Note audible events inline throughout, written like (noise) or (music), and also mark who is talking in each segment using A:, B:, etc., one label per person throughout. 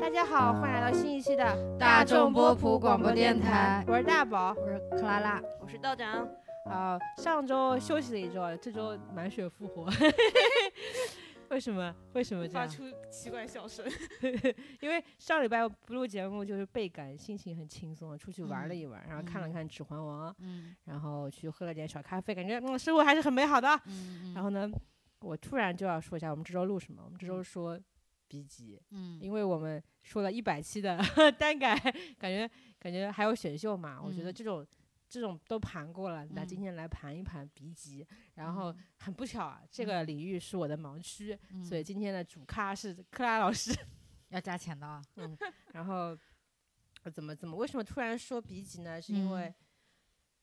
A: 大家好，欢迎来到新一期的
B: 大众波普广播电台
A: 我是大宝。
B: 我是克拉拉，
C: 我是道长，
A: 啊、上周休息了一周，这周满血复活。 (laughs) 为什么？为什么这
C: 发
A: 样？
C: 出奇怪笑声。
A: 因为上礼拜我不录节目，就是倍感心情很轻松，出去玩了一玩，然后看了
B: 嗯
A: 看《指环王》
B: 嗯
A: 然后去喝了点小咖啡，感觉嗯，生活还是很美好的。
B: 嗯
A: 然后呢，我突然就要说一下，我们这周录什么？我们这周说笔记，
B: 嗯
A: 因为我们说了一百期的 (laughs) 单改，感觉感觉还有选秀嘛，我觉得
B: 嗯
A: 这种。这种都盘过了，那
B: 嗯
A: 今天来盘一盘笔记。然后很不巧啊，这
B: 嗯
A: 个领域是我的盲区，所以今天的主咖是克拉老师。
B: 要加钱的啊，
A: 然后呃怎么怎么为什么突然说笔记呢？是因
B: 嗯
A: 为、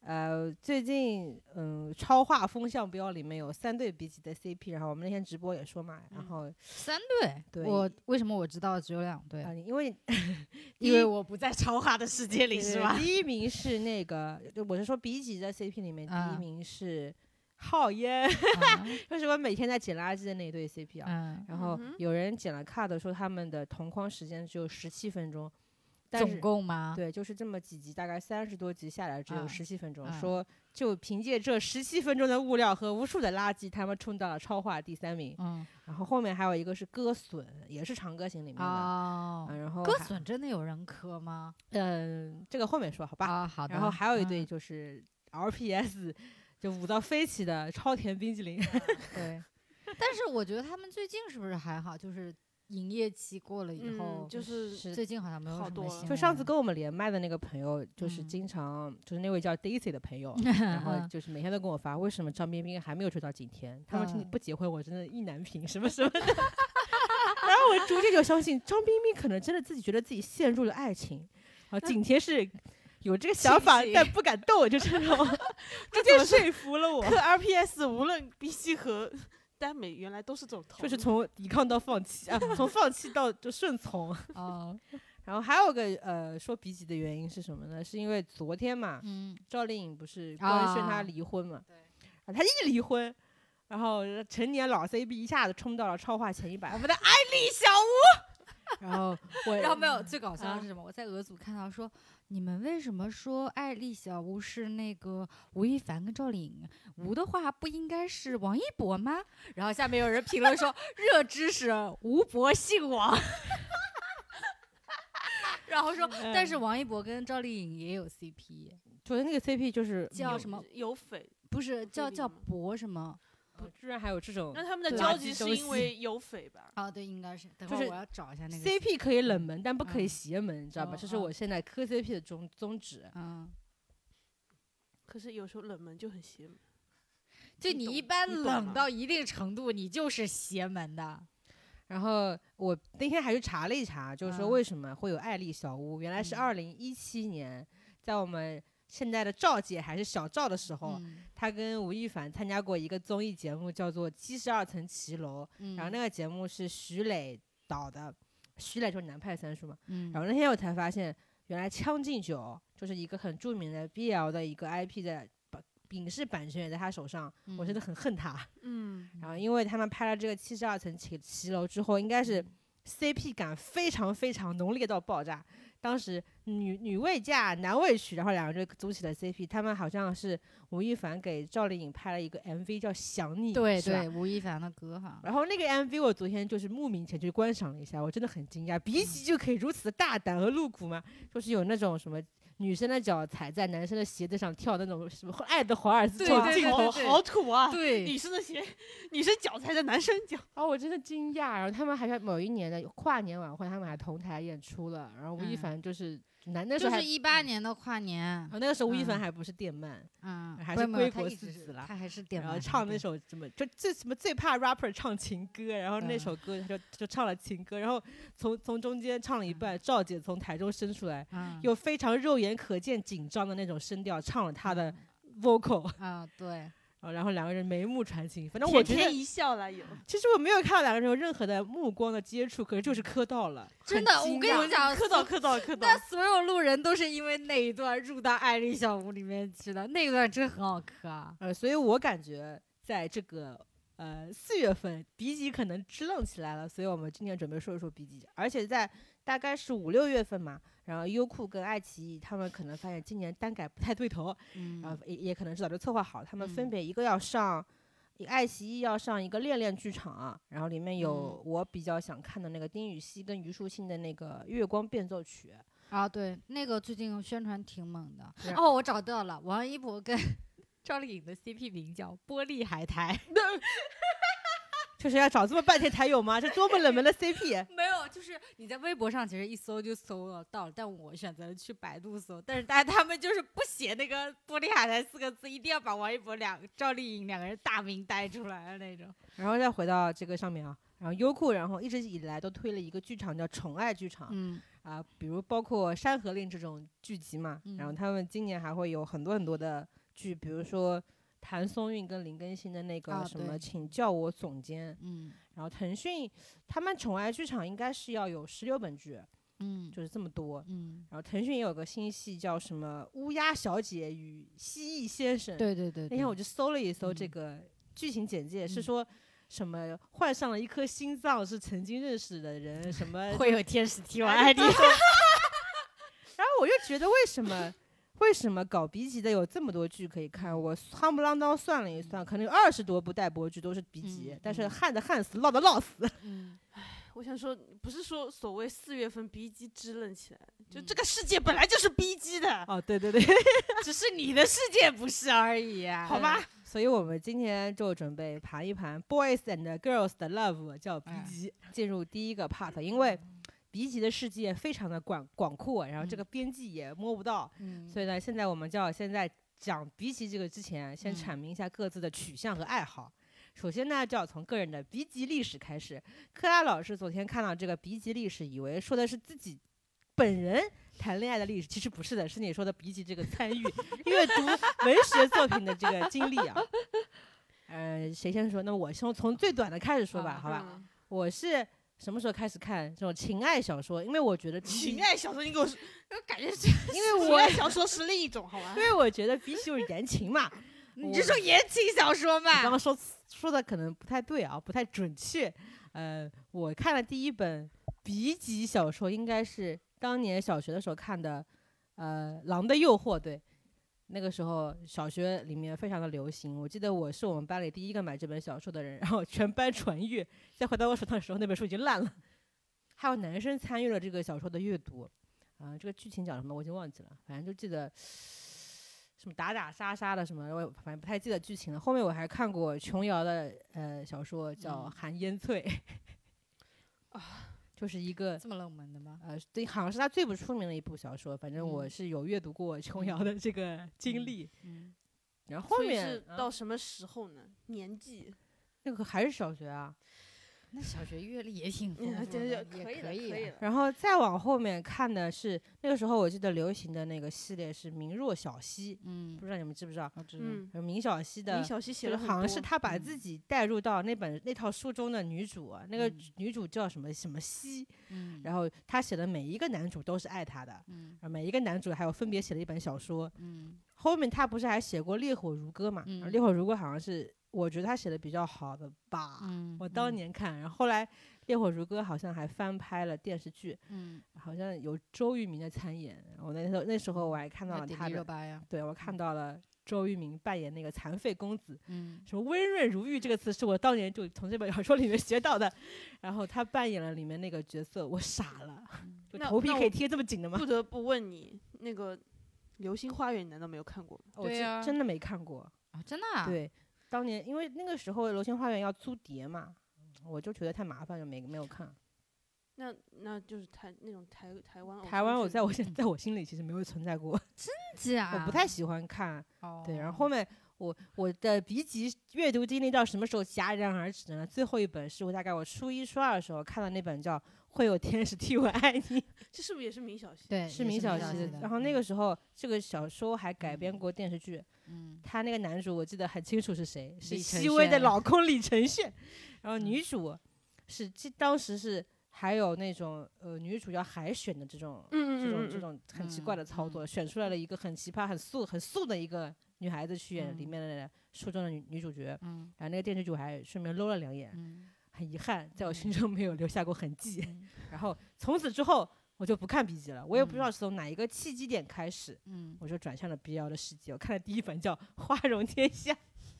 A: 呃最近嗯超话风向标里面有三对笔记的 CP，然后我们那天直播也说嘛，然
C: 嗯
A: 后
B: 三对，
A: 对
B: 我为什么我知道只有两对？
A: 呃因为 (laughs)
B: 因为 (laughs) (laughs) 我不在超话的世界里，
A: 对
B: 是吧？
A: 第一名是那个，就我是说笔记的 CP 里面第一
B: 啊
A: 名是浩烟， (laughs) 就是我每天在捡垃圾的那一对 CP 啊。
B: 嗯，
A: 然后
C: 嗯哼
A: 有人剪了 cut 说他们的同框时间只有十七分钟，但是
B: 总共吗？
A: 对，就是这么几集，大概三十多集下来，只有
B: 嗯
A: 十七分钟。
B: 嗯
A: 说就凭借这十七分钟的物料和无数的垃圾，他们冲到了超话第三名。
B: 嗯，
A: 然后后面还有一个是歌隼，也是长歌行里面的。
B: 哦
A: 嗯，，然后
B: 歌
A: 还
B: 隼真的有人磕 (laughs) 吗？
A: 嗯，这个后面说好吧。
B: 啊，好的。
A: 然后还有一对
B: 嗯，
A: 就是 LPS，、就舞到飞起的超甜冰激凌。
B: 哦 (laughs) 对，但是我觉得他们最近是不是还好？就是营业期过了以后，
C: 嗯， (laughs) 就是
B: 最近好像没有
C: 好
B: 什
C: 多
B: 么
C: 了
B: 新闻。
A: 就上次跟我们连麦的那个朋友，就是
B: 嗯
A: 经常、就是那位叫 Daisy 的朋友，然
B: (laughs) 然
C: 嗯
A: 后就是每天都跟我发，为什么张彬彬还没有追到景甜？他们
B: 嗯
A: 不结婚，我真的意难平，什么什么的。然 (laughs) 后我逐渐就相信张彬彬可能真的自己觉得自己陷入了爱情，然后景甜是有这个想法
C: 清，醒
A: 但不敢动，就
B: (laughs)
A: 这种，逐渐说服了我。
C: 磕 RPS，无论 BC 和 (laughs) 耽美，原来都是走头，
A: 就是从抵抗到放弃啊，从放弃到就顺从。
B: (laughs) 哦，
A: 然后还有个呃说比起的原因是什么呢？是因为昨天嘛，
B: 嗯，
A: 赵丽颖不是官宣她
B: 啊
A: 离婚嘛？
B: 对
A: 啊，她一离婚，然后成年老 CP 一下子冲到了超话前一百
B: 我，们的爱丽小
A: 然后我，
B: (laughs) 然后没有，最搞笑
A: 啊
B: 的是什么？我在俄组看到说，你们为什么说爱丽小屋是那个吴亦凡跟赵丽颖？吴的话不应该是王一博吗？然后下面有人评论说， (laughs) 热知识，吴博姓王。 (laughs) 然后说，但是王一博跟赵丽颖也有 CP，
A: 昨天那个 CP 就是
B: 叫
A: 有
B: 什么
C: 有匪，
B: 不是叫
C: 赵丽
B: 叫
C: 颖吗
B: 博什么？
A: 呃居然还有这种
C: 那他们的
A: 对
C: 交
A: 垃圾
C: 集
A: 东
C: 是
A: 西
C: 因为有匪吧？
B: 哦，对，应该是。等
A: 就
B: 会儿
A: 是
B: 我要找一下那个。
A: CP 可以冷门，但不可以
B: 嗯
A: 邪门，你知道吧？
B: 哦
A: 这是我现在磕 CP 的宗宗旨。
B: 嗯，
C: 可是有时候冷门就很邪门。
B: 就
C: 你
B: 你
C: 懂
B: 一般
C: 你懂
B: 冷
C: 吗
B: 到一定程度，你就是邪门的。
A: 然后我那天还去查了一查，就是说
B: 嗯
A: 为什么会有爱丽小屋，原来是
B: 嗯
A: 二零一七年，在我们现在的赵姐还是小赵的时候，
B: 嗯
A: 他跟吴亦凡参加过一个综艺节目，叫做《七十二层骑楼》，
B: 嗯
A: 然后那个节目是徐磊导的，徐磊就是南派三叔嘛。
B: 嗯，
A: 然后那天我才发现，原来《将进酒》就是一个很著名的 BL 的一个 IP 的版影视版权也在他手上，我真的很恨他。
C: 嗯，
A: 然后因为他们拍了这个《七十二层骑骑楼》之后，应该
B: 嗯
A: 是 CP 感非常非常浓烈到爆炸。当时女女未嫁男未娶，然后两个人就组起了 CP。他们好像是吴亦凡给赵丽颖拍了一个 MV 叫《想你》，
B: 对
A: 是吧
B: 对，吴亦凡的歌哈。
A: 然后那个 MV 我昨天就是慕名前去观赏了一下，我真的很惊讶，比起就可以如此的大胆和露骨吗？就是有那种什么女生的脚踩在男生的鞋子上跳那种什么爱的华尔兹
B: 对
A: 这种
B: 对
A: 镜
B: 对
A: 头，
C: 好
B: 对
C: 好土啊！
B: 对，
C: 女生的鞋，女生脚踩着男生脚，
A: 然哦后我真的惊讶。然后他们还在某一年的跨年晚会，他们还同台演出了。然后吴亦
B: 嗯
A: 凡就是男那时
B: 就
A: 候还，
B: 是一八年的跨年
A: 然，后那个时候吴亦凡
B: 嗯
A: 还不是电漫，
B: 嗯，
A: 还
B: 不
A: 是
B: 没有
A: 归国
B: 他一直
A: 四子
B: 是
A: 啦
B: 他还是点
A: 然后
B: 完
A: 唱
B: 的
A: 那首什么，就最什么最怕 rapper 唱情歌，然后那
B: 嗯
A: 首歌他就就唱了情歌，然后从从中间唱了一
B: 嗯
A: 半，赵姐从台中伸出来。(laughs)
B: 嗯
A: 有非常肉眼可见紧张的那种声调唱了他的 vocal，
B: 啊对，
A: 呃然后两个人眉目传情。反正我
C: 甜
A: 觉得
C: 甜，一笑啦 (laughs) 有。
A: 其实我没有看到两个人有任何的目光的接触，可是就是磕到了。
B: 真的，
A: 很
B: 我
A: 惊
B: 跟你讲，
C: 磕到磕到磕到
B: 那，所有路人都是因为那一段入到爱丽小屋里面去的，那一段真很好磕啊。
A: 呃，所以我感觉在这个呃四月份鼻疾可能支棱起来了，所以我们今年准备说一说鼻疾，而且在大概是五六月份嘛，然后优酷跟爱奇艺他们可能发现今年单改不太对头，
B: 嗯
A: 然后也也可能是早就策划好，他们分
B: 嗯
A: 别一个要上，一爱奇艺要上一个《恋恋剧场》啊，然后里面
B: 嗯
A: 有我比较想看的那个丁禹兮跟虞书欣的那个《月光变奏曲》，
B: 啊，对，那个最近宣传挺猛的
A: 是。
B: 哦，我找到了，王一 (laughs) 博跟赵丽颖的 CP 名叫《玻璃海苔》，
A: 就是要找这么半天才有 (laughs) 吗？这多么冷门的 CP！
B: (laughs) 没有，就是你在微博上其实一搜就搜得到了，但我选择了去百度搜，但是但他们就是不写那个“玻璃海苔”四个字，一定要把王一博两、赵丽颖两个人大名带出来的那种。
A: 然后再回到这个上面啊，然后优酷，然后一直以来都推了一个剧场叫宠爱剧场
B: 嗯
A: 啊，比如包括《山河令》这种剧集嘛，然后
B: 嗯
A: 他们今年还会有很多很多的剧，比如说谭松韵跟林更新的那个
B: 啊
A: 什么《
B: 对
A: 请叫我总监》，
B: 嗯
A: 然后腾讯他们宠爱剧场应该是要有十六本剧，
B: 嗯
A: 就是这么多。
B: 嗯，
A: 然后腾讯也有个新戏叫什么《乌鸦小姐与蜥蜴先生》，
B: 对对对
A: 那天我就搜了一搜这
B: 嗯
A: 个剧情简介，是
B: 嗯
A: 说什么患上了一颗心脏是曾经认识的人，什么
B: 会有天使替我
A: 爱
B: 爱
A: 你
B: 你。
A: 然后我就觉得为什么为什么搞鼻级的有这么多剧可以看？我夯不啷当算了一算，可能有二十多部待播剧都是鼻级，
B: 嗯
A: 但是
B: 嗯
A: 旱的旱死，涝的涝死。
B: 嗯，
C: 我想说，不是说所谓四月份 B 机支棱起来，就
B: 嗯
C: 这个世界本来就是 B 机的，
A: 哦，对对对，
C: (laughs)
B: 只是你的世界不是而已、
C: 啊
B: 啊
C: 好吧？
A: (laughs) 所以我们今天就准备盘一盘 Boys and Girls 的 Love，叫鼻
B: 哎
A: 级，进入第一个 part，因为。鼻级的世界非常的广广阔，然后这
B: 嗯
A: 个边际也摸不到，
B: 嗯，
A: 所以呢，现在我们就要先在讲鼻级这个之前，先
B: 嗯
A: 阐明一下各自的取向和爱好。首先呢，就要从个人的鼻级历史开始。克拉老师昨天看到这个鼻级历史，以为说的是自己本人谈恋爱的历史，其实不是的，是你说的鼻级这个参与阅读文学作品的这个经历啊。呃，谁先说？那我先从最短的开始说吧，好吧？
C: 嗯
A: 我是什么时候开始看这种情爱小说？因为我觉得鼻
C: 情
A: 级，
C: 爱小说，你给我说，
B: 感觉
A: 因为
C: 情
A: 我
C: 爱小说是另一种， (laughs) 好吧
A: 因？为我觉得比起就是言 (laughs) 情嘛，
B: 你是说言情小说
A: 你刚
B: 嘛
A: 刚？说说的可能不太对啊，不太准确。呃，我看了第一本笔记小说，应该是当年小学的时候看的，呃，《狼的诱惑》。对，那个时候小学里面非常的流行。我记得我是我们班里第一个买这本小说的人，然后全班传阅。再回到我手上的时候，那本书已经烂了。 (laughs) 还有男生参与了这个小说的阅读，啊、这个剧情讲什么我已经忘记了，反正就记得什么打打杀杀的什么，我也反正不太记得剧情了。后面我还看过琼瑶的呃小说叫《
B: 嗯
A: 含烟翠》， (laughs) 就是一个
B: 这么冷门的吗？
A: 呃，对，好像是他最不出名的一部小说。反正我
B: 嗯
A: 是有阅读过琼瑶的这个经
B: 嗯
A: 历，
B: 嗯，
A: 然后后
C: 所以
A: 面
C: 是嗯
A: 啊
C: 到什么时候呢？年纪，
A: 那个还是小学啊，
B: 嗯那小学阅历也挺丰
C: 嗯，
B: 富的，
C: 对
B: 也
C: 对，可以了，
B: 可
C: 可以
B: 以啊。
C: 了。
A: 然后再往后面看的是那个时候我记得流行的那个系列是明若晓溪，
B: 嗯
A: 不，知道你们知不知道？
B: 我知道。
C: 嗯，
A: 呃明晓溪的
C: 林小溪写
A: 就
C: 了
A: 是
C: 很
A: 好像是
C: 多
A: 他把自
B: 嗯
A: 己带入到那本那套书中的女主啊，那个
B: 嗯
A: 女主叫什么什么西，
B: 嗯，
A: 然后他写的每一个男主都是爱她的，
B: 嗯
A: 啊每一个男主还有分别写了一本小说。
B: 嗯
A: 后面他不是还写过《烈火如歌》嘛？然后烈
B: 嗯
A: 火如歌》好像是我觉得他写的比较好的吧，
B: 嗯，
A: 我当
B: 嗯
A: 年看，然后后来《烈火如歌》好像还翻拍了电视剧，
B: 嗯，
A: 好像有周渝民的参演。我那时候那时候我还看到
B: 那
A: 了
B: 迪
A: 他
B: 丽热
A: 的，
B: 巴嗯呀，
A: 对我看到了周渝民扮演那个残废公子。
B: 嗯
A: 什么温润如玉这个词是我当年就从这本小说里面学到的，然后他扮演了里面那个角色，我傻了，
B: 嗯
A: 就
C: 那
A: 头皮
C: 那
A: 可以
C: 我
A: 贴这么紧的吗？
C: 不得不问你，那个《流星花园》你难道没有看过吗？
A: 我
B: 对
A: 真
B: 啊
A: 真的没看过。
B: 啊，真的啊，
A: 对，当年因为那个时候《流星花园》要租碟嘛，我就觉得太麻烦了，没没有看。
C: 那那就是台那种台台湾偶
A: 台湾，
C: 像
A: 我在
C: 剧
A: 我现
B: 嗯啊
A: 在我心里其实没有存在过，
B: 假，
A: 我不太喜欢看。
B: 哦。
A: 对，然后后面我我的笔记阅读经历到什么时候戛然而止呢？最后一本是我大概我初一初二的时候看的那本叫《会有天使替我爱你》。
C: 这是不是也是明晓
B: (laughs)
C: 溪？
B: 对
A: 是
B: 也
A: 明晓
B: 晓
A: 溪
B: 溪
A: 的。
B: 的
A: 然后那个
B: 嗯
A: 时候，这个小说还改编
B: 嗯
A: 过电视剧，
B: 嗯
A: 他那个男主我记得很清楚是谁，是
B: 李承
A: 熹微的
B: 铉
A: 老公李承
B: (laughs)
A: 铉，然后
B: 嗯
A: 女主是这当时是还有那种呃女主要海选的这种。
C: 嗯
A: 这
C: 嗯
A: 种
C: 嗯
A: 这
C: 嗯嗯，
A: 种很奇怪的操作，选出来了一个很奇葩、很素、很素的一个女孩子去演里
B: 嗯
A: 面的书中的女女主角，
B: 嗯
A: 然后那个电视剧我还顺便搂了两眼，
B: 嗯
A: 很遗憾，在我心中没有留下过痕迹。
B: 嗯
A: (laughs) 然后从此之后我就不看笔记了，我也不知道
B: 嗯
A: 是从哪一个契机点开始，
B: 嗯，
A: 我就转向了 BL 的世界。我看的第一本叫《花容天下》，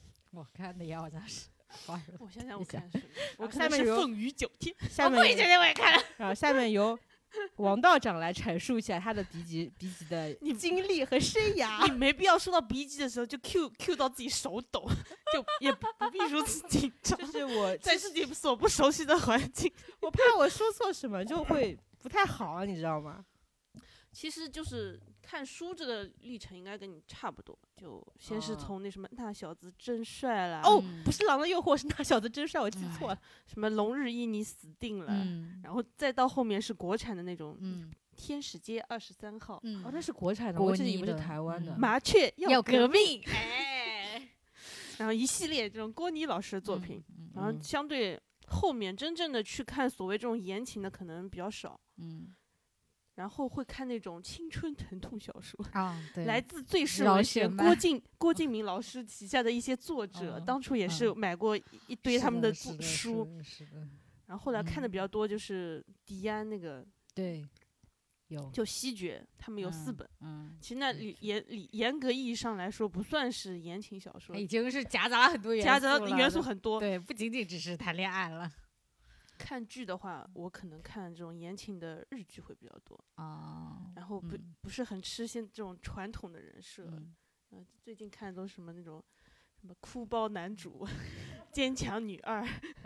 C: (laughs)
B: 我看的也好像是花荣，
C: 我想想
A: 你
C: (laughs) 我
A: 想
C: 看什么，我
A: 下
C: 看的
A: 面
C: 是《
A: 有
C: 凤雨九天》，
A: 下面
C: 我以前也我也看了，
A: (laughs) 然后下面由王道长来阐述一下他的笔记笔记的
C: (laughs) 你
A: 经历和生涯。
C: (laughs) 你没必要说到 B G 的时候就 Q Q 到自己手抖， (laughs) 就也不不必如此紧张
A: 就，是我，
C: 在自己所不熟悉的环境。
A: 我怕我说错什么就会不太好、啊，你知道吗？
C: 其实就是看书这个历程应该跟你差不多，就先是
A: 啊
C: 从那什么那小子真帅啦，
A: 哦
B: 嗯，
A: 不是《狼的诱惑》，是那小子真帅，我记错了。
C: 什么龙日一你死定了，
B: 嗯
C: 然后再到后面是国产的那种《
B: 嗯
C: 天使街二十三号》
B: 嗯，
A: 哦，那是国产的，
B: 国
A: 我一直以
B: 内
A: 为是
B: 的
A: 台湾的。
B: 嗯
C: 麻雀
B: 要革
C: 革命，哎，然后一系列这种郭妮老师的作品，，
B: 嗯
C: 然后
A: 嗯
C: 相对后面真正的去看所谓这种言情的可能比较少，
B: 嗯
C: 然后会看那种青春疼痛小说。
B: 嗯啊，对，
C: 来自最是
B: 饶
C: 文
B: 雪
C: 学
B: 漫
C: 郭敬
B: (laughs)
C: 郭敬明老师旗下的一些作者，
B: 嗯
C: 当初也是
B: 嗯
C: 买过一一堆
B: 是
C: 他们的
B: 是是
C: 作书，
B: 的是的，
C: 然后后来看的
B: 嗯
C: 比较多就是迪安那个
B: 对，有
C: 就西决，他们有四本，
B: 嗯，
C: 其实那
B: 没
C: 里
B: 错
C: 严里严格意义上来说不算是言情小说，
B: 已经是夹杂了很多哎元
C: 夹杂
B: 素了
C: 元素
B: 都
C: 很多。
B: 对，不仅仅只是谈恋爱了
C: 看剧的话，我可能看这种言情的日剧会比较多，
B: 啊，
C: 然后不、
B: 嗯
C: 不是很吃现这种传统的人设，
B: 嗯
C: 呃，最近看的都是什么那种什么哭包男主、 (laughs) 坚强女二，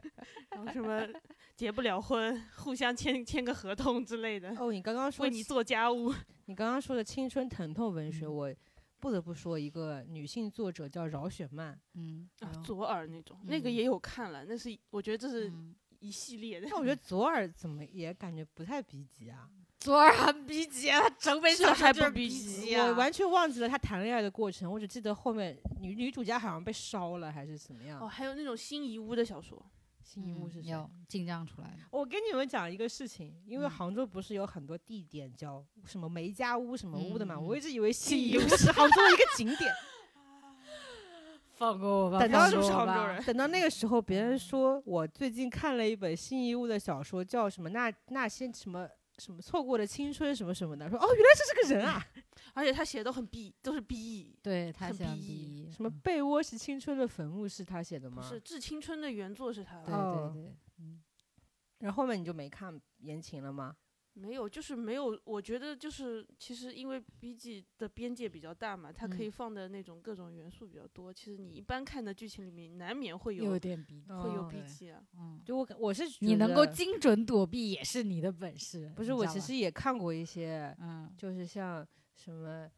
C: (laughs) 然后什么结不了婚、互相签签个合同之类的，
A: 哦，你刚刚说
C: 为你做家务。
A: 你刚刚说的青春疼痛文学，
B: 嗯
A: 我不得不说一个女性作者叫饶雪漫。
B: 嗯
A: 哎
C: 啊 (laughs)
A: 呦，
C: 左耳那种，那个
B: 嗯
C: 也有看了，那是我觉得这是
B: 嗯，
C: 一系列的。
A: 但我觉得左耳怎么也感觉不太笔记啊，
B: 左耳很逼急，他整本
C: 是啊
B: 小说
C: 还不
B: 就是
C: 逼
B: 急
C: 急
B: 啊
A: 我完全忘记了她谈恋爱的过程，我只记得后面女女主角好像被烧了还是怎么样。
C: 哦，还有那种新遗屋的小说，
A: 新一木
B: 嗯
A: 是谁？
B: 有进账出来的，
A: 我跟你们讲一个事情，因为
B: 嗯
A: 杭州不是有很多地点叫什么梅家屋什么屋的嘛，
B: 嗯嗯
A: 我一直以为新
B: 新
A: 一
B: 一
A: 屋是杭州的一个景
B: (laughs)
A: 点。
B: 放过我吧，
A: 等到
B: 放
A: 是
C: 不
B: 过
C: 哎是
B: 我
C: 杭州
B: 吧
C: 人？
A: 等到那个时候，别人说我最近看了一本新一屋的小说，叫什么那那些什么什么错过的青春什么什么的，说哦，原来这是个人啊，
C: 而且他写的都很 B，都 E，是 BE。
B: 对他
C: 很
B: 喜欢
C: 逼
B: 逼
A: 什么被窝是青春的坟墓是他写的
C: 不
A: 吗？
C: 是《致青春》的原作是他
B: 对
C: 吧，
A: 哦
B: 对对，嗯
A: 然后后面你就没看言情了吗？
C: 没有，就是没有。我觉得就是其实因为 B G 的边界比较大嘛，它可
B: 嗯
C: 以放的那种各种元素比较多。其实你一般看的剧情里面难免会
B: 有
C: 有
B: 点逼，
C: 会有
A: 哦
C: B
B: 对
C: G 啊。
B: 嗯，
A: 就我感我是
B: 你
A: 觉
B: 能够
A: 得
B: 精准躲避也是你的本事，
A: 不
B: 你
A: 是我
B: 知道
A: 其
B: 吧
A: 实也看过一些，
B: 嗯
A: 就是像什么。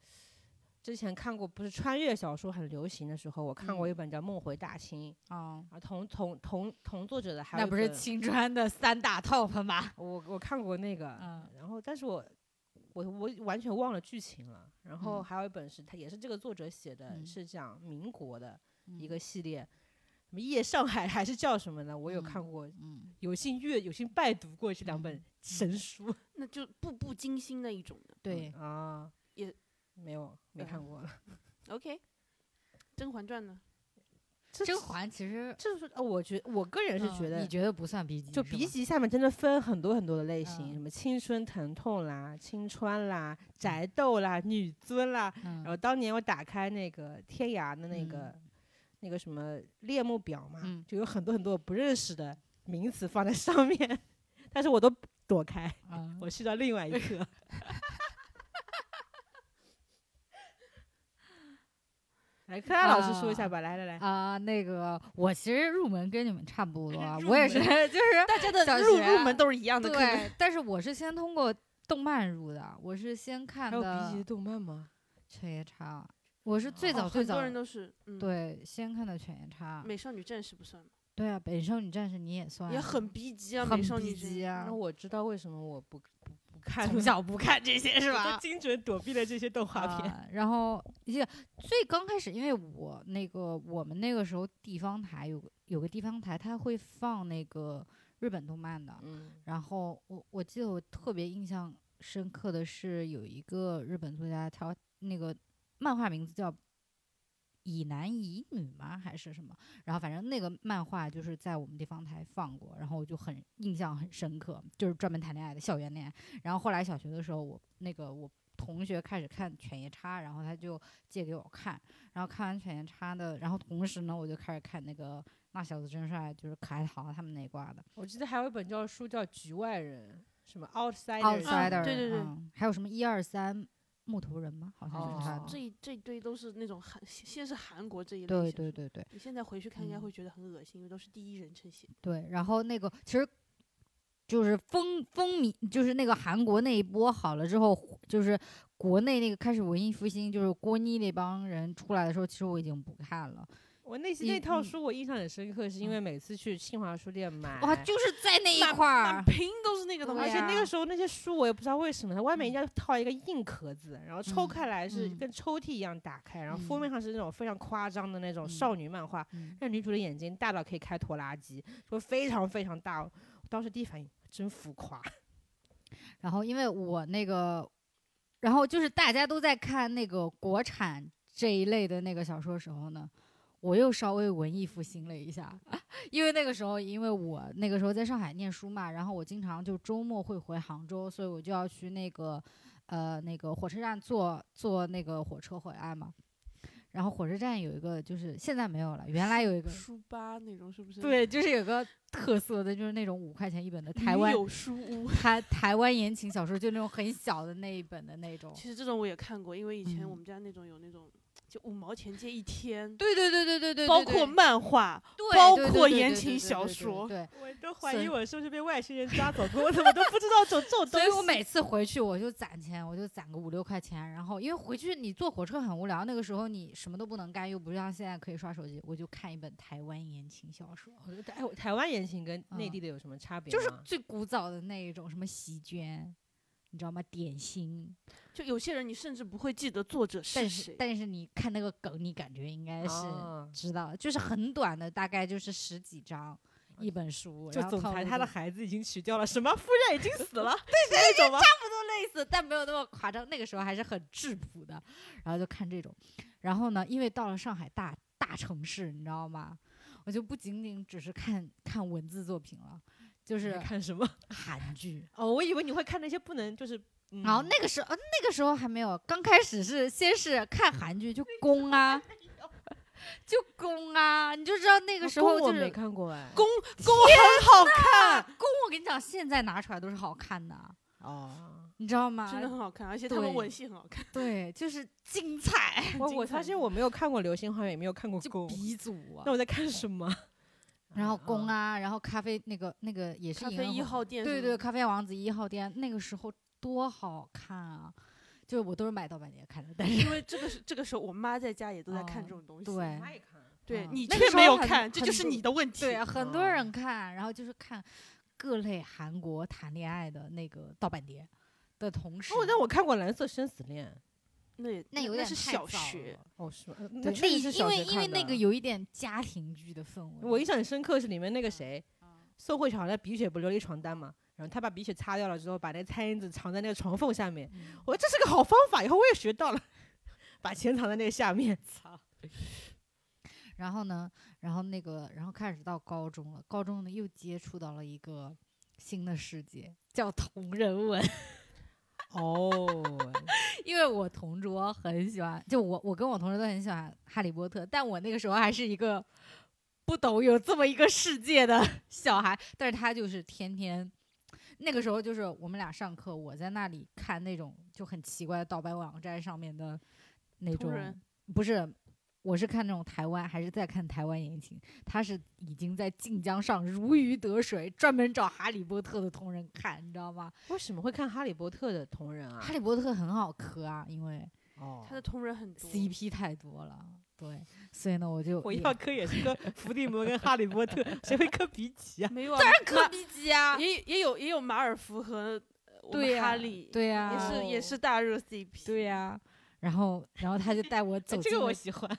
A: 之前看过，不是穿越小说很流行的时候，我看过
B: 嗯
A: 一本叫《梦回大清
B: 哦》，。
A: 啊，同同同同作者的还有
B: 那
A: 一
B: 不是
A: 本
B: 青川的三大 top 吗？
A: 我我看过那个，
B: 嗯
A: 然后但是我我我完全忘了剧情了。然后
B: 嗯
A: 还有一本是他也是这个作者写的，
B: 嗯
A: 是讲民国的一
B: 嗯
A: 个系列，什么夜上海还是叫什么呢？我有看
B: 嗯
A: 过，
B: 嗯，
A: 有幸阅有幸拜读过这两本神书。
C: 那就步步惊心那一种的。
B: 对
A: 嗯，啊，
C: 也
A: 没有没
C: 嗯
A: 看过了。
C: OK，《甄嬛传》
B: (laughs)
C: 呢？
A: 这 (laughs)
B: 甄
A: 是
B: 嬛其实
A: 这是呃我觉我个人是觉
B: 嗯
A: 得
B: 你。觉得不算逼急，
A: 就是鼻
B: 吧
A: 级下面真的分很多很多的类型，
B: 嗯
A: 什么青春疼痛啦、青川啦、宅斗啦、女尊啦，
B: 嗯
A: 然后当年我打开那个天涯的那个、那个什么列目表嘛，
B: 嗯
A: 就有很多很多我不认识的名词放在上面，但是我都躲开，
B: 嗯
A: 我去到另外一个。 (laughs) 来，柯达老师说一下吧，来来来，
B: 啊，那个我其实入门跟你们差不多啊，
C: 入
B: 我也是，
C: 门
B: 就是
C: 大家的
B: 小
C: 入
B: 学啊
C: 入门都是一样的，可能
B: 对，但是我是先通过动漫入的，我是先看
A: 还有
B: 的
A: 鼻级的动漫吗？
B: 犬夜叉，啊我是最
A: 哦
B: 早
C: 哦
B: 最
C: 很
B: 早、
C: 多人都是嗯，
B: 对啊先看的犬夜叉
C: 《美少女战士》不算吗？
B: 对啊，北少女战士你也算
C: 也很 B G 啊，《
B: 很
C: 美少女
B: 逼
C: 战士》
B: 急啊
A: 那，我知道为什么我不不不看了，
B: 从小不看
A: (laughs)
B: 这些是
A: 我
B: 吧
A: 就？精准躲避了这些动画片。
B: 啊然后也最刚开始，因为我那个我们那个时候地方台有个有个地方台，它会放那个日本动漫的。
A: 嗯，
B: 然后我我记得我特别印象深刻的是有一个日本作家，他那个漫画名字叫以男以女吗？还是什么？然后反正那个漫画就是在我们地方台放过，然后我就很印象很深刻，就是专门谈恋爱的校园恋爱。然后后来小学的时候，我那个我同学开始看《犬夜叉》，然后他就借给我看，然后看完《犬夜叉》的，然后同时呢，我就开始看那个《那小子真帅》，就是可爱淘他们那一挂的。
A: 我记得还有一本叫书叫《局外人》，什么 outsider，,
B: outsider，、
C: 对对对
B: 嗯还有什么一二三木头人吗？好像
A: 哦
B: 是他的。
C: 这一这一堆都是那种韩，先先是韩国这一类。
B: 对对。对对
C: 你现在回去看，应该
B: 嗯
C: 会觉得很恶心，因为都是第一人称写。
B: 对，然后那个其实就是风风靡，就是那个韩国那一波好了之后，就是国内那个开始文艺复兴，就是郭妮那帮人出来的时候，其实我已经不看了。
A: 我那些
B: 你
A: 那套
B: 嗯
A: 书我印象很深刻，是因为每次去新华书店买，
B: 哇，就是在那一块
C: 满
B: 儿，
C: 屏都是那个东
B: 对
A: 而
C: 西
A: 且。那
B: 呀
A: 个时候那些书我也不知道为什么，它外面应该套一个硬壳子，然后抽
B: 嗯
A: 开来是
B: 嗯
A: 跟抽屉一样打开，然后
B: 嗯
A: 封面上是那种非常夸张的那种
B: 嗯
A: 少女漫画，
B: 嗯
A: 那女主的眼睛大到可以开拖拉机，说非常非常大。我当时第一反应真浮夸，
B: 然后因为我那个，然后就是大家都在看那个国产这一类的那个小说时候呢，我又稍微文艺复兴了一下， (laughs) 因为那个时候因为我那个时候在上海念书嘛，然后我经常就周末会回杭州，所以我就要去那个呃那个火车站坐坐那个火车回来嘛。然后火车站有一个，就是现在没有了，原来有一个，
C: 书吧那种是不是？，
B: 对，就是有个特色的，就是那种五块钱一本的台湾
C: 有
B: (laughs)
C: 书屋。
B: 台台湾言情小说，就那种很小的那一本的那种。
C: 其实这种我也看过，因为以前我
B: 嗯
C: 们家那种有那种，就五毛钱借一天，
B: 对对对对对对，
C: 包
B: 对
C: 括
B: 对
C: 漫画，
B: 对
C: 包
B: 对对
C: 括
B: 对对
C: 言
B: 对
C: 情
B: 对
C: 小
B: 对对
C: 说
B: 对，
A: 我都
B: 怀疑
A: 我是不是被外星人抓走，可我怎么都不知道走这种
B: 所以我每次回去我就攒钱，我就攒个五六块钱，然后因为回去你坐火车很无聊，那个时候你什么都不能干，又不像现在可以刷手机，我就看一本台湾言情小说，
A: 哎， (laughs) 我台湾言情跟内
B: 嗯
A: 地的有什么差别
B: 就是 (laughs)
A: 吗
B: 最古早的那一种，什么席绢。你知道吗？点心，
C: 就有些人你甚至不会记得作者
B: 但是
C: 谁。
B: 但是你看那个梗，你感觉应该是
A: 哦
B: 知道的，就是很短的，大概就是十几章一本书。
A: 就
B: 然后
A: 总
B: 靠
A: 裁
B: 那
A: 他的
B: 个
A: 孩子已经取掉了，什么夫人已经死了， (laughs) 对对对，
B: 类似，但没有那么夸张。那个时候还是很质朴的，然后就看这种。然后呢，因为到了上海大大城市，你知道吗？我就不仅仅只是看看文字作品了，就
A: 你
B: 是
A: 在看什么？
B: 韩剧。
A: 哦，我以为你会看那些不能就是， (laughs) 嗯
B: 然后那个时候，呃那个时候还没有，刚开始是先是看韩剧，就
A: (laughs)
B: 宫啊，就宫啊，你就知道那个时候
A: 哦我
B: 就
A: 没
B: 是
A: 看过哎，
C: 宫宫很好看，
B: 宫。我跟你讲，现在拿出来都是好看的，
A: 哦，
B: 你知道吗？
C: 真的很好看，而且他
B: 对
C: 们吻戏很好看。
B: 对，就是精彩，
A: 我
C: 精
A: 我
C: 彩
A: 发现我没有看过《流星花园》，也没有看过
B: 就
A: 宫，
B: 鼻祖啊
A: 那。我在看什么？ (laughs)
B: 然后
A: 嗯
B: 宫，啊，然后咖啡那个那个也是
C: 咖
B: 银
C: 啡
B: 河
C: 一
B: 红
C: 号店，
B: 对对，，咖啡王子一号店那个时候多好看啊！就是我都是买盗版碟看的，
A: (laughs)
B: 但是
C: 因为这个是这个时候我妈在家也都在看
B: 哦
C: 这种东西。
B: 对
A: 我也看。
C: 对
B: 嗯
C: 你
B: 那个
C: 却
B: 时
C: 没
B: 候
C: 有
B: 很
C: 看，这
B: 很
C: 就是
B: 多
C: 你的问题。
B: 对，啊很多
A: 哦
B: 人看，然后就是看各类韩国谈恋爱的那个盗版碟的同时，
A: 哦，那我看过《蓝色生死恋
C: 那也
B: 那有
C: 那
B: 点
C: 是
B: 太
C: 小
B: 早
C: 学，
B: 了》。
A: 哦，是吗？呃
B: 对，
A: 那
B: 那
A: 确
B: 一
A: 实是
B: 因
A: 小
B: 为
A: 学
B: 因为
A: 看的。
B: 那个有一点家庭剧的氛围，
A: 我印象很深刻是里面那个谁
B: 啊，
A: 宋慧乔好像鼻血不流离床单嘛，然后他把鼻血擦掉了之后，把那个餐巾纸藏在那个床缝下面。
B: 嗯
A: 我说这是个好方法，以后我也学到了， (laughs) 把钱藏在那个下面。
B: 然后呢，然后那个，然后开始到高中了，高中呢又接触到了一个新的世界，叫同人文。
A: 哦，
B: 因为我同桌很喜欢，就我我跟我同桌都很喜欢《哈利波特》，但我那个时候还是一个不懂有这么一个世界的 (laughs) 小孩，但是他就是天天。那个时候就是我们俩上课，我在那里看那种就很奇怪的盗版网站上面的那
C: 同
B: 种
C: 人，
B: 不是，我是看那种台湾，还是在看台湾言情？他是已经在晋江上如鱼得水，专门找《哈利波特》的同人看，你知道吗？
A: 为什么会看《哈利波特》的同人啊？ (laughs)
B: 哈利波特》很好磕啊，因为
A: 哦
C: 他的同人很多。
B: CP 太多了，对，所以呢，我就
A: 我
B: 也
A: 要磕也是磕伏地魔跟哈利波特，谁会磕鼻 (laughs) 奇啊？
C: 没有啊，
B: 当然
C: 马
B: 磕鼻基啊，
C: 也也有也有马尔福和呃我
B: 对
C: 们
B: 呀、
C: 哈利，
B: 对呀、
C: 也是也
A: 哦
C: 是大热 CP。
B: 对呀、然后然后他就带
C: 哎
B: 我走
A: 这
B: 进
A: 个
B: 了，
A: 我喜欢。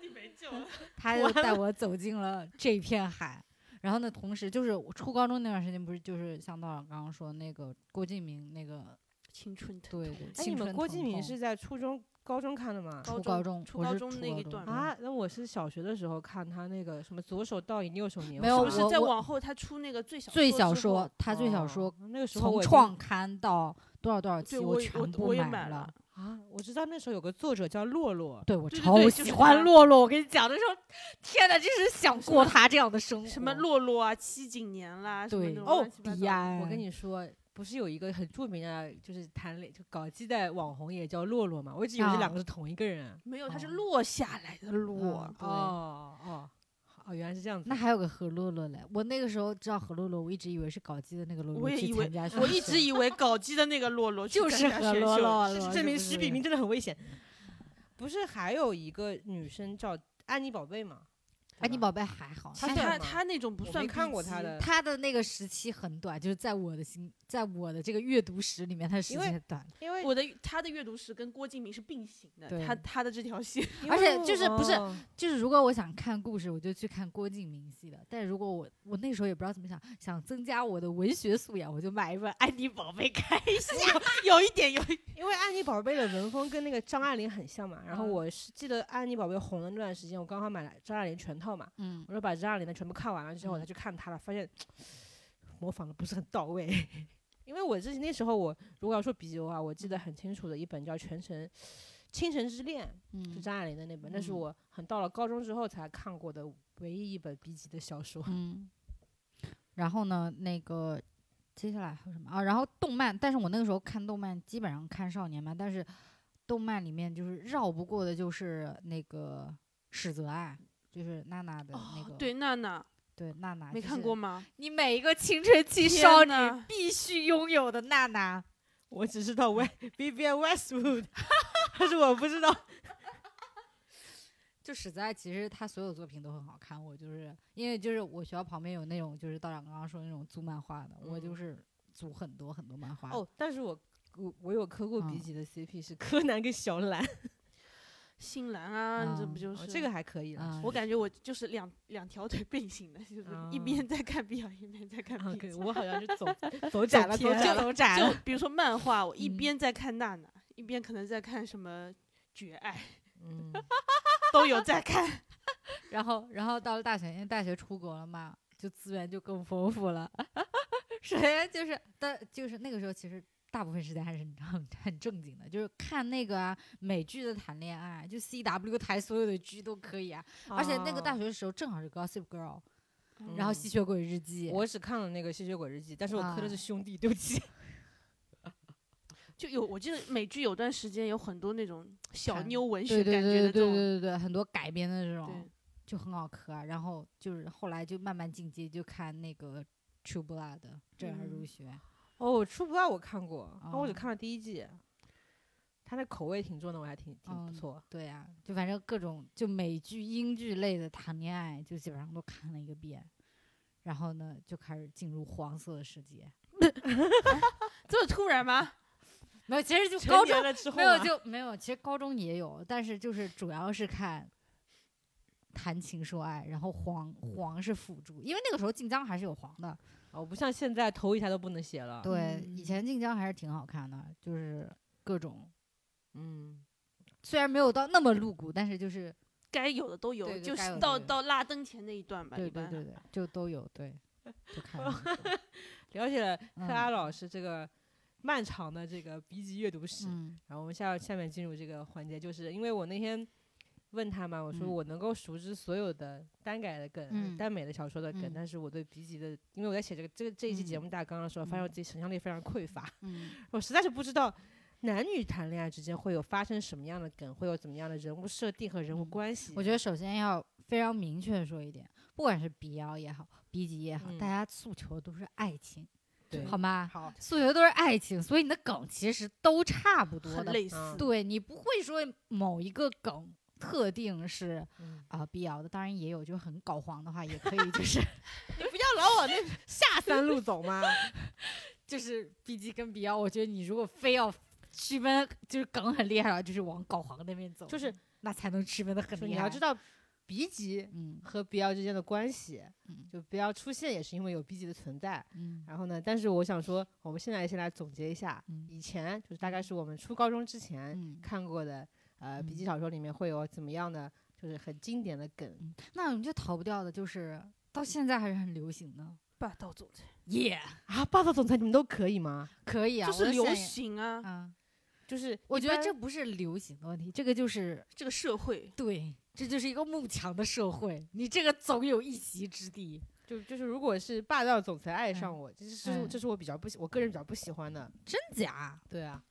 C: 你没救了。
B: 他
A: 我
B: 就带我走进了这片海。然后呢，同时就是我初高中那段时间，不是就是像道长刚刚说那个郭敬明那个
C: 青春疼
B: 对
C: 痛
B: 对，
A: 哎，你
B: 青
A: 们
B: 春
A: 郭
B: 疼
A: 敬明
B: 痛
A: 是在初中高中看的嘛。
C: 高
B: 初
C: 中
B: 高中，
C: 初
B: 我
C: 高
B: 是
C: 中
B: 初
C: 那
B: 高
C: 一
B: 中
C: 段
A: (laughs)
B: 嗯
A: 啊，那我是小学的时候看他那个什么左手倒影右手年，哦
B: 没有
C: 是
A: 我
C: 不
A: 是
C: 是再
B: 我
C: 往后他出那个最小
B: 最
C: 说
B: 小
C: 之后
B: 说，他最小
A: 哦
B: 说
A: 那个时候
B: 从
A: 我已经
B: 创刊到多少多少期，
C: 对我也
B: 全部
C: 我也
B: 买
C: 买
B: 了。
A: 啊，我知道那时候有个作者叫洛洛，
B: 对我
C: 对对
B: 超
C: 对就
B: 喜
C: 是
B: 欢
C: 他
B: 洛洛，我跟你讲的时候，天哪，就是想过他这样的生活。
C: 什么洛洛啊、七景年啦，什么
B: 对
C: 那种
A: 哦
C: 乱七八糟
B: 迪
C: 的
B: 安，
A: 我跟你说，不是有一个很著名的，就是谈恋就搞基的网红也叫洛洛嘛？我一直以为
B: 啊
A: 这两个是同一个人。啊
C: 没有，它是
B: 哦
C: 落下来的落
B: 嗯。对
A: 哦哦哦，原来是这样子。
B: 那还有个何洛洛嘞，我那个时候知道何洛洛，我一直以为是搞基的那个洛洛
C: 我也
B: 去
C: 以为
B: 参加选秀，
C: 我一直以为搞基的那个洛洛去
B: 就
C: 参
B: 是
C: 加
B: 何 (laughs)
C: 选
B: 洛
C: 秀
B: 洛
A: 这
B: 了，
A: 证明
B: 是嗯
A: 徐
B: 不
A: 炳
B: 是
A: 明真的很危险。不是还有一个女生叫安妮宝贝吗？
B: 安妮
A: 对吧
B: 哎宝贝还好，
A: 她
B: 她
C: 他
A: 算
C: 他
A: 吗
C: 他那种不
A: 我
C: 算
A: 没看
C: B
A: 过她
C: 级
A: 的
B: 她的那个时期很短，就是在我的心，在我的这个阅读史里面，她的时
A: 因
B: 间
A: 为
B: 很短，
A: 因为
C: 我的他的阅读史跟郭敬明是并行的，
B: 对
C: 他他的这条线，
A: 因
B: 而
A: 为
B: 且就是不是
A: 哦
B: 就是如果我想看故事，我就去看郭敬明系的；但如果我我那时候也不知道怎么想，想增加我的文学素养，我就买一本《安妮宝贝》看一下。
C: 有一点有一
A: 因为安妮宝贝的文风跟那个张爱玲很像嘛。然后
C: 嗯
A: 我是记得安妮宝贝红的那段时间，我刚好买了张爱玲全套嘛。
B: 嗯，
A: 我就把张爱玲的全部看完了之后，我
B: 嗯
A: 再去看她了，发现模仿的不是很到位。 (laughs) 因为我之前那时候我，如果要说笔记的话，我记
B: 嗯
A: 得很清楚的一本叫《全城倾城之恋》，是
B: 嗯
A: 张爱玲的那本，那是
B: 嗯
A: 我很到了高中之后才看过的唯一一本笔记的小说。 (laughs)
B: 嗯。然后呢，那个接下来还有什么啊？然后动漫，但是我那个时候看动漫基本上看少年漫，但是动漫里面就是绕不过的就是那个史泽啊，就是娜娜的那个，
C: 哦，对娜娜
B: 对娜娜
C: 没
B: 就
C: 看
B: 是
C: 过吗？
B: 你每一个青春期
C: 天
B: 少女
C: 呐
B: 必须拥有的娜娜。
A: 我只知道 w Vivian
B: (laughs)
A: Westwood，但是我不知道。
B: 就史在其实他所有作品都很好看，我就是因为就是我学校旁边有那种就是道长刚刚说那种租漫画的，我就
A: 嗯
B: 是租很多很多漫画。
A: 哦，但是我我我有磕过
B: 嗯
A: 笔记的 CP 是柯南跟小兰，
C: 新兰啊，这
B: 嗯
C: 不就是
A: 哦这个？还可以
B: 啊
A: 了。
B: (laughs)
C: 我感觉我就是两两条腿并行的，就是一
A: 哦
C: 边在看 B 一边在看
A: 啊
C: B
A: 可以我好像是
B: (laughs)
A: 走走窄了，走
C: 偏
A: 窄
C: 了
A: 走窄了
C: 就。比如说漫画，我一
B: 嗯
C: 边在看娜娜，一边可能在看什么《绝爱》，
B: (laughs)
A: 嗯，
C: 都有在
A: (laughs)
C: 看。
B: 然后然后到了大学，因为大学出国了嘛，就资源就更丰富了。 (laughs) 首先就是但就是那个时候其实。大部分时间还是很很很正 (laughs) 经的，就是看那个啊美剧的谈恋爱，就 C W 台所有的剧都可以啊。而且那个大
A: 哦，
B: 学的时候正好是 Gossip Girl，、
C: 嗯
B: 然后
A: 嗯
B: 《吸血鬼日记》
A: 我只看了那个《吸血鬼日记》，但是我磕的
B: 啊
A: 是兄弟，对不
B: (laughs)
A: 起。
C: 就有我记得美剧有段时间有很多那种小
B: 看
C: 妞文
B: 对
C: 学
B: 对
C: 感
B: 对
C: 觉
B: 对
C: 的这
B: 对
C: 种，
B: 对对，很多改编的这
C: 对
B: 种，就很好磕、啊。然后就是后来就慢慢进阶，就看那个《True Blood》正儿入
C: 嗯
B: 学，
A: 哦，《出不来我看过，但我
B: 哦
A: 只看了第一季。他那口味挺重的，我还挺挺
B: 嗯
A: 不错。 (laughs)
B: 对呀、就反正各种就美剧、英剧类的谈恋爱，就基本上都看了一个遍。然后呢，就开始进入黄色的世界。
C: 这么突然吗？
B: 没有，其实就
A: 成
B: 高
A: 年
B: 中
A: 了之后啊
B: 没有啊
A: 嘛
B: 就没有，其实高中也有，但是就是主要是看谈情说爱，然后黄黄是辅助，因为那个时候晋江还是有黄的，
A: 哦，不像现在头一下都不能写了。
B: 对，以
C: 嗯
B: 前晋江还是挺好看的，就是各种，
A: 嗯，
B: 虽然没有到那么露骨，但是就是
C: 该有的都
B: 对
C: 有，
B: 对
C: 就
B: 该有
C: 是
B: 的
C: 到
B: 都有
C: 到拉登前那一段吧，
B: 对
C: 一
B: 对
C: 般啊
B: 对对，就都有
C: (laughs)
B: 对，就看了很多
A: 了解了
B: 嗯
A: 克拉老师这个漫长的这个笔记阅读史。
B: (laughs) 嗯
A: 然后我们下下面进入这个环节，就是因为我那天问他嘛，我说
B: 嗯
A: 我能够熟知所有的耽改的梗、
B: 嗯
A: 耽美的小说的梗，
B: 嗯
A: 但是我对笔记的，因为我在写这个这个这一期节
B: 嗯
A: 目大纲的时候，发现我
B: 嗯
A: 自己想象力非常匮乏， (laughs)
B: 嗯
A: 我实在是不知道。男女谈恋爱之间会有发生什么样的梗，会有怎么样的人物设定和人物
B: 嗯
A: 关系？
B: 我觉得首先要非常明确地说一点，不管是 BL 也好，B 级也好，
A: 嗯
B: 大家诉求都是爱情，
A: 对
B: 好
C: 啊
B: 吗？
A: 好，
B: 诉求都是爱情，所以你的梗其实都差不多
C: 很
B: 的，
C: 类似。
A: 嗯
B: 对你不会说某一个梗特定是
A: 嗯
B: 啊、BL 的，当然也有，就是很搞黄的话也可
A: (laughs)
B: 以，就是
A: 你不要老往那下三路走嘛。
B: 就是 B G 跟 Beyond，我觉得你如果非要区分，就是梗很厉害了，就是往搞黄那边走，
A: (laughs) 就是
B: 那才能区分的很
A: 说
B: 厉害。
A: 你要知，道笔记
B: 嗯
A: 和 BL 之间的关系，
B: 嗯
A: 就 BL 出现也是因为有 B 级的存在。
B: 嗯
A: 然后呢，但是我想说，我们现在先来总结一下，
B: 嗯
A: 以前就是大概是我们初高中之前
B: 嗯
A: 看过的。呃笔记
B: 嗯
A: 小说里面会有怎么样的，就是很经典的梗。
B: 那我们就逃不掉的就是到现在还是很流行的，
C: 霸道总裁
B: 耶、
A: 啊，霸道总裁你们都可以吗？
B: 可以啊，
C: 就
B: 我
C: 是
B: 的
C: 流
B: 想
C: 行啊，
B: 啊。
A: 就是
B: 我
A: 一
B: 觉得
A: 般
B: 这不是流行的问题，这个就是
C: 这个社会
B: 对，这就是一个慕强的社会，你这个总有一席之地。
A: 就就是如果是霸道总裁爱上
B: 嗯
A: 我，这是这是我这是我比较不喜，我个人比较不喜欢的。
B: 真假？
A: 对啊，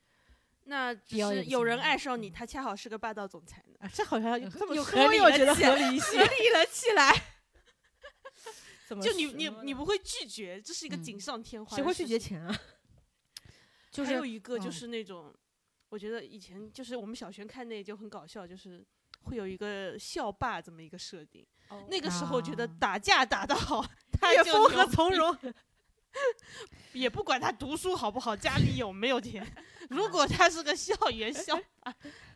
C: 那只
B: 表
C: 是
B: 演
C: 有人
B: 型
C: 爱上你，
B: 嗯
C: 他恰好是个霸道总裁呢。
A: 啊，这好像
B: 有
A: 这么
B: 有
A: 说
B: 合理
A: 又
B: 了
A: 觉得
B: 起
A: 合理一些，
C: 立了起来，
A: (laughs) 怎么
C: 就你你
A: 说
C: 你
A: 呢
C: 不会拒绝，这是一个
B: 嗯
C: 锦上添花。
A: 谁会拒绝？钱 (laughs) 啊？
B: 就
C: 还有
B: 是
C: 一个就
B: 嗯
C: 是那种，我觉得以前就是我们小学看那就很搞笑，就是会有一个校霸这么一个设定。
A: 哦
C: 那个时候觉得
B: 啊
C: 打架打
A: (laughs)
C: 得好，他
A: 岳
C: 就
A: 风
C: 牛
A: 和从 (laughs)
C: 逼，
A: 容，
C: 也不管他读书好不好，家里有没有
A: (laughs)
C: 钱。如果他是个校园校，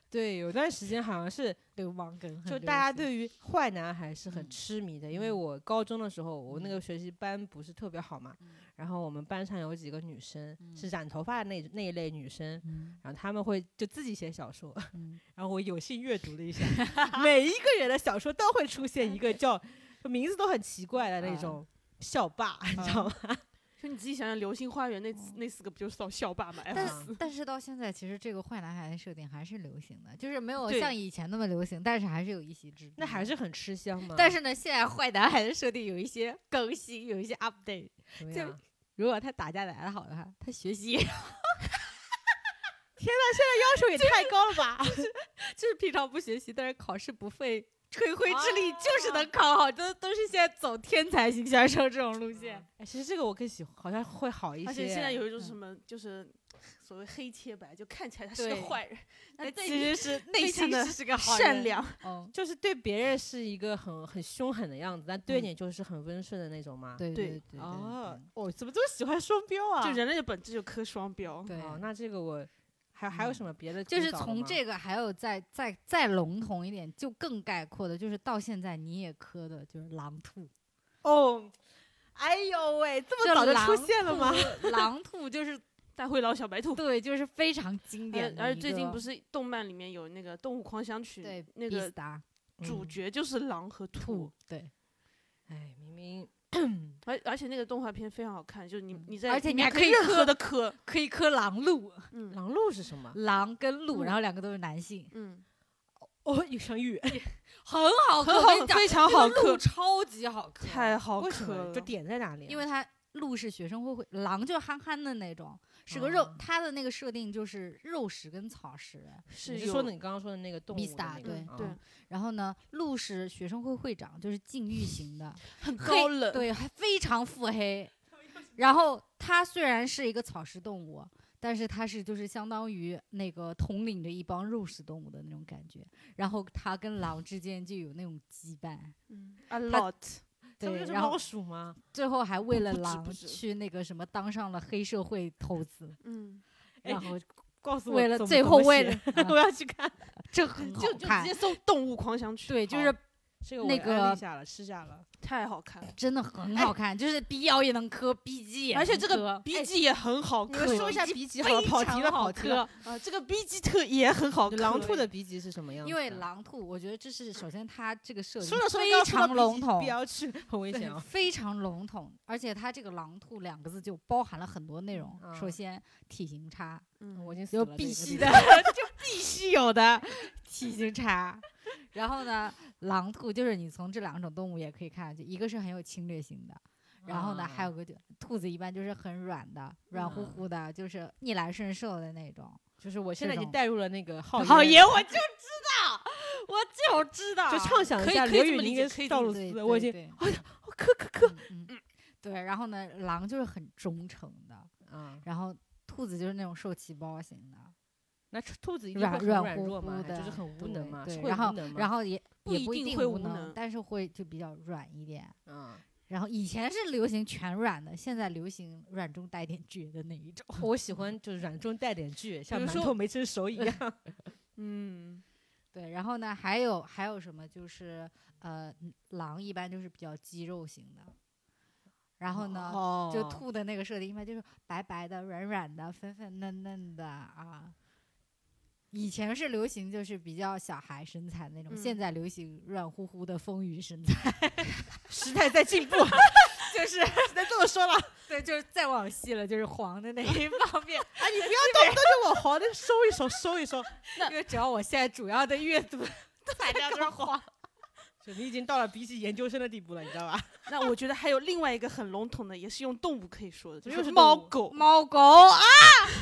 A: 对，有段时间好像是
B: 流氓梗，
A: 就大家对于坏男孩是很
B: 嗯
A: 痴迷的，因为
B: 嗯
A: 我高中的时候，我那
B: 嗯
A: 个学习班不是特别好嘛，
B: 嗯
A: 然后我们班上有几个女生是
B: 嗯
A: 染头发的那那一类女生，
B: 嗯
A: 然后她们会就自己写小说， (laughs)
B: 嗯
A: 然后我有幸阅读了一下，每一个人的小说都会出现一个叫就名字都很奇怪的那
B: 啊
A: 种校霸，
B: 嗯
A: 你知道吗？
C: (laughs)
A: 哦
C: 就你自己想想，《流星花园》那那四个不就是校校霸哎吗？
B: 但
C: F
A: 啊
B: 但是到现在，其实这个坏男孩的设定还是流行的，就是没有
C: 对
B: 像以前那么流行，但是还是有一席之地。
A: 那还是很吃香嘛。
B: 但是呢，现在坏男孩的设定有一些更新，有一些 update。
A: 怎么
B: 就
A: 样
B: 如果他打架打得好的话，他学习 (laughs) 也
A: 要求也太高了吧？ (laughs)
B: 就是平常不学习，但是考试不费吹灰之力，
A: 啊
B: 就是能考好，都都是现在走天才型选手这种路线。
A: 哎，其实这个我更喜，好像会好一些。
C: 而且现
B: (laughs)
C: 在有一种
B: 嗯
C: 什么，就是所谓黑切白，就看起来他是
B: 对
C: 个坏人，但
B: 其实
C: 对
B: 是内
C: (laughs) 非
B: 心
C: 常地
B: 是是个好
C: 善
B: 人，
C: (laughs) 良。
B: 嗯，
A: 就是对别人是一个很很凶狠的样子，但对
B: 嗯
A: 你就是很温顺的那种嘛。
B: 对
C: 对
B: 对对，
A: 哦，我怎么这么喜欢双标啊？
C: 就人类的本质就磕双标。
B: 对，嗯
A: 哦，那这个我还还有什么别的
B: 就
A: 古
B: 是
A: 早的
B: 从
A: 吗
B: 这个，还有再再再笼统一点，就更概括的，就是到现在你也磕的，就是狼兔。
A: 哦，哎呦喂，这
B: 这
A: 么早就
B: 狼
A: 出现了吗？
B: 兔？狼兔就是
C: 大灰狼、小白兔，
B: 对，就是非常经典
C: 而
B: 的一个。
C: 而最近不是动漫里面有那个《动物狂想曲》，
B: 对
C: 那
B: 必
C: 个
B: 达
C: 主
A: 嗯
C: 角就是狼和兔
B: 兔，，对，
A: 哎，明明
C: 而而且那个动画片非常好看，就是你
B: 嗯
C: 你在
B: 而且你还
C: 可以
B: 可以
C: 任
B: 磕
C: 何的磕，
B: 可以磕狼鹿，
C: 嗯
A: 狼鹿是什么？
B: 狼跟鹿，
C: 嗯
B: 然后两个都是男性，
C: 嗯，
A: 哦，有相遇，
B: 很好
C: 很
B: 磕，我跟
C: 好
B: 你讲
C: 非常好
B: 这个鹿
C: 磕，
B: 超级好磕，
C: 太好
A: 为什
C: 磕
A: 么？
C: 了
A: 就，点在哪里啊？
B: (laughs) 因为它鹿是学生会会，狼就憨憨的那种，是个肉
A: 哦，
B: 它的那个设定就是肉食跟草食，
A: 你
C: 是
A: 是说
C: 有嗯
A: 你刚刚说的那个动物的
B: Mista，
A: 那个
B: 对
A: 啊
C: 对
B: 然后呢，鹿是学生会会长，就是禁欲型 (laughs) 的，
C: 很
B: 黑
C: 高冷，
B: 对，还非常腹黑。然后它虽然是一个草食动物，但是它是就是相当于那个统领着一帮肉食动物的那种感觉。然后它跟狼之间就有那种羁绊，
C: 嗯，a lot，
A: 这不
B: 对，
A: 就是
B: 然后
A: 老鼠吗？
B: 最后还为了
C: 不止
B: 狼
C: 不止
B: 去那个什么当上了黑社会头子，
C: 嗯，
A: 哎
B: 然后
A: 告诉我
B: 为了
A: 怎么
B: 最
A: 怎
B: 后
A: 么
B: 为
A: 写
B: (laughs) 了
A: 我
B: 啊
A: 要去看。
B: 这很好
C: (laughs) 就就直
B: 看
C: 接，搜《动物狂想曲》，
B: 对，就
C: 好
B: 是
A: 这个我
B: 那
A: 也安
B: 个
A: 利下了，吃下了。
C: 太好看了，
B: 真的很
C: 哎
B: 好看，就是 BL 也能磕，BG 也能
C: 而且这
B: 磕哎
C: 个 B G 也很好
A: 你
C: 磕
A: 们说一下笔记好了，跑题了，跑题了。
C: 啊，这个 B G 特也很好磕，
A: 狼兔的鼻级是什么样子
B: 因
A: 的？
B: 为狼兔，我觉得这是首先它这个设计
A: 说着说着
B: 非
A: 刚说到
B: 常
A: 鼻
B: 笼
A: 级
B: 统
A: 不，要去，很危险
B: 对
A: 哦。
B: 非常笼统，而且它这个“狼兔”两个字就包含了很多内容。
A: 嗯
B: 首先，体型差，
C: 嗯，
A: 我已经死
B: 就
A: 了这
B: 必
A: 个
B: 须
A: 地
B: 的
A: 方，
B: (laughs)
A: (laughs)
B: 就必须有的体型差。然后呢，狼兔就是你从这两种动物也可以看，就一个是很有侵略性的，然后呢，还有
A: 啊
B: 个就兔子一般就是很软的， (laughs) 软乎
A: 嗯
B: 乎的，就是逆来顺受的那种。
A: 就是我现在已经
B: 这种
A: 带入了那个浩
B: 好
A: 爷
B: 爷，，我就知道，我就知道，
A: 就畅想一
C: 可以
A: 下
C: 可以
A: 刘
C: 这
A: 宇
C: 么理
A: 宁
C: 解
A: 跟
C: 可以这
A: 赵
C: 么
A: 露
B: 嗯对
A: 思，
B: 对
A: 我已经哎
B: 对
A: 我磕磕磕
B: 嗯嗯，对。然后呢，狼就是很忠诚的，
A: 啊！
B: 然后兔子就是那种受气包型的，
A: 那兔子一定
B: 软
A: 会很
B: 软
A: 软
B: 乎
A: 弱
B: 乎
A: 嘛，还就是
B: 的
A: 很无能
B: 对
A: 嘛，
B: 对
A: 是会
B: 然
A: 无
B: 后
A: 能嘛。
B: 然后也
C: 不
B: 也
C: 一
B: 不
C: 定
B: 定
C: 会
B: 无
C: 无
B: 能，
C: 能
B: 但是会就比较软一点。
A: 嗯，
B: 然后以前是流行全软的，现在流行软中带点倔的那一种。
A: 我喜欢就是软中带点倔，像
C: 如
A: 馒
C: 说
A: 头没蒸熟一样。
C: (laughs) 嗯，
B: 对，然后呢，还有还有什么？就是呃，狼一般就是比较肌肉型的，然后呢，
A: 哦
B: 就兔的那个设定一般就是白白的、软软的、粉粉嫩嫩的啊，以前是流行就是比较小孩身材那种，
C: 嗯
B: 现在流行软乎乎的丰腴身材， (laughs)
A: 时代在进步，
B: 就是
A: 只能这么说了。
B: 对，就是再往细了，就是黄的那一方面。
A: 哎，你不要动不动就往黄的收一收，收一收。
B: 因为只要我现在主要的阅读 (laughs) 材料都是黄，
A: 就你已经到了比起研究生的地步了，你知道吧？
C: 那我觉得还有另外一个很笼统的，也是用动物可以说的，就
A: 又是
C: 猫
A: 动物
C: 狗。
B: 猫狗啊，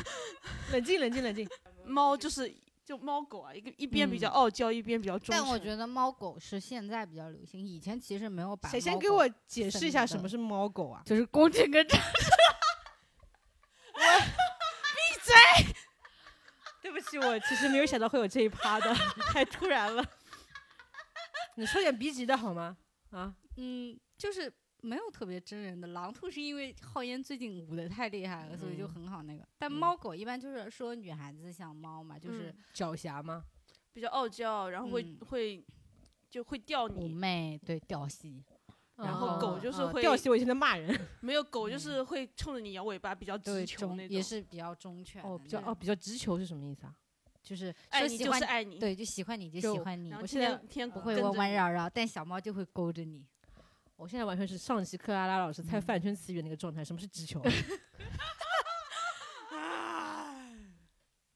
A: (laughs) 冷静，冷静，冷 (laughs) 静。
C: 猫就是就猫狗啊，一个一边比较傲娇，一边比较忠
B: 但我
C: 诚。
B: 觉得猫狗是现在比较流行，以前其实没有把。
A: 谁先给我？解释一下什么是猫狗啊？
B: 就是公正跟正。
A: (laughs) 对不起，我其实没有想到会有这一趴 (laughs) 的，太突然了。你说点逼急的好吗？啊，
B: 嗯，就是没有特别真人的。狼兔是因为浩烟最近舞的太厉害了，所以就
A: 嗯
B: 很好那个。但
A: 嗯
B: 猫狗一般就是说女孩子像猫嘛，就是
C: 嗯
A: 狡黠吗？
C: (laughs) 比较傲娇，然后会、
B: 嗯
C: 会就会吊
B: 妩
C: 你，
B: 媚，对，调戏。
C: 然后
A: 哦
C: 狗就是
A: 哦
C: 会
A: 吊起我以前在骂人。
C: 没有狗就是会冲着你摇尾巴，比较
B: 对，
C: 直球
B: 忠
C: 那种。
B: 也是比较忠犬的那种。
A: (laughs) 哦，比较
C: 对
A: 哦，比较直球是什么意思啊？
B: 就是
C: 爱
B: 说
C: 你
B: 喜
C: 就
B: 欢
C: 是爱你，
B: 对，就喜欢你就喜
A: 就
B: 欢你
C: 然，后
A: 我
C: 天
A: 现在
C: 天天
B: 不会
C: 跟
B: 弯
C: 着
B: 弯
C: 你
B: 绕绕，但小猫就会勾着你。
A: 我现在完全是上期克拉拉老师猜
B: 嗯
A: 饭圈词语那个状态。什么是直 (laughs) 球？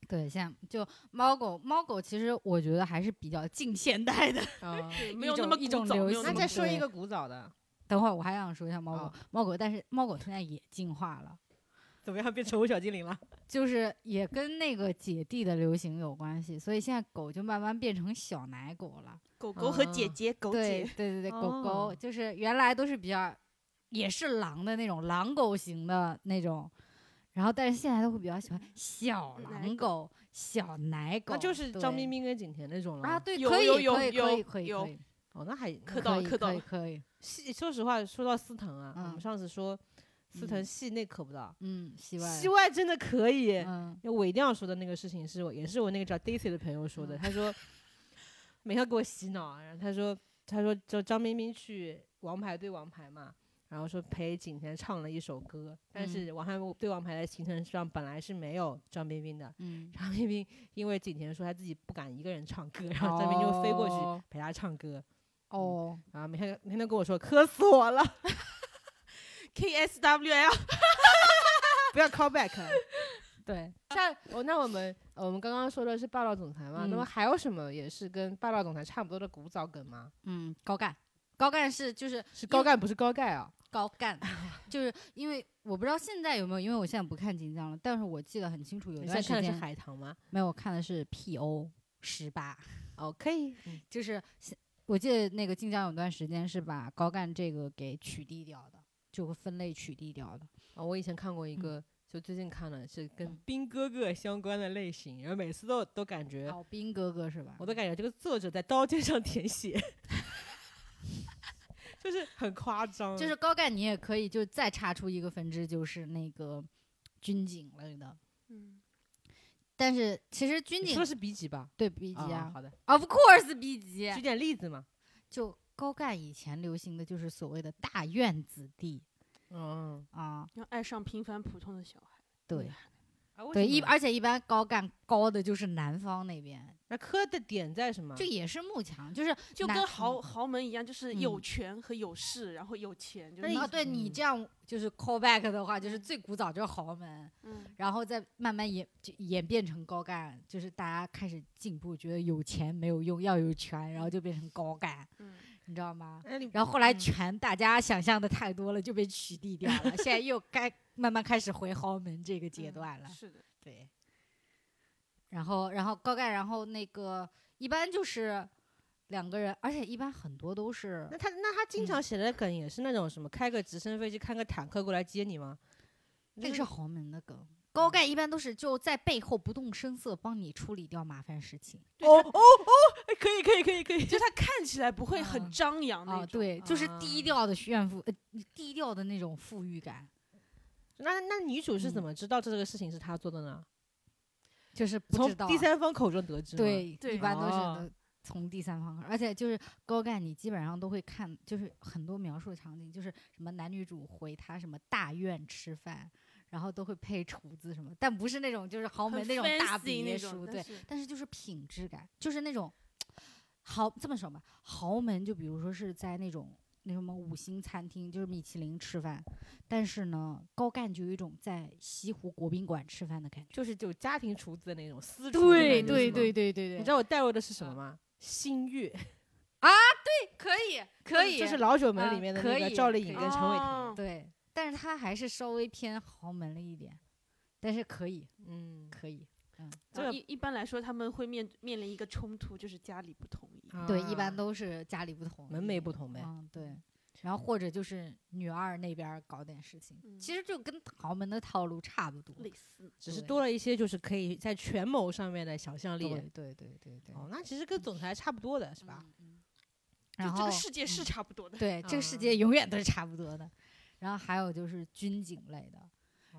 B: 对，像就猫狗，猫狗其实我觉得还是比较近现代的。
A: 啊，
C: 对没
B: 一
C: 有那
B: 种
C: 么
B: 一
C: 古
B: 种
C: 早
B: 流
C: 没
B: 行
C: 有那
A: 那再
C: 么
B: 的
C: 古
A: 说
B: 对
A: 一个古早的，
B: 等会儿我还想说一下
C: 嗯
B: 猫狗，
A: 哦
B: 猫狗，但是猫狗现在也进化了，
A: 怎么样变宠物小精灵了？
B: 就是也跟那个姐弟的流行有关系，所以现在狗就慢慢变成小奶狗了。
C: 狗狗和姐
A: 啊
C: 姐、狗
B: 嗯对
C: 姐
B: 对对对，狗狗
A: 哦
B: 就是原来都是比较，也是狼的那种狼狗型的那种，然后但是现在都会比较喜欢小
C: 奶
B: 狼狗、小奶狗，
A: 那就是张
B: 对
A: 彬彬跟景甜那种了
B: 啊，。对，
C: 有
B: 可以
C: 有有
B: 可以可以
C: 有
B: 可以
C: 有
B: 可以，
A: 哦，那还
C: 磕到了
B: 可以
C: 磕到
B: 可以
C: 了
B: 可以，
A: 戏，说实话，说到司藤啊，我
B: 嗯
A: 们上次说司藤戏内可不到，
B: 嗯，戏外，
A: 戏外真的可以。
B: 嗯，
A: 我一定要说的那个事情是我，也是我那个叫 Daisy 的朋友说的，
B: 嗯
A: 他说每天给我洗脑，然后他说他说叫张彬彬去王牌对王牌嘛。然后说陪景甜唱了一首歌，但
B: 嗯
A: 是王牌对王牌的行程上本来是没有张彬彬的。
B: 嗯，
A: 张彬彬因为景甜说他自己不敢一个人唱歌，然后张彬彬就飞过去
B: 哦
A: 陪他唱歌。
B: 哦，
A: 然后每天每天都跟我说磕死我了，
C: KSWL
A: 不要 call back 了。
B: (laughs) 对，
A: 像哦，那我们呃我们刚刚说的是霸道总裁嘛，那
B: 嗯
A: 么还有什么也是跟霸道总裁差不多的古早梗吗？
B: 嗯，高干，高干是就是
A: 是高干不是高盖啊？
B: 高
A: (laughs)
B: 干，就是因为我不知道现在有没有，因为我现在不看锦江了，但是我记得很清楚，有
A: 你现在
B: 段时
A: 看的是
B: 间
A: 海棠吗？
B: 没有我看的是 PO 十八，
A: 哦，可以，
B: 就是现我记得那个晋江有段时间是把高干这个给取缔掉的，就会分类取缔掉的。
A: 哦，我以前看过一个，就最近看了是跟 (laughs) 兵哥哥相关的类型，然后每次都都感觉，
B: 老兵哥哥是吧？
A: 我都感觉这个作者在刀尖上舔 (laughs) 血，就是很夸张，
B: 就是高干，你也可以就再插出一个分支，就是那个军警类的。
C: 嗯。
B: 但是其实军
A: 你
B: 警
A: 说的是 B 级吧
B: 对 B 级
A: 啊
B: 啊、
A: 好的，
B: o f course B 级
A: 举。点例子嘛。
B: 就高干以前流行的就是所谓的大院子弟
A: 嗯，
B: 啊，
C: 要爱上平凡普通的小孩，
B: 对
A: 啊为
B: 对，
A: 什
B: 一
A: 么
B: 而且一般高干高的就是南方那边，
A: 那磕的点在什么？
B: 就也是慕强，就是
C: 就
B: 南
C: 跟豪豪门一样，就是有
B: 嗯
C: 权和有势，然后有钱，就
A: 那
C: 是
A: 你
B: 啊，对你
A: 嗯
B: 这样就是 callback 的话，就是最古早就是豪门，
C: 嗯，
B: 然后再慢慢演就演变成高干，就是大家开始进步，觉得有钱没有用，要有权，然后就变成高干，
C: 嗯
B: 你知道吗？
A: 那你
B: 然后后来
A: 嗯
B: 权大家想象的太多了，就被取缔掉了，现在又该慢慢开始回豪门这个阶
C: 嗯
B: 段了。
C: 是的，
B: 对。然后，然后高干，然后那个一般就是两个人，而且一般很多都是
A: 那他那他经
B: 嗯
A: 常写的梗也是那种什么开个直升飞机，开个坦克过来接你吗？
B: 那
A: 就
B: 个是
A: 是
B: 豪门的梗。高干一般都是就在背后不动声色帮你处理掉麻烦事情
A: 哦哦哦，哎可以可以可以可以，
C: 就他看起来不会
B: 啊
C: 很张扬哦那
B: 啊，
C: 种，
B: 对，就是低
A: 啊
B: 调的炫富，呃，低调的那种富裕感，
A: 那那女主是怎
B: 嗯
A: 么知道这个事情是他做的呢？
B: 就是不
A: 从
B: 知道
A: 第三方口中得知吗，
B: 对，
C: 对
B: 一般都
A: 哦
B: 是从第三方，而且就是高干，你基本上都会看，就是很多描述场景，就是什么男女主回他什么大院吃饭，然后都会配厨子什么，但不是那种就是豪门
C: 很
B: 那种大
C: fancy
B: 别
C: 那种
B: 墅，
C: 但
B: 对，
C: 是
B: 但是就是品质感，就是那种豪这么说吧，豪门就比如说是在那种那什么五星餐厅，就是米其林吃饭，但是呢，高干就有一种在西湖国宾馆吃饭的感觉。
A: 就是就家庭厨子的那种私厨的
B: 对
A: 感觉
B: 对
A: 是吗
B: 对对对对，
A: 你知道我带入的是什么吗？星月
B: 可以可以，
A: 就是老九门
B: 啊
A: 里面的
B: 可
A: 那个
B: 以
A: 赵丽颖
B: 可
A: 跟陈伟霆，
C: 哦
B: 对，但是他还是稍微偏豪门了一点，但是可以
A: 嗯，啊
B: 可以，
A: 这
C: 然
B: 啊
C: 后
A: 个
C: 一一般来说，他们会面面临一个冲突，就是家里不同意。
B: 对，一
A: 啊
B: 般都是家里不同，
A: 门楣不同呗。
B: 嗯，对。然后或者就是女二那边儿搞点事情，
C: 嗯
B: 其实就跟豪门的套路差不多。
C: 类似，
A: 只是
B: 对
A: 多了一些就是可以在权谋上面的想象力
B: 对。对对对对，
A: 哦，那其实跟总裁差不多的是吧？
B: 嗯？嗯
C: 就
B: 然
C: 这
B: 后嗯
C: 个世界是差不多的。
B: 对这个世界永远都是差不多的。然后还有就是军警类的，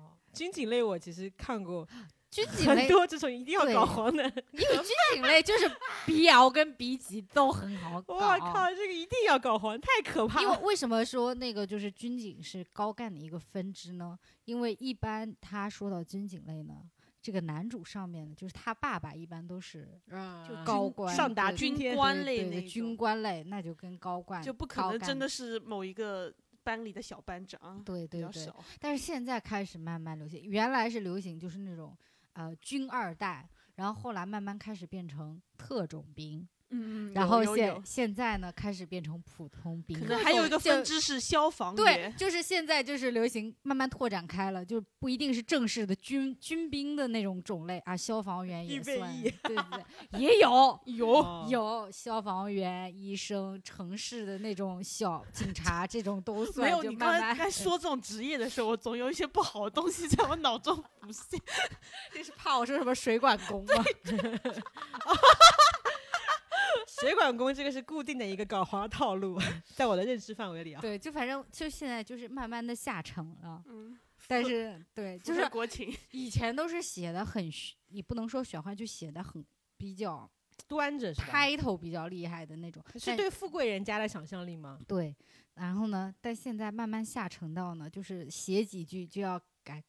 A: 哦，军警类我其实看过 (laughs)
B: 军警
A: 很
B: 类，
A: 多这种一定要
B: 对
A: 搞黄
B: (laughs)
A: 的，
B: 因为军警类就是 (laughs) BL 跟 B 级都很好搞。
A: 我靠，这个一定要搞黄，太可怕
B: (laughs) 因为
A: 了。
B: 为什么说那个就是军警是高干的一个分支呢？因为一般他说到军警类呢，这个男主上面的就是他爸爸，一般都是
A: 就
B: 军高官
A: 上达
B: 对
A: 军
C: 啊军
A: 天，
C: 官
B: 对
C: 类
B: 对
C: 那
B: 对军
C: 种
B: 官类，那就跟高官
C: 就不可
B: 哎高
C: 能真
B: 干
C: 的是某一个班里的小班长，啊
B: 对
C: 比
B: 对
C: 较
B: 对。
C: 少。
B: 但是现在开始慢慢流行，原来是流行就是那种呃军二代，然后后来慢慢开始变成特种兵，
C: 嗯，
B: 然
C: 有
B: 后
C: 有
B: 现
C: 有
B: 现在呢开始变成普通兵
C: 可
B: 了，
C: 能还有一个分
B: 就
C: 支是消防
B: 对
C: 员，，
B: 就是现在就是流行慢慢拓展开了，就是不一定是正式的军军兵的那种种类啊，消防员
A: 预
B: 也
A: 备
B: 算，
A: 役
B: 对对对，也 (laughs) 有。
C: 有
A: 有
B: 有消防员、医生、城市的那种小警察，这种都算。
C: 没有？
B: 就
C: 你刚
B: 慢
C: 才
B: 慢
C: 在说这种职业的时候，我总有一些不好的东西在我脑中浮
B: (laughs)
C: 现。
B: 这是怕我说什么水管工吗？
A: 水管工这个是固定的一个搞黄套
B: (laughs)
A: 路，在我的认知范围里啊。
B: 对，就反正就现在就是慢慢的下沉了。
C: 嗯，
B: 但是对，
C: 就
B: 就是是 (laughs)
C: 国情，
B: 以前都是写的很虚，也不能说玄幻，就写的很比较
A: 端着是吧？
B: title 比较厉害的那种。
A: 是
B: 但
A: 对富贵人家的想象力吗？
B: 对，然后呢，但现在慢慢下沉到呢，就是写几句就要改，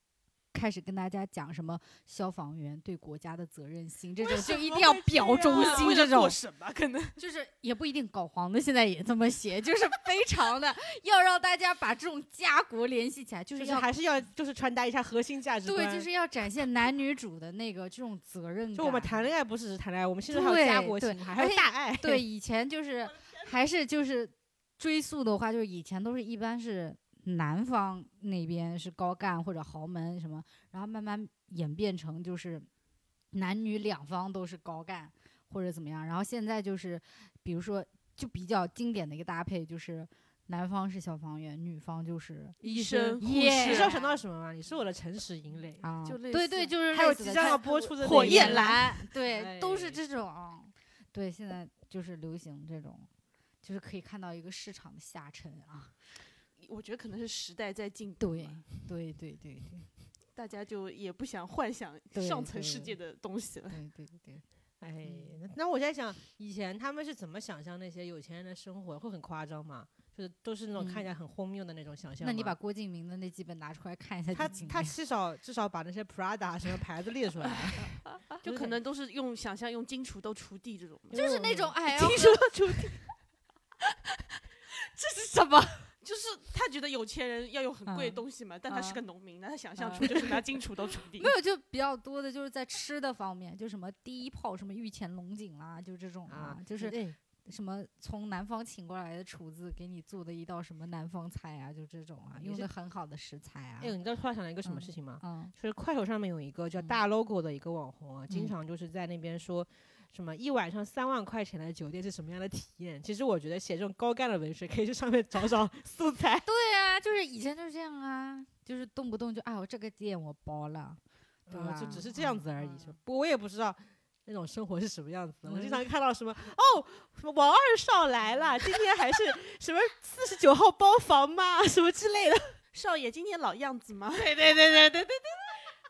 B: 开始跟大家讲什么消防员对国家的责任心这种，就一定要表忠
A: 样
B: 心
C: 为了
B: 这种
C: 过，审吧，可
B: (laughs)
C: 能
B: 就是也不一定搞黄的，现在也这么写，就是非常的要让大家把这种家国联系起来，就
A: 就是是
B: 要。
A: 还是要就是传达一下核心价值观。
B: 对，就是要展现男女主的那个这种责任感。
A: 就我们谈恋爱不只是谈恋爱，我们现在还有家
B: 对
A: 国
B: 对
A: 情怀，还有
B: 而且
A: 大爱。 (laughs)
B: 对，以前就是还是就是追溯的话，就是以前都是一般是南方那边是高干或者豪门什么，然后慢慢演变成就是男女两方都是高干或者怎么样，然后现在就是比如说就比较经典的一个搭配就是。男方是消防员，女方就是
C: 医生护
B: 耶
A: 你知道想到什么吗？你是我的诚实银泪，
B: 啊，
C: 就类
B: 对
C: 似
B: 对，就是
A: 还有
B: 类似
A: 即
B: 的
A: 将
B: 它
A: 要播出的
B: 火
A: 那
B: 焰
A: 个
B: 蓝，对，
A: 哎
B: 都是这种。对，现在就是流行这种，就是可以看到一个市场的下沉啊。
C: 我觉得可能是时代在进步，
B: 对，对，对，对，对，
C: 大家就也不想幻想
B: 对
C: 上层世
B: 对
C: 界的东西了。
B: 对，对，对，
A: 哎，
B: 嗯
A: 那那我在想，以前他们是怎么想象那些有钱人的生活？会很夸张吗？就是都是那种看起来很荒谬的那种想象吗。
B: 嗯那你把郭敬明的那几本拿出来看一下
A: 他
B: 就惊
A: 他
B: 艳
A: 至少至少把那些 Prada 什么牌子列
B: (laughs)
A: 出来，
C: 就
B: 啊
A: 对
C: 可能都是用想象用金锄头锄地这种的，
B: 就是那 (laughs) 种哎呀，
A: 听说出
B: 这是什么？
C: 就是他觉得有钱人要用很贵的
B: 嗯
C: 东西嘛，但他是
B: 嗯
C: 个农民，那他想象
B: 嗯
C: 出就是拿金锄头锄地
B: (laughs) 没。有，就比较多的就是在吃的方面，就什么第一炮，什么御前龙井啦、就这种啊，就是
A: 哎
B: 什么从南方请过来的厨子给你做的一道什么南方菜啊，就这种啊，
A: 也
B: 用
A: 是
B: 的很好的食材啊
A: 哎，，你知道突然想到一个什么
B: 嗯
A: 事情吗？
B: 嗯，
A: 就是快手上面有一个叫
B: 嗯
A: 大 logo 的一个网红啊，经
B: 嗯
A: 常就是在那边说。什么一晚上三万块钱的酒店是什么样的体验？其实我觉得写这种高干的文学，可以去上面找找素材。
B: 对啊，就是以前就是这样啊，就是动不动就啊，我这个店我包了，对
A: 啊，就
B: 吧
A: 只是这样子而已。
B: 嗯
A: 就
B: 嗯
A: 不，我也不知道那种生活是什么样子的。我经
B: 嗯
A: 常看到什么哦，什么王二少来了，今天还是什么四十九号包房吗？ (laughs) 什么之类的。
C: 少爷今天老样子吗？
B: 嗯
A: 对对对对 (laughs) 对对对。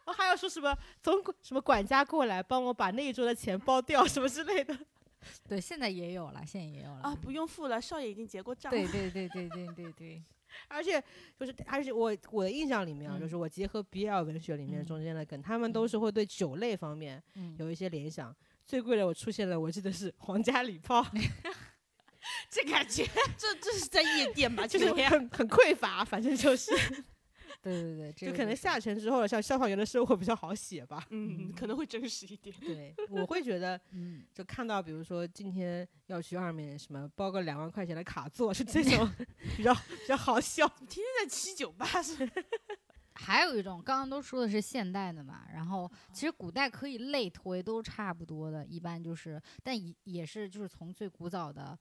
A: 我哦还要说什么总管什么管家过来帮我把那一桌的钱包掉什么之类的。 (laughs)
B: 对，现在也有了，现在也有了
A: 哦
C: 啊，不用付了，少爷已经结过账
B: 对
C: 了。
B: 对对对对对对，
A: 而且就是，而且我我的印象里面啊，
B: 嗯
A: 就是我结合 BL 文学里面
B: 嗯
A: 中间的梗，他们都是会对酒类方面
B: 嗯，
A: 有一些联想。最贵的我出现了，我记得是 (laughs) 皇家礼炮，
C: 这
B: (laughs)
C: 感觉，这这是在夜店吧？
A: 就
C: 就是是
A: 很很匮乏，反正就是，
B: 对对对，
A: (laughs)
B: 这
A: 就
B: 个
A: 可能
B: 是
A: 下沉之后，像消防员的生活比较好写吧。
C: 嗯，可能会真实一点。
A: (laughs) 对，我会觉得
B: 嗯，
A: 就看到，比如说今天要去二面什么包个两万块钱的卡座，是这种 (laughs) 比较比较好笑。
C: 天天在七九八是
B: 还有一种，刚刚都说的是现代的嘛，然后其实古代可以类推都差不多的，一般就是，但也也是就是从最古早的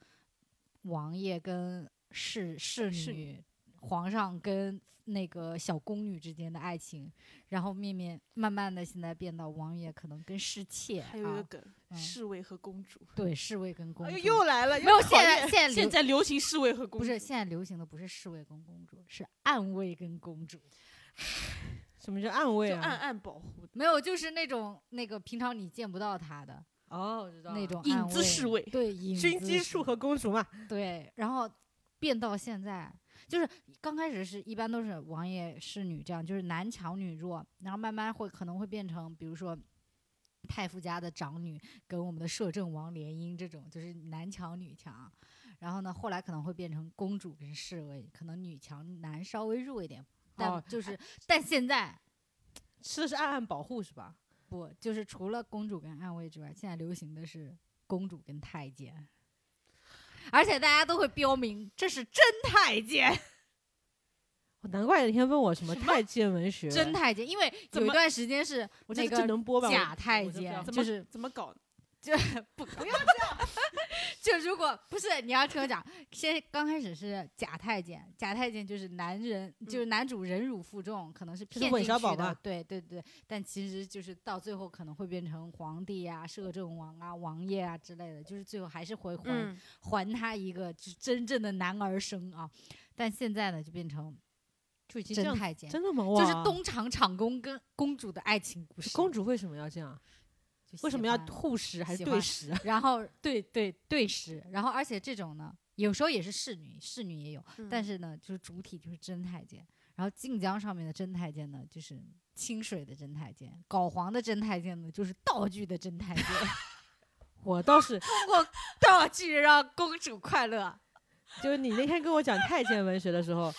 B: 王爷跟侍侍
C: 侍
B: 女、皇上跟那个小宫女之间的爱情，然后面面慢慢的现在变到王爷可能跟侍妾
C: 还有一个
B: 啊，
C: 梗，
B: 嗯
C: 侍卫和公主。
B: 对侍卫跟
A: (laughs)
B: 公
A: 哎
B: 主，
A: 呦，又来了，又
B: 没有
A: 考
B: 现在
A: 验
B: 现在流
C: 现在流行侍卫和
B: 不
C: 公主，
B: 是现在流行的不是侍卫跟公主，是暗卫跟公主。
A: 什么叫暗卫
C: 就
A: 啊？
C: 暗暗保护的
B: 没有，就是那种那个平常你见不到他的
A: 哦，我知道
B: 那
A: 了
B: 种
C: 影
B: 暗
C: 子侍卫
B: 对影
A: 军
B: 子
A: 机
B: 侍
A: 术和公主嘛，
B: 对，然后变到现在，就是刚开始是一般都是王爷侍女这样，就是男强女弱，然后慢慢会可能会变成，比如说。太傅家的长女跟我们的摄政王联姻，这种就是男强女强。然后呢，后来可能会变成公主跟侍卫，可能女强男稍微弱一点，但
A: 哦
C: 哎
B: 就是、但现在
A: 吃的是暗暗保护是吧？
B: 不，就是除了公主跟暗卫之外，现在流行的是公主跟太监，而且大家都会标明这是真太监，
A: 我哦难怪那天问我什么太监文学，
B: 真太监，因为
C: 怎
B: 有一
C: 么
B: 段时间是
A: 我这
B: 那
A: 个这
B: 个
A: 能播吧？我
B: 假太
A: 我真不知道
B: 监，
C: 怎
B: 就
C: 么
B: 是
C: 怎么搞？
B: 就不不要这样， (laughs) 就如果不是你要听我讲，先刚开始是假太监，假太监就是男人，就是男主忍辱负重，可能是
A: 嗯是
B: 骗
A: 韦
B: 进
A: 小
B: 去
A: 宝
B: 的
A: 吧，
B: 对对对，但其实就是到最后可能会变成皇帝啊、摄政王啊、王爷啊之类的，就是最后还是会还、
C: 嗯，
B: 还他一个就是真正的男儿身啊，但现在呢就变成
A: 就已经这
B: 真
A: 样子，
B: 太监。
A: 真的吗？
B: 就是
A: 哇
B: 东厂厂公跟公主的爱情故事，
A: 公主为什么要这样？
B: 就
A: 为
B: 喜
A: 什么要
B: 欢
A: 护食还是
B: 喜
A: 对 (laughs)
B: 欢
A: 食啊？
B: (laughs) 然后对对对食，然后而且这种呢，有时候也是侍女，侍女也有，
C: 嗯
A: 嗯
B: 但是呢，就是主体就是真太监。然后晋江上面的真太监呢，就是清水的真太监；搞黄的真太监呢，就是道具的
A: (laughs)
B: 真太监，
A: 我倒是，
B: 通过道具让公主快乐。
A: 就是你那天跟我讲太监文学的时候，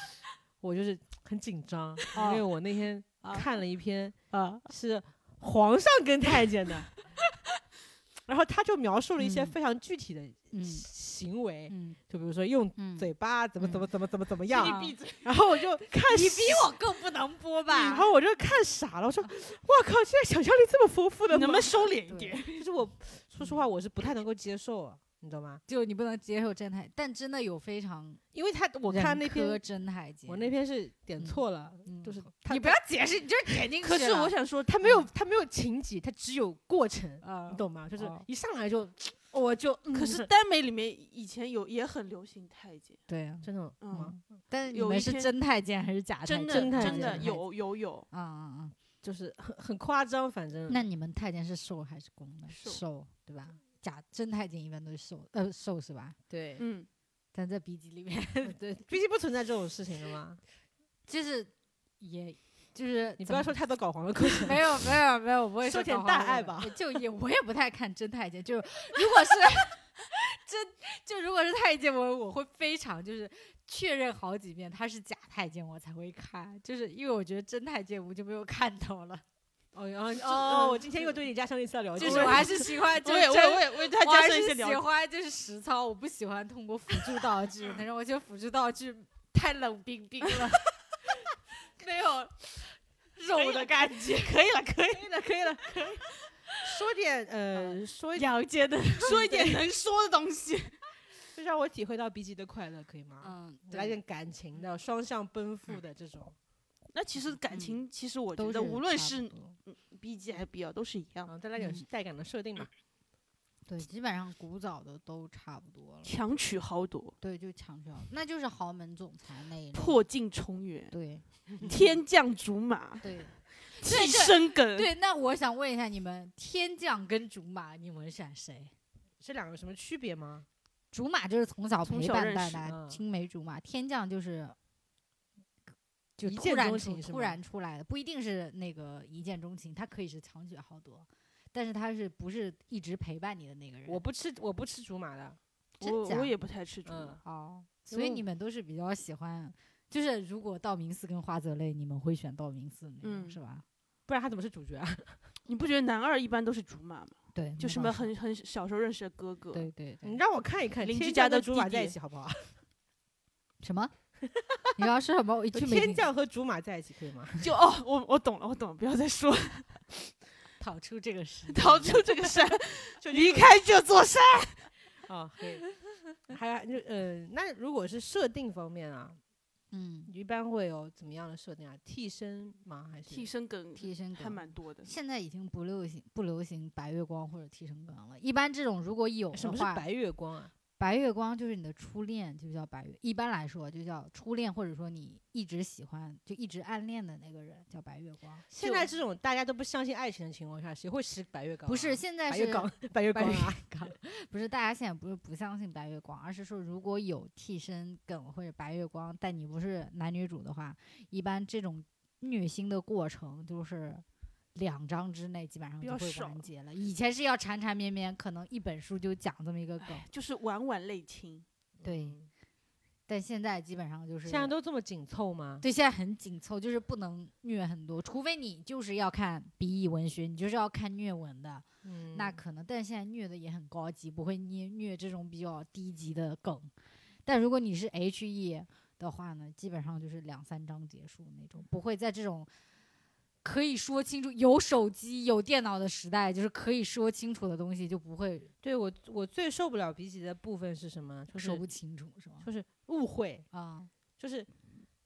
A: 我就是很紧张，因为我那天
B: 啊
A: 看了一篇
C: 啊，
A: 是皇上跟太监
B: (laughs)
A: 的，然后他就描述了一些
B: 嗯
A: 非常具体的
B: 嗯
A: 行为，
B: 嗯
A: 就比如说用
B: 嗯，
A: 嘴巴怎么
B: 嗯
A: 怎么怎么怎么怎么
C: 请
A: 样，
B: 啊
C: 你闭嘴，
A: 然后我就看
B: 你
A: 傻
B: 比我啊更不能播
A: 然 (laughs)
B: 吧？
A: 后我就看傻了，我说：“我靠，现在想象力这么丰富的
C: 能不
A: 吗
C: 能收
B: 对
C: 敛一点？
A: 就是我说实话，我是不太能够接受啊，你懂吗？
B: 就你不能接受真太，但真的有非常
A: 因为他我看那
B: 人科
A: 篇，
B: 真太监，
A: 我那篇是点错了，
B: 嗯
A: 就是他
B: 你不要解释，你就是啊点进去
A: 可是我
B: 了
A: 想说，他没有他没有情节，他只有过程，
B: 啊
A: 你懂吗？就是
B: 哦
A: 一上来就我就，
C: 可
B: 嗯
C: 是耽美里面以前有也很流行太监，
B: 对啊，
A: 真的吗？
B: 嗯，但是你
C: 有
B: 们
C: 一
B: 是
C: 天
B: 真太监还是假太监？
C: 真的
A: 真太
C: 真
A: 监
C: 的
A: 真
C: 有有有
B: 啊啊
A: 就是很很夸张，反
B: 啊！
A: 正
B: 那你们太监是瘦还是公的？
C: 瘦
B: 对吧？假真太监一般都是瘦，呃，瘦是吧？
A: 对，
C: 嗯，
B: 但在笔记里面， (laughs)
A: 对，毕竟不存在这种事情的嘛。
B: 就是也就是
A: 你不
B: 怎
A: 要
B: 么
A: 说太多搞黄的故
B: (laughs)
A: 事，
B: 没有没有没有，我不会
A: 说
B: 说
A: 点
B: 搞
A: 大
B: 黄
A: 爱
B: 的
A: 吧，
B: (laughs) 就也我也不太看真太监，就是如果是真就如果是太监，我我会非常就是确认好几遍他是假太监，我才会看，就是因为我觉得真太监我就没有看头
C: (laughs)
B: 了，
A: 哦，然后哦，我今天又对你加深了一次的了解，
B: 就是我还是喜欢就
C: 我
B: 是
C: 也我也
B: 真
C: 我也我也对他
B: 我
C: 加
B: 还
C: 深一些
B: 是
C: 了
B: 喜
C: 解。
B: 欢就是实操，我不喜欢通过辅助道具，但是我觉得辅助道具太冷冰冰了，
C: (laughs)
B: 没有肉的感觉。
C: 可以了，可
A: 可
C: 以
A: 以了，可以了，可以。 (laughs) 说点
B: 嗯
A: 呃，说一点，
B: 阳
C: (laughs)
B: 间的，
C: 说一点能说的东西。
A: 就让我体会到 B G 的快乐，可以吗？
B: 嗯，
A: 来点感情的，双向奔赴的这种，
C: 那其实感
B: 嗯
C: 情，其实我
B: 都
C: 觉
B: 是
C: 得无论
B: 差不
C: 是
B: 多
C: B G 还是 B L 都是一样的，
A: 嗯，再来点
B: 嗯
A: 带感的设定
B: (laughs)
A: 吧。
B: 对，基本上古早的都差不多了。
C: 强取豪夺，
B: 对，就强调，那就是豪门总裁那一类。
C: 破镜重圆，
B: 对
A: 嗯
C: 天降竹马， (laughs)
B: 对
C: 寄生梗，
B: 对，那我想问一下你们，天降跟竹马，你们选谁？
A: 这两个有什么区别吗？
B: 竹马就是从小
C: 从
B: 陪
C: 小
B: 伴
C: 认
B: 到
C: 识
B: 大，
A: 嗯
B: 青梅竹马；天降就是
A: 就
B: 一
A: 见
B: 突然
A: 钟
B: 出
A: 情是
B: 突
A: 吗
B: 然出来的，不一定是那个一见钟情，他可以是长久好多，但是他是不是一直陪伴你的那个人？
A: 我不吃，我不吃竹马的，
B: 真
C: 我
B: 假
C: 我也不太吃猪
A: 嗯
C: 脑，
B: 哦，
A: 因
B: 所以
A: 为
B: 你们都是比较喜欢，就是如果道明寺跟花泽类，你们会选道明寺那种、
C: 嗯
B: 是吧？
A: 不然他怎么是主角啊？
C: 你不觉得男二一般都是竹马吗？
B: 对，
C: 就
B: 那
C: 什
B: 倒
C: 么
B: 是
C: 很很小时候认识的哥哥，
B: 对对对
A: 你让我看一看
C: 邻
A: 天
C: 居
A: 降
C: 家的
A: 跟竹马
C: 弟
A: 在一
C: 弟
A: 起好不好？
B: 什么？ (laughs) 你要说什么？我
A: (laughs)
B: 一句没
A: 天
B: 听
A: 降和竹马在一起可 (laughs) 以吗？
C: 就哦，我我懂了，我懂了，不要再说了，
B: 逃出这个世
C: 逃
B: 界
C: 出这个 (laughs) 山，就离开这座山。
A: 哦，可以。 (laughs) 还有就呃，那如果是设定方面啊，
B: 嗯，
A: 一般会有怎么样的设定啊？替身吗？还是
C: (laughs) 替身梗嗯
B: 替身
C: 还
B: 梗
C: 蛮多的，
B: 现在已经不流行不流行白月光或者替身梗了。一般这种如果有
A: 什
B: 的
A: 么是
B: 话，
A: 白月光啊？
B: 白月光就是你的初恋，就叫白月。一般来说就叫初恋，或者说你一直喜欢就一直暗恋的那个人叫白月光。
A: 现在这种大家都不相信爱情的情况下，谁会吃白月光啊、
B: 不是，现在
A: 白
B: 是
A: 月光，白月
B: 白
A: 光
B: 月
A: 啊！
B: 光，不是大家现在不是不相信白月光，而是说如果有替身梗或者白月光，但你不是男女主的话，一般这种虐心的过程就是两章之内基本上
C: 比
B: 就
C: 较
B: 会
C: 少
B: 完结了。以前是要缠缠绵绵，可能一本书就讲这么一个梗，
C: 就是晚晚泪亲。
B: 对
A: 嗯，
B: 但现在基本上就是
A: 现在都这么紧凑吗？
B: 对，现在很紧凑，就是不能虐很多，除非你就是要看笔译文学，你就是要看虐文的。
A: 嗯
B: 那可能，但现在虐的也很高级，不会虐虐这种比较低级的梗。但如果你是 H E 的话呢，基本上就是两三章结束那种，不会在这种可以说清楚、有手机、有电脑的时代，就是可以说清楚的东西就不会
A: 对我我最受不了鼻息的部分是什么？就
B: 说
A: 是
B: 不清楚，是吗？
A: 就是误会，
B: 啊，
A: 就是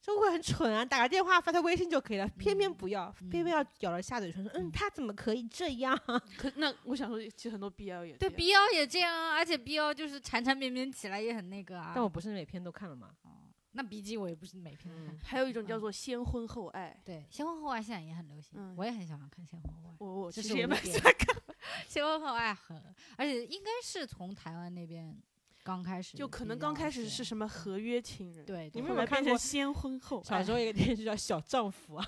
A: 就会很蠢啊，打个电话发条微信就可以了，偏偏不要，偏偏要咬着下嘴唇说，嗯，
B: 嗯
A: 他怎么可以这样？啊
C: 可那我想说，其实很多 BL 也
B: 对
C: 这样
B: ，B 幺也这样啊，而且 B 幺就是缠缠绵绵起来也很那个啊。
A: 但我不是每篇都看了嘛，
B: 哦，那 B G 我也不是每篇都看。
C: 还有一种叫
B: 嗯
C: 做先婚后爱，
B: 对，先婚后爱现在也很流行，
C: 嗯
B: 我也很喜欢看先婚后爱。
C: 我我
B: 这
C: 其
B: 是
C: 实也
B: 我
C: 蛮
B: 的
C: 喜
B: 点
C: 欢看， (laughs)
B: 先婚后爱很，而且应该是从台湾那边刚开始比较这
C: 就
B: 样，啊
C: 可能刚开始是什么合约情人，，
B: 对，
A: 你
B: 对
A: 们
C: 后
A: 有没有
C: 来
A: 看
C: 变成
A: 过
C: 先婚
A: (laughs)
C: 后
A: 小
C: 爱
A: 时。候有一个电视剧叫《小丈夫》啊，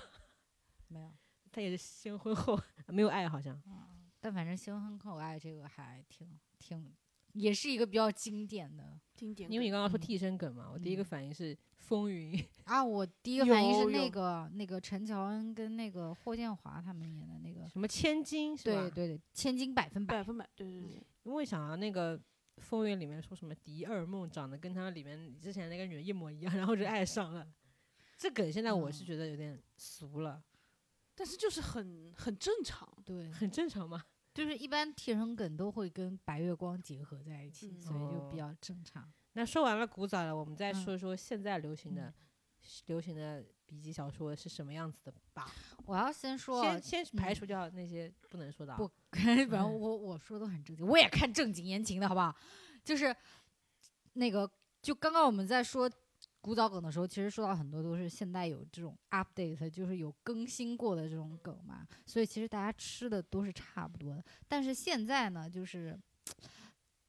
A: (laughs)
B: 没有？
A: 他也是先婚后没有爱，好像
B: 但反正先婚后爱这个还挺挺，也是一个比较经典的
C: 经典梗，
A: 因为你刚刚说
B: 嗯
A: 替身梗嘛，我第一个
B: 嗯
A: 反应是风
B: (laughs)
A: 云，
B: 啊。我第一个反应是
C: 有
B: 那
C: 有
B: 个那个陈乔恩跟那个霍建华他们演的那个，
A: 什么千金是吧？
B: 对对对，千金百分百
C: 百分百，对对对，
A: 因为想到那个风云里面说什么迪二梦长得跟他里面之前那个女人一模一样，然后就爱上了。这梗现在我是
B: 嗯
A: 觉得有点俗了，
C: 但是就是很很正常，
B: 对，
A: 很正常嘛。
B: 就是一般替身梗都会跟白月光结合在一起，
C: 嗯
B: 所以就
A: 哦
B: 比较正常。
A: 那说完了古早的，我们再
B: 嗯
A: 说说现在流行的、流行的笔记小说是什么样子的吧。
B: 我要先说啊，
A: 先先排除掉那些不能说的、啊，
B: 不， (laughs) 反正我我说都很正经，我也看正经言情的好不好？就是那个，就刚刚我们在说古早梗的时候，其实说到很多都是现代有这种 update，就是有更新过的这种梗嘛，所以其实大家吃的都是差不多的。但是现在呢，就是。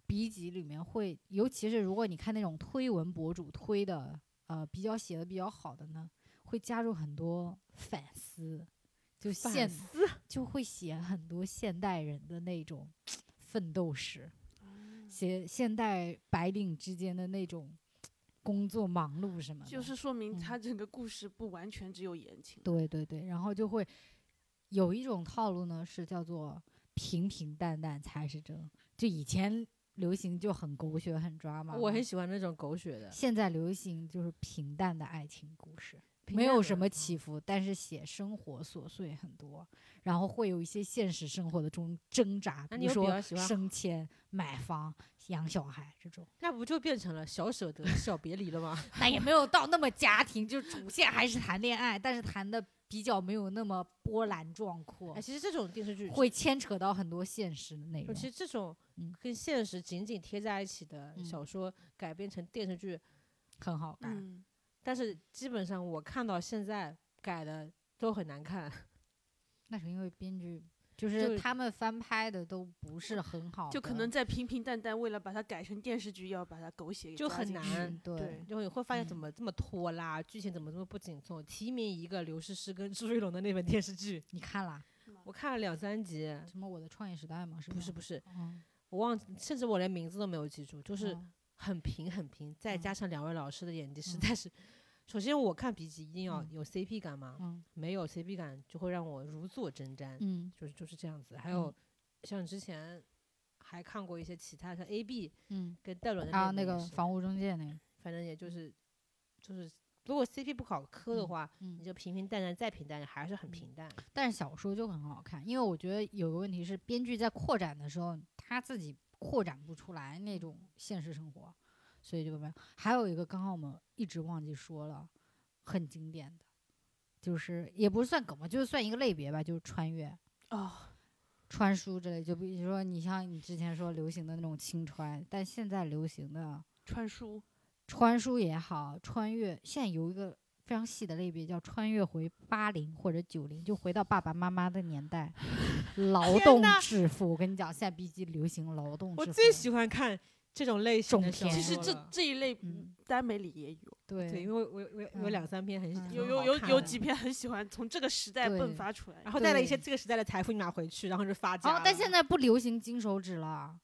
B: 笔记里面会，尤其是如果你看那种推文博主推的，呃，比较写的比较好的呢，会加入很多反思，就
A: 反
B: 现就会写很多现代人的那种奋斗史，
C: 哦
B: 写现代白领之间的那种工作忙碌什么的，
C: 就是说
B: 嗯
C: 明他整个故事不完全只有言情。
B: 对对对，然后就会有一种套路呢，是叫做平平淡淡才是真。就以前流行就很狗血很抓马嘛，
A: 啊我很喜欢那种狗血的，
B: 现在流行就是平淡的爱情故事。
A: 平
B: 没
A: 淡
B: 有
A: 的嗯
B: 什么起伏，但是写生活琐碎很多，然后会有一些现实生活的中挣扎，
A: 那
B: 比
A: 你有
B: 如
A: 比
B: 说
A: 较喜欢
B: 升迁、买房、养小孩这种，
A: 那不就变成了小舍得小别离
B: (laughs)
A: 了吗？
B: 那也没有到那么家庭，就主线还是谈恋爱，但是谈的比较没有那么波澜壮阔
A: 哎，，其实这种电视剧
B: 会牵扯到很多现实的内容。
A: 其实这种
B: 嗯
A: 跟现实紧紧贴在一起的
B: 嗯
A: 小说改编成电视剧，
B: 很好看，
C: 嗯，
A: 但是基本上我看到现在改的都很难看。
B: 那是因为编剧就
A: 就是
B: 他们翻拍的都不是很好的，
C: 就可能在平平淡淡，为了把它改成电视剧，要把它狗血给
A: 就
C: 抓
A: 很
C: 进
A: 难
C: 去
B: 嗯对
C: 对，
A: 就你会发现怎
B: 嗯
A: 么这么拖拉，剧情怎么这么不紧凑。提名一个刘诗诗跟朱一龙的那本电视剧，
B: 你看啦，
A: 我看了两三集，
B: 什么我的创业时代嘛，是
A: 不是
B: 吗？
A: 不是，
B: 嗯，
A: 我忘记，甚至我连名字都没有记住，就是
B: 嗯
A: 很平很平，再
B: 嗯
A: 加上两位老师的演技实
B: 嗯
A: 在是，首先我看笔记一定要
B: 嗯
A: 有 CP 感嘛，
B: 嗯
A: 没有 CP 感就会让我如坐针毡，
B: 嗯
A: 就是就是这样子。还有
B: 嗯
A: 像之前还看过一些其他像 AB
B: 嗯，
A: 跟戴伦的
B: 啊，
A: 那
B: 那
A: 个
B: 个
A: 也是，
B: 房屋中介那个，
A: 反正也就是就是如果 CP 不好磕的
B: 嗯
A: 话。你
B: 嗯，
A: 就平平淡淡再平淡，还是很
B: 嗯
A: 平淡。
B: 但是小说就很好看，因为我觉得有个问题是，编剧在扩展的时候他自己扩展不出来那种现实生活，所以就没有。还有一个刚刚我们一直忘记说了，很经典的，就是也不是算梗吧，就是算一个类别吧，就是穿越。
C: 哦，
B: 穿书之类，就比如说你像你之前说流行的那种青穿，但现在流行的
C: 穿书
B: 穿书也好，穿越现在有一个非常细的类别叫穿越回八零或者九零，就回到爸爸妈妈的年代，劳
A: 天
B: 动
A: 呐
B: 致富。我跟你讲，现在 B 级流行劳动致富，
A: 我最喜欢看这种类型的
B: 种
A: 小说
B: 田
C: 其
A: 了。
C: 实这这一类
B: 嗯
C: 耽美里也有，
A: 对，因
B: 对
A: 为我我我有
B: 嗯
A: 两三篇很喜
B: 嗯
A: 很
C: 有
A: 好
C: 有有
A: 看啊
C: 有
A: 的
C: 几篇很喜欢从这个时代
B: 对
C: 迸发出来，
A: 然后带了一些
B: 对
A: 这个时代的财富，你拿回去，然后就发家了。
B: 哦，但现在不流行金手指了，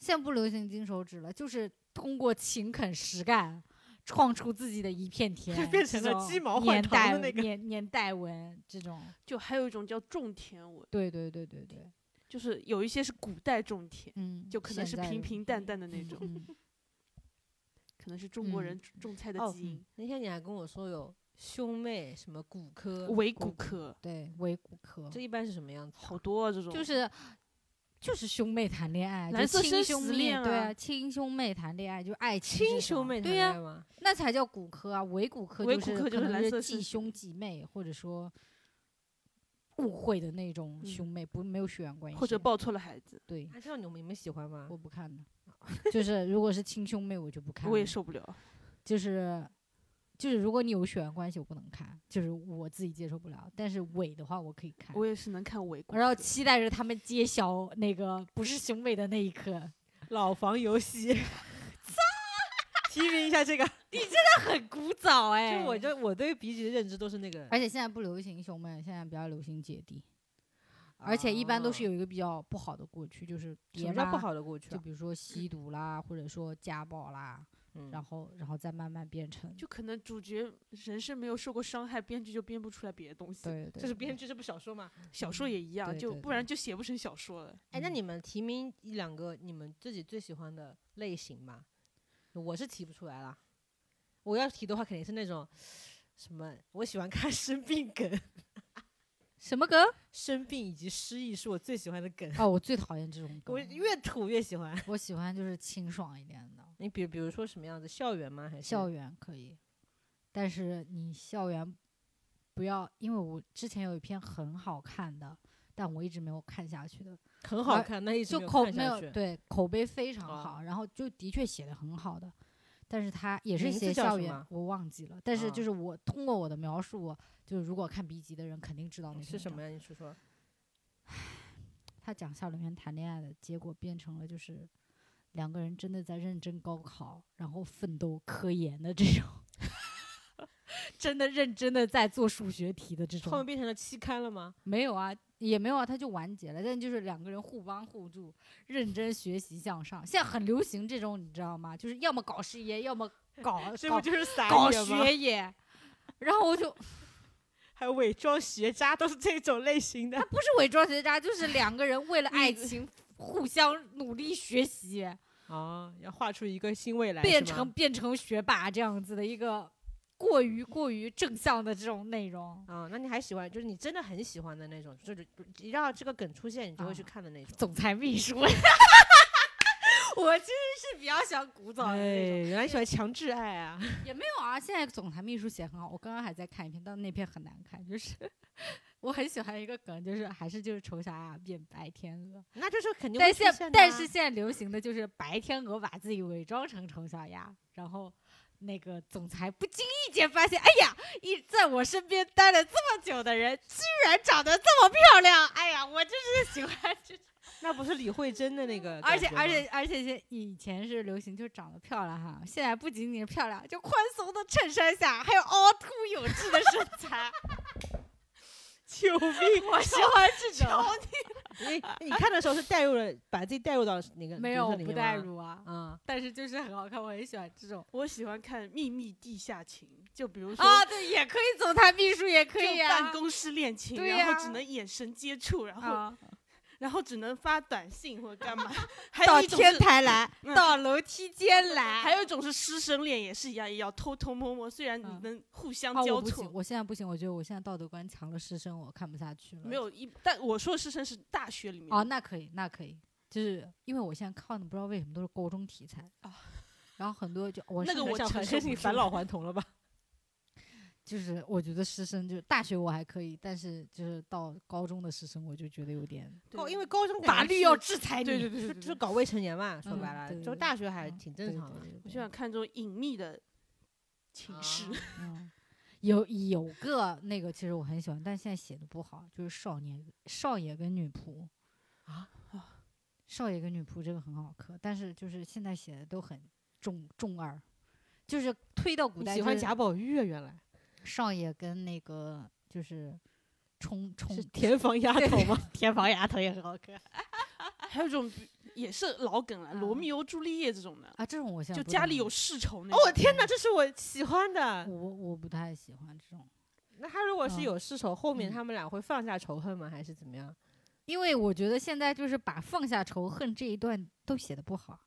B: 现在不流行金手指了，就是通过勤恳实干。创出自己的
A: (laughs)
B: 一片天，
A: 变成
B: 这
A: 了
B: 种
A: 鸡毛
B: 年
A: 换糖的
B: 代
A: 那个
B: 年年代文这种，
C: 就还有一种叫种田文，
B: 对对对对对，
C: 就是有一些是古代种田，
B: 嗯，
C: 就可能是
B: 现在
C: 平
B: 的
C: 平淡淡的那
B: 嗯
C: 种，
B: 嗯
C: 可能是中国
B: 嗯
C: 人种菜的
A: 哦
C: 基因，
A: 那天你还跟我说有兄妹什么骨科，
C: 伪骨
B: 骨
A: (laughs)
C: 科
B: 对，维骨科
A: 这一般是什么样子？
C: 好多啊这种，
B: 就是就是兄妹谈恋爱，
C: 蓝
B: 就
C: 色生
B: 亲兄
C: 死
B: 妹
C: 恋
B: 对
C: 啊
B: 啊，亲兄妹谈恋爱就爱情这
A: 亲
B: 种
A: 兄妹谈
B: 对
A: 恋
B: 呀、
A: 爱吗？
B: 那才叫骨科啊，维骨科
C: 伪
B: 就
C: 骨
B: 是
C: 科就
B: 可
C: 是蓝
B: 能
C: 色
B: 是
C: 生
B: 继
C: 死
B: 兄继妹，或者说误会的那种
C: 嗯
B: 兄妹，不没有血缘关系，
C: 或者抱错了孩子，
B: 对，
A: 啊，这样你们你们喜欢吗？
B: 我不看的， (laughs) 就是如果是亲兄妹我就不看了，
C: 我也受不了。
B: 就是就是如果你有血缘关系，我不能看，就是我自己接受不了。但是伪的话，我可以看。
C: 我也是能看伪骨
B: 我要
C: 科，
B: 期待着他们揭晓那个不是兄妹的那一刻，
A: (laughs) 老房游戏，提名一下这个。
B: (laughs) 很古早哎
A: 就我就我对笔记的认知都是那个，
B: 而且现在不流行兄妹，现在比较流行姐弟，而且一般都是
A: 有
B: 有一个比较不好的过去，就是
A: 啊什
B: 爹
A: 么叫
B: 妈
A: 不，好的过去
B: 就
A: 啊？
B: 比如说吸毒啦，或者说家暴啦，
A: 嗯
B: 然后然后再慢慢变成，
C: 就可能主角人生没有受过伤害，编剧就编不出来别的东西。
B: 对对，
A: 这是
B: 对
A: 编剧，这不小说吗？
C: 小说也一样，
B: 对
C: 就
B: 对
C: 不然就写不成小说了。
A: 哎，那
B: 嗯
A: 你们提名一两个你们自己最喜欢的类型吧？我是提不出来啦。我要提的话，肯定是那种什么，我喜欢看 (laughs) 生病梗，(laughs)
B: 什么梗？
A: 生病以及失忆是我最喜欢的梗，
B: 哦，我最讨厌这种梗
A: 我，越土越喜欢。
B: 我喜欢就是清爽一点的。
A: 你比比如说什么样子？校园吗？还是
B: 校？园可以，但是你校园不要，因为我之前有一篇很好看的，但我一直没有看下去的，
A: 很好
B: 而
A: 看，那一直
B: 就
A: 没有
B: 口
A: 看
B: 没
A: 下
B: 有
A: 去。
B: 对口碑非常
A: 啊
B: 好，然后就的确写的很好的，但是他也是
A: 名字
B: 写
A: 叫
B: 校
A: 什
B: 园
A: 么，
B: 我忘记了，但是就
A: 啊
B: 是我通过我的描述，就是如果看 B 级的人肯定知道那篇
A: 哦是什
B: 文
A: 么
B: 章？
A: 呀？你说说。
B: 他讲校园里面谈恋爱的结果变成了就是。两个人真的在认真高考，然后奋斗科研的这种，真的认真的在做数学题的这
A: 后面
B: 种，
A: 变成了期刊了吗？
B: 没有啊，也没有啊，他就完结了。但就是两个人互帮互助，认真学习向上。现在很流行这种，你知道吗？就是要么搞事业，要么搞
A: 这不 (laughs)
B: 搞
A: 就是撒
B: 搞
A: 野吗？ (laughs)
B: 学业。然后我就
A: 还有伪装学渣，都是这种类型的。
B: 不是伪装学渣，就是两个人为了爱情互相努力学习。
A: 哦，要画出一个新未来，是
B: 变
A: 吗
B: 成变成学霸这样子的一个过于过于正向的这种内容，
A: 啊、那你还喜欢，就是你真的很喜欢的那种，就是一到这个梗出现，你就会去
B: 啊
A: 看的那种。
B: 总裁秘书。 (laughs) 我其实是比较喜欢古早的那种，
A: 哎，原来喜欢强制爱啊！
B: 也没有啊。现在总裁秘书写很好，我刚刚还在看一篇，但那篇很难看，就是 (laughs) 我很喜欢一个梗，就是还是就是丑小鸭变白天鹅，
A: (laughs) 那就是肯定会
B: 但
A: 出现
B: 现
A: 的啊、
B: 但是现在流行的就是白天鹅把自己伪装成丑小鸭，然后那个总裁不经意间发现，哎呀，一在我身边待了这么久的人，居然长得这么漂亮，哎呀，我就是喜欢这种。
A: 那不是李慧珍的那个
B: 而
A: 感
B: 且
A: 觉吗，
B: 而且而且，现以前是流行就是长得漂亮哈，现在不仅仅是漂亮，就宽松的衬衫下还有凹凸有致的身材， (laughs)
A: 救命！
B: 我喜欢这种。
A: 你你看的时候是带入了，把自己带入到那个
B: 没
A: 角
B: 有，
A: 色
B: 我
A: 里
B: 不
A: 面
B: 代
A: 吗
B: 入啊，
A: 啊。
B: 但是就是很好看，我很喜欢这种。
C: 我喜欢看《秘密地下情》，就比如说
B: 啊，对，也可以总裁秘书，也可以
C: 就
B: 啊。
C: 办公室恋情，
B: 对
C: 然
B: 呀
C: 后只能眼神接触，然后、
B: 啊，
C: 然后只能发短信或者干
B: (laughs)
C: 嘛，还
B: 到
C: 有一种
B: 天
C: 是
B: 台来，
C: 嗯
B: 到楼梯间来，
C: 还有一种是师生恋，也是一样，也要偷偷摸摸，虽然你
B: 嗯
C: 能互相
B: 啊，
C: 交
B: 我不
C: 错
B: 行，，我现在不行，我觉得我现在道德观强了师生，我看不下去了。
C: 没有一，但我说的师生是大学里面
B: 哦，
C: 的，
B: 那可以，那可以，就是因为我现在看的不知道为什么都是高中题材
C: 啊，
B: 然后很多就我
C: 那
B: 是
C: 个
B: 很
C: 我
B: 想
C: 承
B: 很
C: 受
A: 这
B: 生
C: 不
A: 你
B: 气
A: 返
C: 住
A: 老还童了吧？
B: 就是我觉得师生就是大学我还可以，但是就是到高中的师生我就觉得有点
C: 对
A: 高，因为高中感
B: 法
A: 觉
B: 律
A: 是
B: 要制裁你。
C: 对
B: (laughs)
C: 对对
A: 就
C: 对对
A: 就
C: 对
A: 搞未成年嘛，说
B: 嗯
A: 白了，
B: 对
A: 就
B: 对
A: 大学还
B: 嗯
A: 挺正常的。
B: 对对对
C: 我
B: 对
C: 就想看这种隐秘的寝室，
A: 啊
C: (laughs)
B: 嗯，有有个那个，其实我很喜欢，但现在写的不好，就是少年少爷跟女仆
A: 啊
C: 啊
B: 少爷跟女仆这个很好磕，但是就是现在写的都很重重二，就是推到古
A: 你
B: 代
A: 喜
B: 就
A: 欢
B: 是
A: 贾宝玉啊？原来
B: 少爷跟那个就是冲冲
A: 是田房丫头
B: (laughs)
A: 吗？
B: 天房丫头也很好磕
C: 还有一种比也是老梗了，罗
B: 啊
C: 密欧朱丽叶》这种的，
B: 啊，这种我现在
C: 就
B: 不
C: 家
B: 太
C: 里有
B: 能
C: 世仇那
A: 哦，我
C: 种。
A: 天哪，这是我喜欢
B: (laughs)
A: 的。
B: 我我不太喜欢这种，
A: 那他如果是
B: 嗯
A: 有失手，后面
B: 嗯
A: 他们俩会放下仇恨吗？还是怎么样？
B: 因为我觉得现在就是把放下仇恨这一段都写的不好，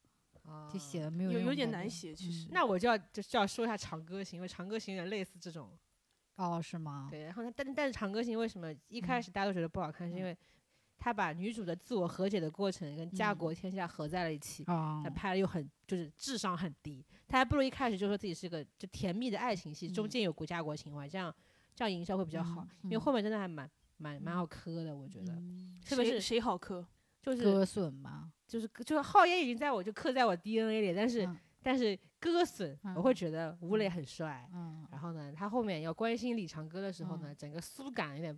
A: 啊
B: 就写的没有
C: 有
B: 那
C: 有
B: 种
C: 点
B: 感
C: 难
B: 觉
C: 写其实
B: 嗯
A: 那我就要就就要说一下《长歌行》，因为《长歌行》有点类似这种。
B: 哦，是吗？
A: 对，然后他但但是《长歌行》为什么一开
B: 嗯
A: 始大家都觉得不好看，是因
B: 嗯
A: 为他把女主的自我和解的过程跟家
B: 嗯
A: 国天下合在了一起。
B: 哦
A: 他，拍的又很就是智商很低，他还不如一开始就说自己是个就甜蜜的爱情戏，中
B: 嗯
A: 间有国家国情怀，这样这样营销会比较好，
B: 嗯
A: 因为
B: 嗯
A: 后面真的还蛮蛮蛮好磕的，我觉得，特别
C: 谁
A: 是
C: 谁好磕？
A: 就是
B: 割损吧，
A: 就是就是浩爷已经在我就刻在我 DNA 里，但是、
B: 嗯
A: 但是哥损，我会
B: 嗯
A: 觉得吴磊很帅，
B: 嗯，
A: 然后呢，他后面要关心李长歌的时候呢，整个苏感有点。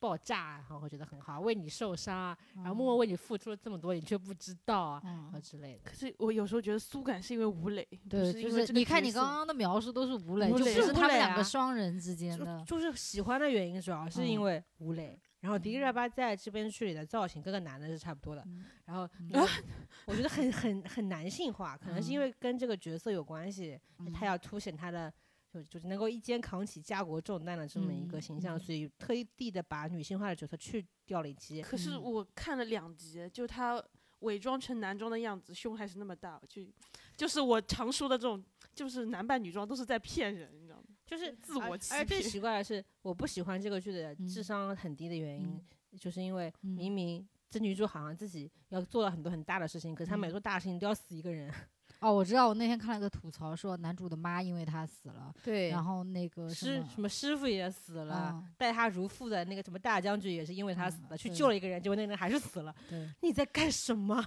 A: 爆炸，然后我觉得很好，为你受伤啊，然后默默为你付出了这么多，你却不知道啊，然后
B: 嗯，
A: 之类的。
C: 可是我有时候觉得苏感是因为吴磊，不
B: 对，
C: 是
B: 就
C: 因为
B: 是
C: 这个
B: 你看
C: 角
B: 你
C: 色
B: 刚刚的描述都是吴磊，
A: 吴
B: 就不
A: 磊
B: 是
A: 是吴
B: 他们
A: 磊
B: 两
A: 啊
B: 个双人之间
A: 就哎
B: 的，
A: 就是喜欢的原因，主要是因
B: 嗯
A: 为吴磊。然后迪丽热巴在这边剧里的造型跟个男的是差不多的，
B: 嗯
A: 然后
B: 嗯
A: 就是我觉得很很很男性化，可能是因
B: 嗯
A: 为跟这个角色有关系，他
B: 嗯
A: 要凸显他的就就是能够一肩扛起家国重担的这么一个
B: 嗯
A: 形象，
B: 嗯
A: 所以特地的把女性化的角色去掉了一些。
C: 可是
B: 嗯
C: 我看了两集，就他伪装成男装的样子，胸还是那么大，就就是我常说的这种，就是男扮女装都是在骗人，你知道吗？
A: 就是
C: 自我
A: 而
C: 欺
A: 而最
C: 骗
A: 奇怪的是，我不喜欢这个剧的智
B: 嗯
A: 商很低的原因，就是因为
B: 嗯
A: 明明这女主好像自己要做了很多很大的事情，可是她每
B: 嗯
A: 做大的事情都要死一个
B: (laughs)
A: 人。
B: 哦，我知道，我那天看了个吐槽说男主的妈因为他死了，
A: 对
B: 然后那个
A: 师什
B: 么
A: 么师傅也死了，
B: 嗯
A: 待他如父的那个什么大将军也是因为他死
B: 嗯
A: 的，去
B: 对
A: 救了一个人，结果那个人还是死了。
B: 嗯
A: (laughs)
B: 对，
A: 你在干什么？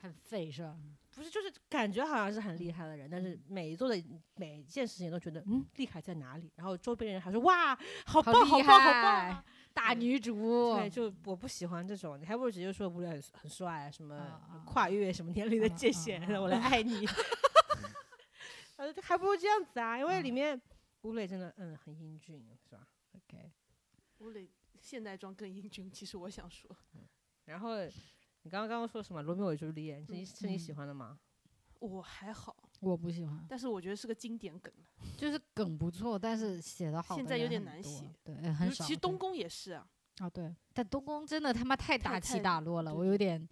B: 很废是吧？
A: 不是，就是感觉好像是很
B: 嗯
A: 厉害的人，但是每一做的每一件事情都觉得嗯厉害在哪里，然后周边人还说哇好棒好
B: 厉
A: 棒好棒
B: 害，
A: 啊。
B: 大哦
A: 对
B: 女主，
A: 对，就我不喜欢这种，你还不如直接说吴磊很很帅，什么
B: 啊啊
A: 跨越什么年龄的
B: 啊
A: 界
B: 啊
A: 限，
B: 啊
A: 我来爱
B: (laughs)
A: 你。呃，还不如这样子啊，因为里
B: 嗯
A: 面吴磊真的嗯很英俊，是吧？
B: OK，
C: 吴磊现代装更英俊，其实我想说，
A: 然后你刚刚刚刚说什么罗密欧与朱丽叶，是你是你喜
B: 嗯
A: 欢的吗？
C: 我还好，
B: 我不喜
C: (laughs)
B: 欢，
C: 但是我觉得是个经典梗了
B: 就是梗不错，但是写的好的
C: 现在有
B: 人
C: 点
B: 很
C: 难
B: 多
C: 写，
B: 对，呃
C: 啊尤
B: 很少。
C: 其
B: 对
C: 东宫也是啊，
B: 啊，对，但东宫真的他妈太大
C: 太
B: 起
C: 太
B: 大落了，
C: 对
B: 我有点，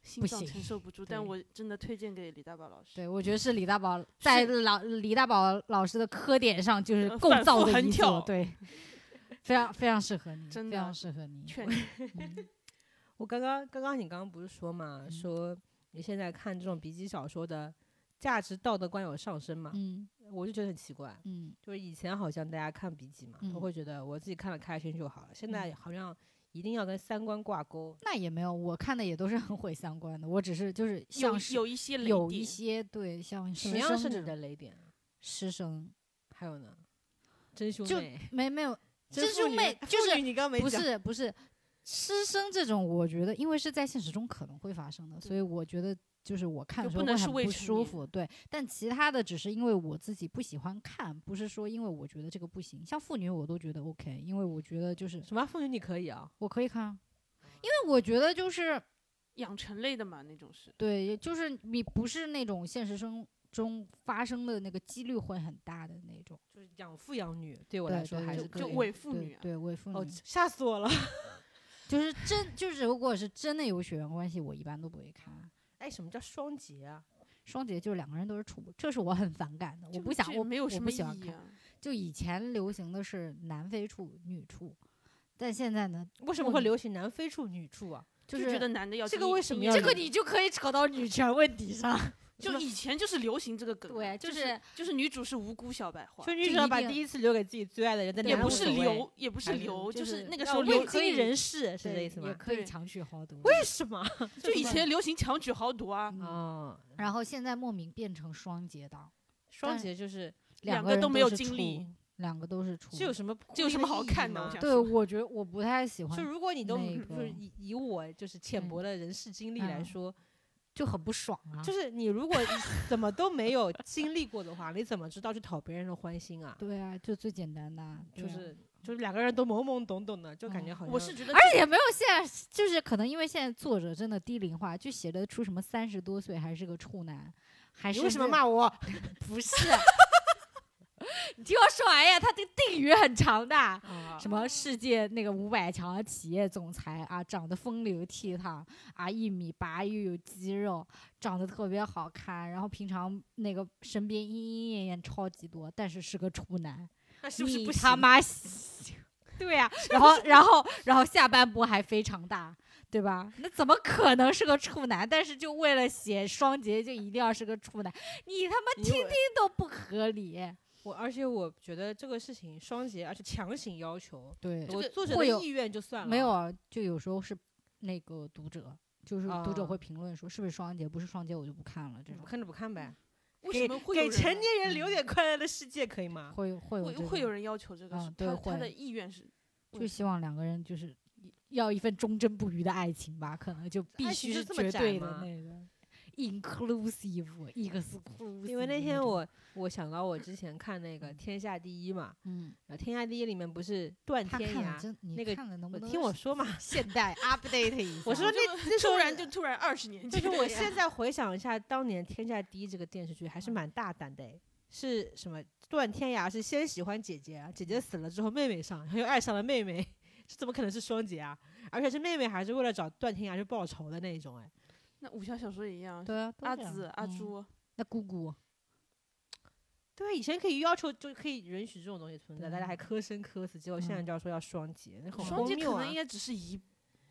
C: 心
B: 不
C: 脏
B: 行
C: 承受不住。但
B: 对
C: 我真的推荐给李大宝老师，
B: 对我觉得是李大宝在老李大宝老师的科点上就是
C: 呃
B: 构
C: 反
B: 造
C: 复
B: 的
C: 横
B: 一
C: 跳
B: 座，对，
C: (laughs)
B: 非常非常适合你，
C: 真
B: 非
C: 的
B: 常适合你。
C: 劝你
B: 嗯
A: 我刚刚刚刚你刚刚不是说嘛，
B: 嗯
A: 说你现在看这种笔记小说的价值道德观有上升嘛？
B: 嗯
A: 我就觉得很奇怪，
B: 嗯
A: 就是以前好像大家看笔记嘛，都
B: 嗯
A: 会觉得我自己看了开心就好了，现
B: 嗯
A: 在好像一定要跟三观挂钩。
B: 那也没有，我看的也都是很毁三观的，我只是就是
C: 有
B: 像是
C: 有一些雷
B: 有一
C: 点，
B: 些对像
A: 什么
B: 师
A: 样
B: 生
A: 是
B: 这
A: 你
B: 种
A: 的雷点啊？
B: 师生
A: 还有呢，真兄
B: 就
A: 妹、
B: 没没有真
A: 父
B: 兄
A: 女
B: 妹就
A: 父
B: 是
A: 女你刚没
B: 不
A: 讲
B: 是不是师生这种，我觉得因为是在现实中可能会发生的，所以我觉得就是我看的
C: 就
B: 时
C: 不
B: 候会
C: 能是
B: 很
C: 未
B: 不
C: 成
B: 舒
C: 年
B: 服。对，但其他的只是因为我自己不喜欢看，不是说因为我觉得这个不行。像妇女我都觉得 OK，因为我觉得就是
A: 什么父女你可以啊？
B: 我可以看啊，因为我觉得就是
C: 养成类的嘛，那种是。
B: 对，就是你不是那种现实生中发生的那个几率会很大的那种。
A: 就是养父养女，对我
B: 对
A: 来说
B: 对
A: 还
B: 对
A: 是
C: 就
A: 可
C: 就
A: 以的
C: 伪妇
B: 对
C: 女啊
B: 对伪妇
A: 哦
B: 女，，
A: 吓死我了！
B: 就是真就是如果是真的有血缘关系，我一般都不会看。啊
A: 哎，什么叫双节啊？
B: 双节就是两个人都是处，这是我很反感的，我
C: 这
B: 不想，
C: 这
B: 我
C: 没有
B: 我
C: 什
B: 不
C: 么意
B: 喜欢
C: 义
B: 看。
C: 啊。
B: 就以前流行的是男非处、女处，但现在呢，
A: 为什么
B: 妇
A: 会
B: 女
A: 流行男非处女处啊？
B: 就
C: 觉得
B: 是
C: 男的要
A: 这
C: 经
A: 个
C: 历
A: 为什么
C: 经历
A: 要
B: 这个
A: 有
B: 你就可以扯到女权问题上，
A: 什
C: 就
A: 么
C: 以前就是流行这个梗啊，
B: 对
C: 就
B: 就是
C: 是就是女主是无辜小白花
A: 所，以
B: 就
A: 女只
B: 一
A: 要把
B: 定
A: 第一次留给自己最爱的人，但
C: 也
A: 男的
C: 不
A: 无
C: 是
A: 所谓
C: 留，也不是
B: 反正
C: 留，
B: 就
C: 就是那个时
A: 让
C: 候
A: 未
C: 流
A: 经
C: 行，
A: 人事是这
B: 对
A: 意思
B: 也
A: 吗？
B: 可以
C: 对
B: 强取豪夺。
A: 为什
B: (laughs)
A: 么？
C: 就以
B: 么
C: 前流行强取豪夺啊，
B: 嗯
A: 哦，
B: 然后现在莫名变成双节档，
A: 双
B: 但
A: 节就是
C: 两
B: 个
C: 个
B: 人
C: 都没有
B: 是
C: 经
B: 处
C: 历，
B: 两个都是处。
A: 这有什么
C: 这有什么好看的
A: 的？
C: 我想
B: 对，
C: 说
B: 我觉得我不太喜
A: 就
B: 欢，
A: 如果你都嗯
B: 那
A: 就是
B: 个
A: 以以我就是浅
B: 嗯
A: 薄的人事经历来
B: 嗯
A: 说，
B: 就很不爽啊。
A: 就是你如果怎么都没有经历过的话，你怎么知道去讨别人的欢心啊？
B: 对啊，就最简单的啊，对
A: 就
B: 啊
A: 是就是两个人都懵懵懂懂的，就感觉
B: 嗯
A: 好像
C: 我是觉得
B: 而且没有现在，就是可能因为现在作者真的低龄化，就写得出什么三十多岁还是个处男，还
A: 你
B: 是
A: 为什么
B: 这？
A: 骂我？
B: 不 (laughs) 是，你听我说完呀，他这个定语很长的，哦
A: 啊
B: (laughs) 什么世界那个五百强的企业总裁啊，长得风流倜傥啊，一米八又有肌肉，长得特别好看，然后平常那个身边莺莺燕燕超级多，但是是个处男，
A: 那是不是
B: 你
A: 不
B: 他
A: 行？
B: 妈行？对呀、然后然后然后下半部还非常大，对吧？那怎么可能是个处男？但是就为了写双节，就一定要是个处男，你他妈
A: 你
B: 听
A: 以为
B: 听都不合理。
A: 我而且我觉得这个事情双节，而且强行要求，
B: 对
A: 我
C: 这个
A: 作者
B: 会
A: 的
B: 有
A: 意愿就算了，
B: 没有啊，就有时候是那个读者，就是读者
A: 啊
B: 会评论说是不是双节，不是双节我就不看了这
A: 不
B: 种，
A: 看就不看呗。
C: 为
A: 给
C: 什么会有
A: 给
C: 人
A: 成年人留
B: 嗯
A: 点快乐的世界可以吗？
B: 会会有
C: 会
B: 这
C: 会有
B: 种
C: 人要求这个
B: 啊
C: 是，
B: 对
C: 他他
B: 会
C: 的意愿是
A: 嗯
B: 就希望两个人就是要一份忠贞不渝的爱情吧，可能就必
A: 爱
B: 须
A: 情就是这么
B: 绝
A: 窄
B: 对的
A: 吗
B: 那个 inclusive exclusive。
A: 因为那天我我想到我之前看那个《天下第一》嘛，
B: 嗯，
A: 然后《天下第一》里面不是段
B: 他
A: 天
B: 看了
A: 涯，
B: 真你
A: 那个
B: 看了能不
A: 我
B: 能
A: 听我说嘛，
B: 现
A: (laughs)
B: 代 update 一下？
A: 我说
C: 我
A: 那
C: 就
A: 那时候
C: 突
A: (laughs)
C: 然就突然二十年
A: 就
C: 前，
A: 是我现在回想一下当年《天下第一》这个电视剧，还是蛮大胆的诶。是什么？段天涯是先喜欢姐姐啊，姐姐死了之后妹妹上，然后又爱上了妹 (laughs) 妹，这怎么可能是双节啊？而且是妹妹还是为了找段天涯去报仇的那一种哎。
C: 那武侠小说也一样，
B: 对啊，都
C: 阿
B: 这样
C: 紫、阿
B: 嗯
C: 朱，
B: 那姑姑，
A: 对，以前可以要求就可以允许这种东西存在，
B: 对
A: 大家还磕生磕死，结果现在
B: 嗯
A: 就要说要双节，那很
C: 双
A: 荒
C: 节
A: 谬
C: 可
A: 啊
C: 能！应该只是一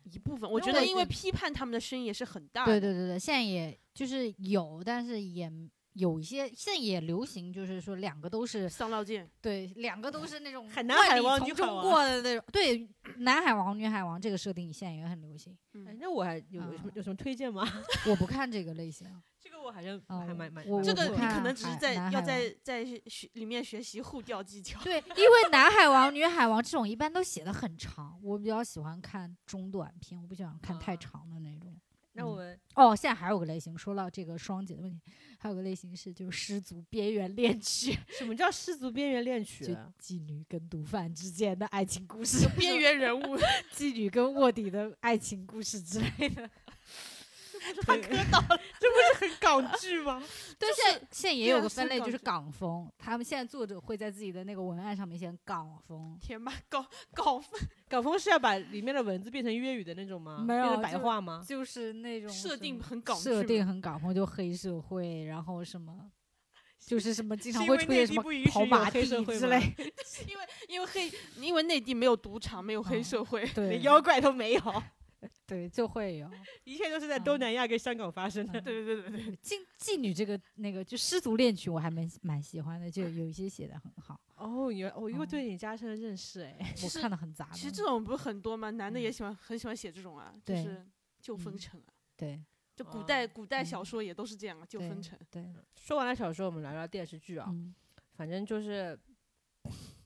C: 一部分。我
A: 因为
C: 觉得
A: 我
C: 因为批判他们的声音也是很大的，
B: 对对对对，现在也就是有，但是也有一些，现在也流行，就是说两个都是
C: 桑老剑
B: 对，两个都是那种
A: 海南
B: 万
A: 海
B: 里
A: 王
B: 从
A: 女海
B: 中
A: 王
B: 过的那种，对，男海王、女海王这个设定现在也很流行。
A: 哎，那我还有有什么有什么推荐吗？ (laughs)
B: 我不看这个类型，
A: 这个我好像
B: 啊
A: 还蛮蛮
B: 我
C: 这
B: 我
C: 个
B: 不
C: 你可
B: 看
C: 能只是
B: 海
C: 在
B: 南
C: 要
B: 海
C: 在在学里面学习互调技巧。 (laughs)
B: 对，因为男海王、女海王这种一般都写的很长，我比较喜欢看中短篇，我不喜欢看
C: 哦
B: 太
A: 啊
B: 长的那种。
A: 那我们
B: 哦，现在还有个类型，说到这个双姐的问题，还有个类型是就是失足边缘恋
C: (laughs)
B: 曲，
A: 什么叫失足边缘恋曲
B: 就
A: 啊？ (laughs)
B: 妓女跟毒贩之间的爱情故事，
C: (laughs) 边缘人物
B: (laughs) 妓女跟卧底的爱情故事之类的。
A: 他磕到了，这不是很港剧吗？
B: 但现在现在也
C: 对
B: 有
C: 啊
B: 个
C: 是
B: 分类，
C: 港
B: 就是
C: 剧
B: 港风，他们现在作者会在自己的那个文案上面写港风。
C: 天吧，搞搞
A: 港风是要把里面的文字变成粤语的那种吗？
B: 没有
A: 变成白
B: 就是
A: 话吗？
B: 就是那种
C: 嗯设
B: 什
C: 定
B: 么
C: 很搞
B: 设
C: 剧
B: 定
C: 嘛
B: 很港风，就黑社会，然后什么，就是什么经常
A: 因
B: 会
A: 为
B: 出现
A: 内
B: 什
A: 地
B: 么
A: 不允许
B: 跑
A: 有
B: 马
A: 黑
B: 地
A: 社会
B: 之
A: 吗
B: 类，
C: 因为因为黑，因为内地没有赌场，没有黑
B: 嗯
C: 社会， (laughs)
A: 连
B: 对
A: 妖怪都没有，
B: 对就会有
A: 一切都是在东
B: 嗯
A: 南亚跟香港发生 (laughs) 的。
B: 嗯
C: 对对对对对，
B: 妓妓女这个那个就失足恋曲，我还蛮蛮喜欢的，就有一些写的很好，
A: 哦，原我又
B: 哦
A: 对你加深了认识哎。
C: 其
B: 我
C: 实
B: 看的很杂的。
C: 其实这种不是很多吗？男的也
B: 嗯
C: 喜欢很喜欢写这种啊，就
B: 对
C: 是旧
B: 嗯
C: 风尘啊，
B: 对
C: 就古代
A: 哦
C: 古代
B: 嗯
C: 小说也都是这样啊，旧
B: 对
C: 风尘。
B: 对，
A: 说完了小说，我们聊聊电视剧啊。
B: 嗯
A: 反正就是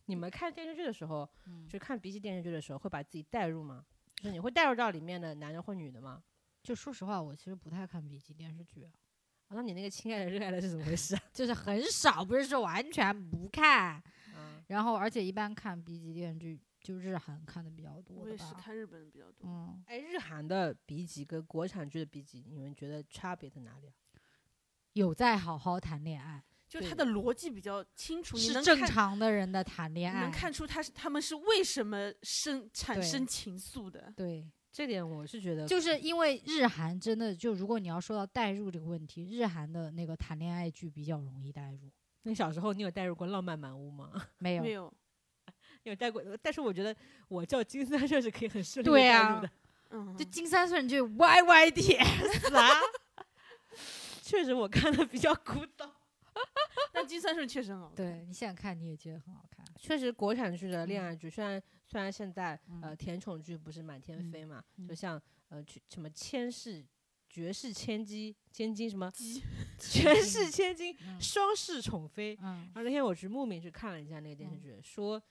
A: 你们看电视剧的时候，
B: 嗯
A: 就看 B 级电视剧的时候，会把自己带入吗？就是你会带入到里面的男的或女的吗？
B: 就说实话，我其实不太看 B 级电视剧，
A: 啊，那你那个亲爱的、热爱的是怎么回事啊？ (laughs)
B: 就是很少，不是说完全不看。
A: 啊
B: 然后而且一般看 B 级电视剧，就日韩看的比较多
C: 我
B: 的
C: 也是
B: 吧。
C: 看日本的比较多。
B: 嗯，
A: 哎，日韩的 B 级跟国产剧的 B 级，你们觉得差别在哪里啊？
B: 有在好好谈恋爱，
C: 就是他
A: 对
C: 的逻辑比较清楚，你
B: 是
C: 能
B: 正
C: 看
B: 常的人的谈恋
C: 你
B: 爱，
C: 能看出他是他们是为什么生产
B: 对
C: 生情愫的。
B: 对，
A: 这点我是觉得
B: 就是因为日韩真的就，如果你要说到代入这个问题，日韩的那个谈恋爱剧比较容易代入，
A: 你小时候你有带入过《浪漫满屋》吗？ (laughs)
B: 没有
C: 没有，
A: 有带过，但是我觉得我叫金三顺是可以很顺利地
B: 对
A: 带
B: 啊
A: 入的。
C: 嗯，
B: 就金三顺就 Y Y (laughs) D，
A: 啥？确实我看的比较古早。
C: 那金三顺确实很好看。
B: 对你想看你也觉得很好看，
A: 确实，国产剧的恋
B: 嗯
A: 爱剧，虽然虽然现在呃
B: 嗯
A: 甜宠剧不是满天飞嘛，
B: 嗯
A: 就像呃去什么千世绝世千金千金什么
B: (laughs)
C: 鸡
A: 绝世千金
B: 嗯
A: 双世宠妃。
B: 嗯
A: 然后那天我去慕名去看了一下那个电视
B: 嗯
A: 剧，说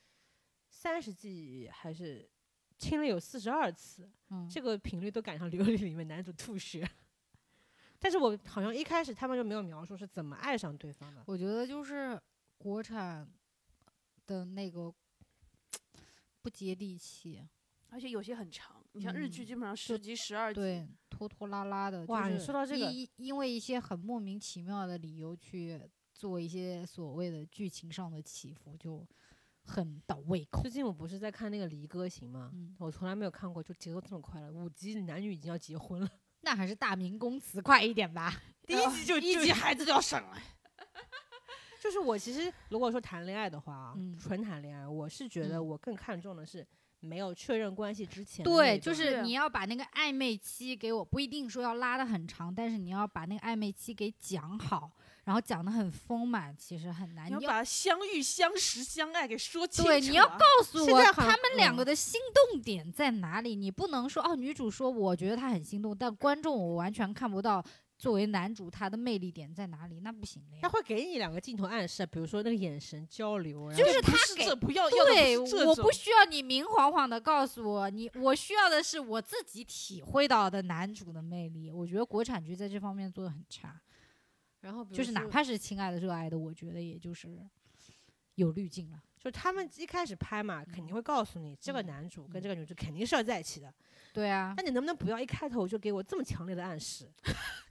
A: 三十季还是亲了有四十二次，(laughs)
B: 嗯，
A: 这个频率都赶上《琉璃》里面男主吐血。 (laughs) 但是我好像一开始他们就没有描述是怎么爱上对方的，
B: 我觉得就是国产的那个不接地气，
C: 而且有些很长，你像日剧
B: 嗯
C: 基本上十集、十二集，
B: 对，拖拖拉拉的。
A: 哇
B: 就
A: 你
B: 是
A: 说到这个
B: 因因为一些很莫名其妙的理由去做一些所谓的剧情上的起伏，就很倒胃口
A: 最。近我不是在看那个《离歌行》吗？
B: 嗯
A: 我从来没有看过就节奏这么快了，五集男女已经要结婚了，
B: 那还是大明宫词快一
A: (laughs)
B: 点吧。
A: 第一集就
C: 一
A: 就
C: 集孩子都要生了。
A: 就是我其实如果说谈恋爱的话啊，
B: 嗯
A: 纯谈恋爱，我是觉得
B: 嗯
A: 我更看重的是没有确认关系之前的那啊
B: 对，
A: 一
B: 就
A: 段
B: 是
C: 对
B: 你要把那个暧昧期给我，不一定说要拉得很长，但是你要把那个暧昧期给讲好，然后讲得很丰满，其实很难。
C: 你要
B: 哎你要
C: 把相遇、相识、相爱给说清楚啊。
B: 对你要告诉
A: 现
B: 我
A: 在好
B: 他
A: 像
B: 们
A: 嗯
B: 两个的心动点在哪里。你不能说哦，女主说我觉得她很心动，但观众我完全看不到作为男主他的魅力点在哪里，那不行的
A: 他
B: 呀。
A: 会给你两个镜头暗示，啊比如说那个眼神交流，啊然后
B: 就是
C: 不
B: 他
C: 是
B: 给
C: 这不要要的
B: 对，
C: 不是这
B: 我
C: 种
B: 不需要你明晃晃的告诉我，你我需要的是我自己体会到的男主的魅力。我觉得国产剧在这方面做的很差，
A: 然后比如
B: 就是哪
A: 说
B: 怕是《亲爱的热爱的》，我觉得也就是有滤镜了。
A: 就他们一开始拍嘛，肯定会告诉你这个
B: 嗯
A: 男主跟这个女主肯定是要在一起的，
B: 对啊
A: 那，你能不能不要一开头就给我这么强烈的暗示？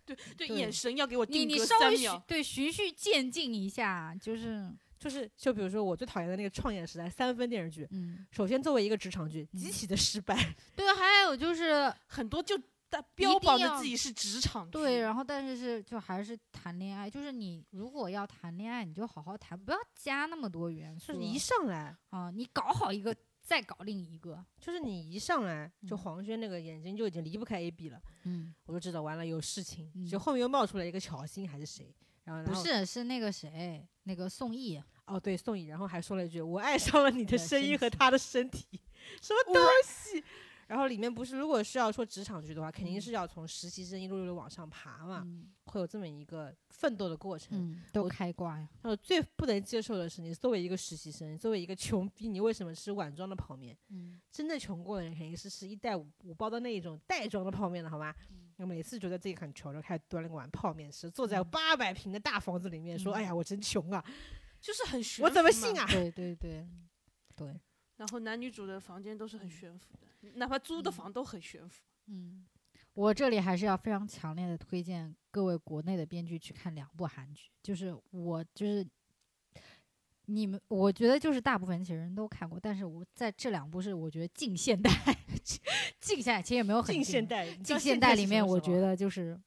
C: 对对
B: 对
C: 眼神要给我
B: 你
C: 定
B: 你
C: 格
B: 稍
C: 三
B: 微循
C: 秒。
B: 对循序渐进一下，就是
A: 就是就比如说我最讨厌的那个创业时代三分电视剧，
B: 嗯。
A: 首先作为一个职场剧，
B: 嗯
A: 极其的失败。
B: 对，还有就是
C: 很多就大
B: 定
C: 标榜着
B: 要
C: 自己是职
A: 嗯
C: 场剧，
B: 对，然后但是是就还是谈恋爱，就是你如果要谈恋爱，你就好好谈，不要加那么多元素
A: 就是一上来，
B: 啊，你搞好一个再搞另一个，
A: 就是你一上来就
B: 嗯
A: 黄轩那个眼睛就已经离不开 A B 了，
B: 嗯，
A: 我就知道完了有事情。
B: 嗯
A: 就后面又冒出来一个乔欣还是谁，然后
B: 不
A: 然后
B: 是是那个谁，那个宋轶，
A: 哦对宋轶，然后还说了一句我爱上了你的
B: 的
A: 声音
B: 身
A: 和
B: 体
A: 他的身体，什么东西？ (laughs) 然后里面不是如果是要说职场剧的话，肯定
B: 嗯
A: 是要从实习生一路一路往上爬嘛，
B: 嗯
A: 会有这么一个奋斗的过程。
B: 嗯，都
A: 我
B: 开挂呀，
A: 然后最不能接受的是，你作为一个实习生，作为一个穷逼，你为什么吃碗装的泡面？
B: 嗯，
A: 真正穷过的人肯定是吃一袋五五包的那一种袋装的泡面的，好吗？我每次觉得自己很穷，就开始端了一碗泡面吃，坐在
B: 嗯
A: 八百平的大房子里面，说：“
B: 嗯
A: 哎呀，我真穷啊，
C: 就是很悬。
A: 我怎么信？啊
B: 对对对对，
C: 然后男女主的房间都是很悬浮的，哪怕租的
B: 嗯
C: 房都很悬浮。
B: 嗯，我这里还是要非常强烈的推荐各位国内的编剧去看两部韩剧，就是我就是你们，我觉得就是大部分其实人都看过，但是我在这两部是我觉得近现代，近现代其实也没有很
A: 近现，代，你知道
B: 近现代
A: 代
B: 里面我觉
A: 得，
B: 得就是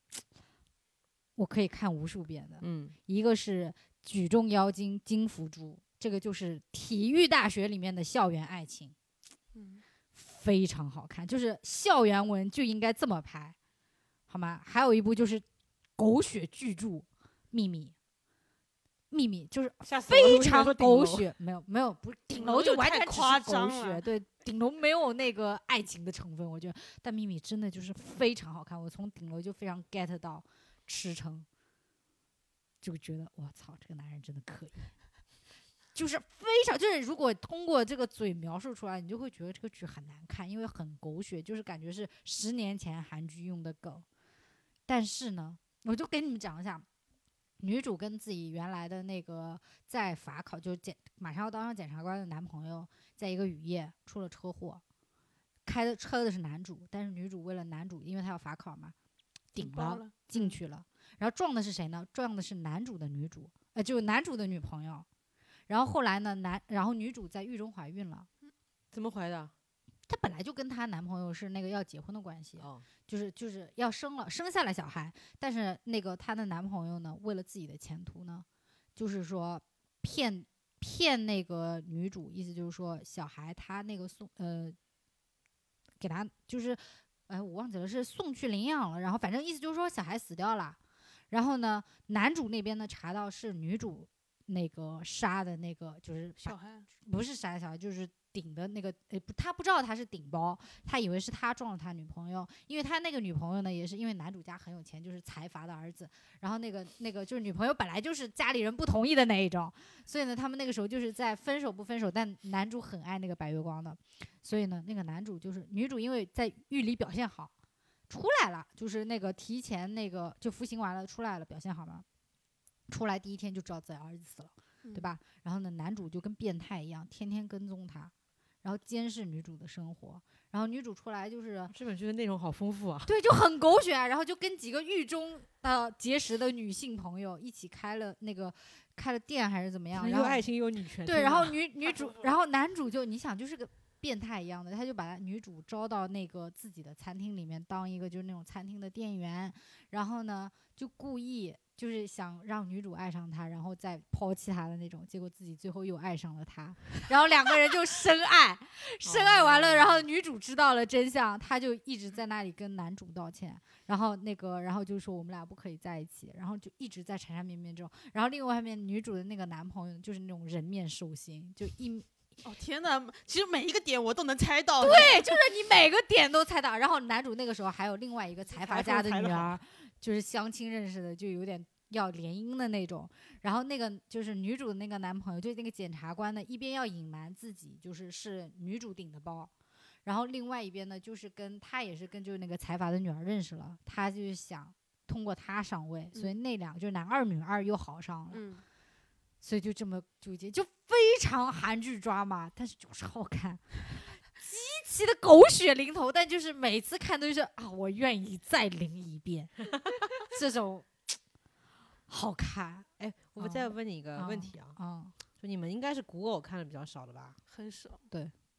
B: 我可以看无数遍的，
A: 嗯，
B: 一个是举重妖精金福珠，这个就是体育大学里面的校园爱情。
C: 嗯，
B: 非常好看，就是校园文就应该这么拍，好吗？还有一部就是狗血巨著《秘密》，秘密就是
A: 下次
B: 非常狗
A: 血。
B: 血，没有没有，不是
C: 顶
B: 顶
C: 楼
B: 楼就
C: 又
B: 完
C: 太
B: 全只是
C: 夸
B: 狗
C: 张
B: 血
C: 了
B: 对，顶楼没有那个爱情的成分，我觉得，但秘密真的就是非常好看，我从顶楼就非常 get 到驰骋，就觉得我操，这个男人真的可以。就是非常就是如果通过这个嘴描述出来，你就会觉得这个剧很难看，因为很狗血，就是感觉是十年前韩剧用的梗。但是呢，我就给你们讲一下，女主跟自己原来的那个在法考就是检马上要当上检察官的男朋友，在一个雨夜出了车祸，开的车的是男主，但是女主为了男主，因为她要法考嘛，顶
C: 包
B: 了
C: 了，
B: 进去了。然后撞的是谁呢？撞的是男主的女主，呃，就是男主的女朋友。然后后来呢，男然后女主在狱中怀孕了。
A: 怎么怀的？
B: 她本来就跟她男朋友是那个要结婚的关系，
A: 哦，
B: 就是就是要生了，生下了小孩。但是那个她的男朋友呢，为了自己的前途呢，就是说骗骗那个女主，意思就是说小孩他那个送呃给他就是哎我忘记了是送去领养了，然后反正意思就是说小孩死掉了。然后呢，男主那边呢查到是女主那个杀的那个，就是把 (laughs)
C: 小孩啊
B: 不是傻小孩，就是顶的那个，呃，不，他不知道他是顶包，他以为是他撞了他女朋友，因为他那个女朋友呢，也是因为男主家很有钱，就是财阀的儿子，然后那个那个就是女朋友本来就是家里人不同意的那一种，所以呢，他们那个时候就是在分手不分手，但男主很爱那个白月光的，所以呢，那个男主就是女主，因为在狱里表现好，出来了，就是那个提前那个就服刑完了出来了，表现好嘛，出来第一天就知道自己儿子死了。对？吧？然后呢，男主就跟变态一样，天天跟踪她，然后监视女主的生活。然后女主出来就是，
A: 这本剧的内容好丰富啊！
B: 对，就很狗血啊。然后就跟几个狱中呃结识的女性朋友一起开了那个开了店还是怎么样，然
A: 又
B: 后
A: 爱情又女权。
B: 对，
A: 天
B: 然后
A: 哪
B: 女女主，然后男主就你想就是个变态一样的，他就把女主招到那个自己的餐厅里面当一个就是那种餐厅的店员，然后呢就故意就是想让女主爱上他，然后再抛弃他的那种，结果自己最后又爱上了他，然后两个人就深爱，深爱完了，然后女主知道了真相，她就一直在那里跟男主道歉，然后那个然后就说我们俩不可以在一起，然后就一直在缠缠绵绵这种。然后另外一面女主的那个男朋友就是那种人面兽心，就一
C: 哦天哪，其实每一个点我都能猜到。对，
B: 对，就是你每个点都猜到。然后男主那个时候还有另外一个财阀家的
C: 财富
B: 女
C: 财富
B: 儿，就是相亲认识的，就有点要联姻的那种。然后那个就是女主的那个男朋友，就是那个检察官呢，一边要隐瞒自己就是是女主顶的包。然后另外一边呢，就是跟他也是跟就是那个财阀的女儿认识了，他就是想通过他上位，所以那两个就是男二女二又好上了，
C: 嗯，
B: 所以就这么纠结，就非常韩剧抓嘛，但是就是好看，极其的狗血淋头，但就是每次看都是啊，我愿意再淋一遍， (laughs) 这种好看，
A: 哎，我
B: 哦
A: 再问你一个问题啊，
B: 嗯，
A: 就你们应该是古偶看的比较少的吧？
C: 很少。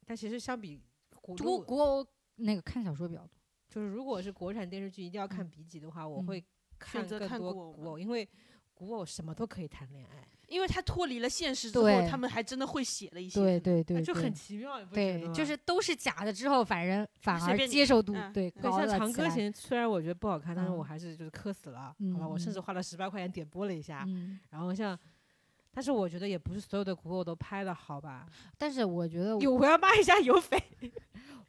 A: 但其实相比古
B: 国
A: 如
B: 国偶那个看小说比较多，
A: 就是如果是国产电视剧，一定要看
B: 嗯
A: 笔记的话，我
B: 嗯
A: 会看
C: 选择
A: 更
C: 看
A: 多
C: 古偶
A: 古
C: 吗
A: 偶，因为古偶什么都可以谈恋爱，
C: 因为他脱离了现实之后
B: 对，
C: 他们还真的会写了一些，
B: 对对
A: 那
B: 对，
A: 啊就
B: 对
A: 很奇妙，你不觉得
B: 对，
A: 吗
B: 就是都是假的之后，反正反
C: 随
B: 而
C: 便你
B: 接受度
C: 嗯
B: 对
A: 对，
C: 对
B: 高
A: 像
B: 了
A: 长
B: 起
A: 歌
B: 来，
A: 行，虽然我觉得不好看，但是我
B: 嗯
A: 还是就是磕死了，好吧，我甚至
B: 嗯
A: 花了十八块钱点播了一下，
B: 嗯，
A: 然后像，但是我觉得也不是所有的古偶都拍的好吧，
B: 但是我觉得我
A: 有我要骂一下有匪，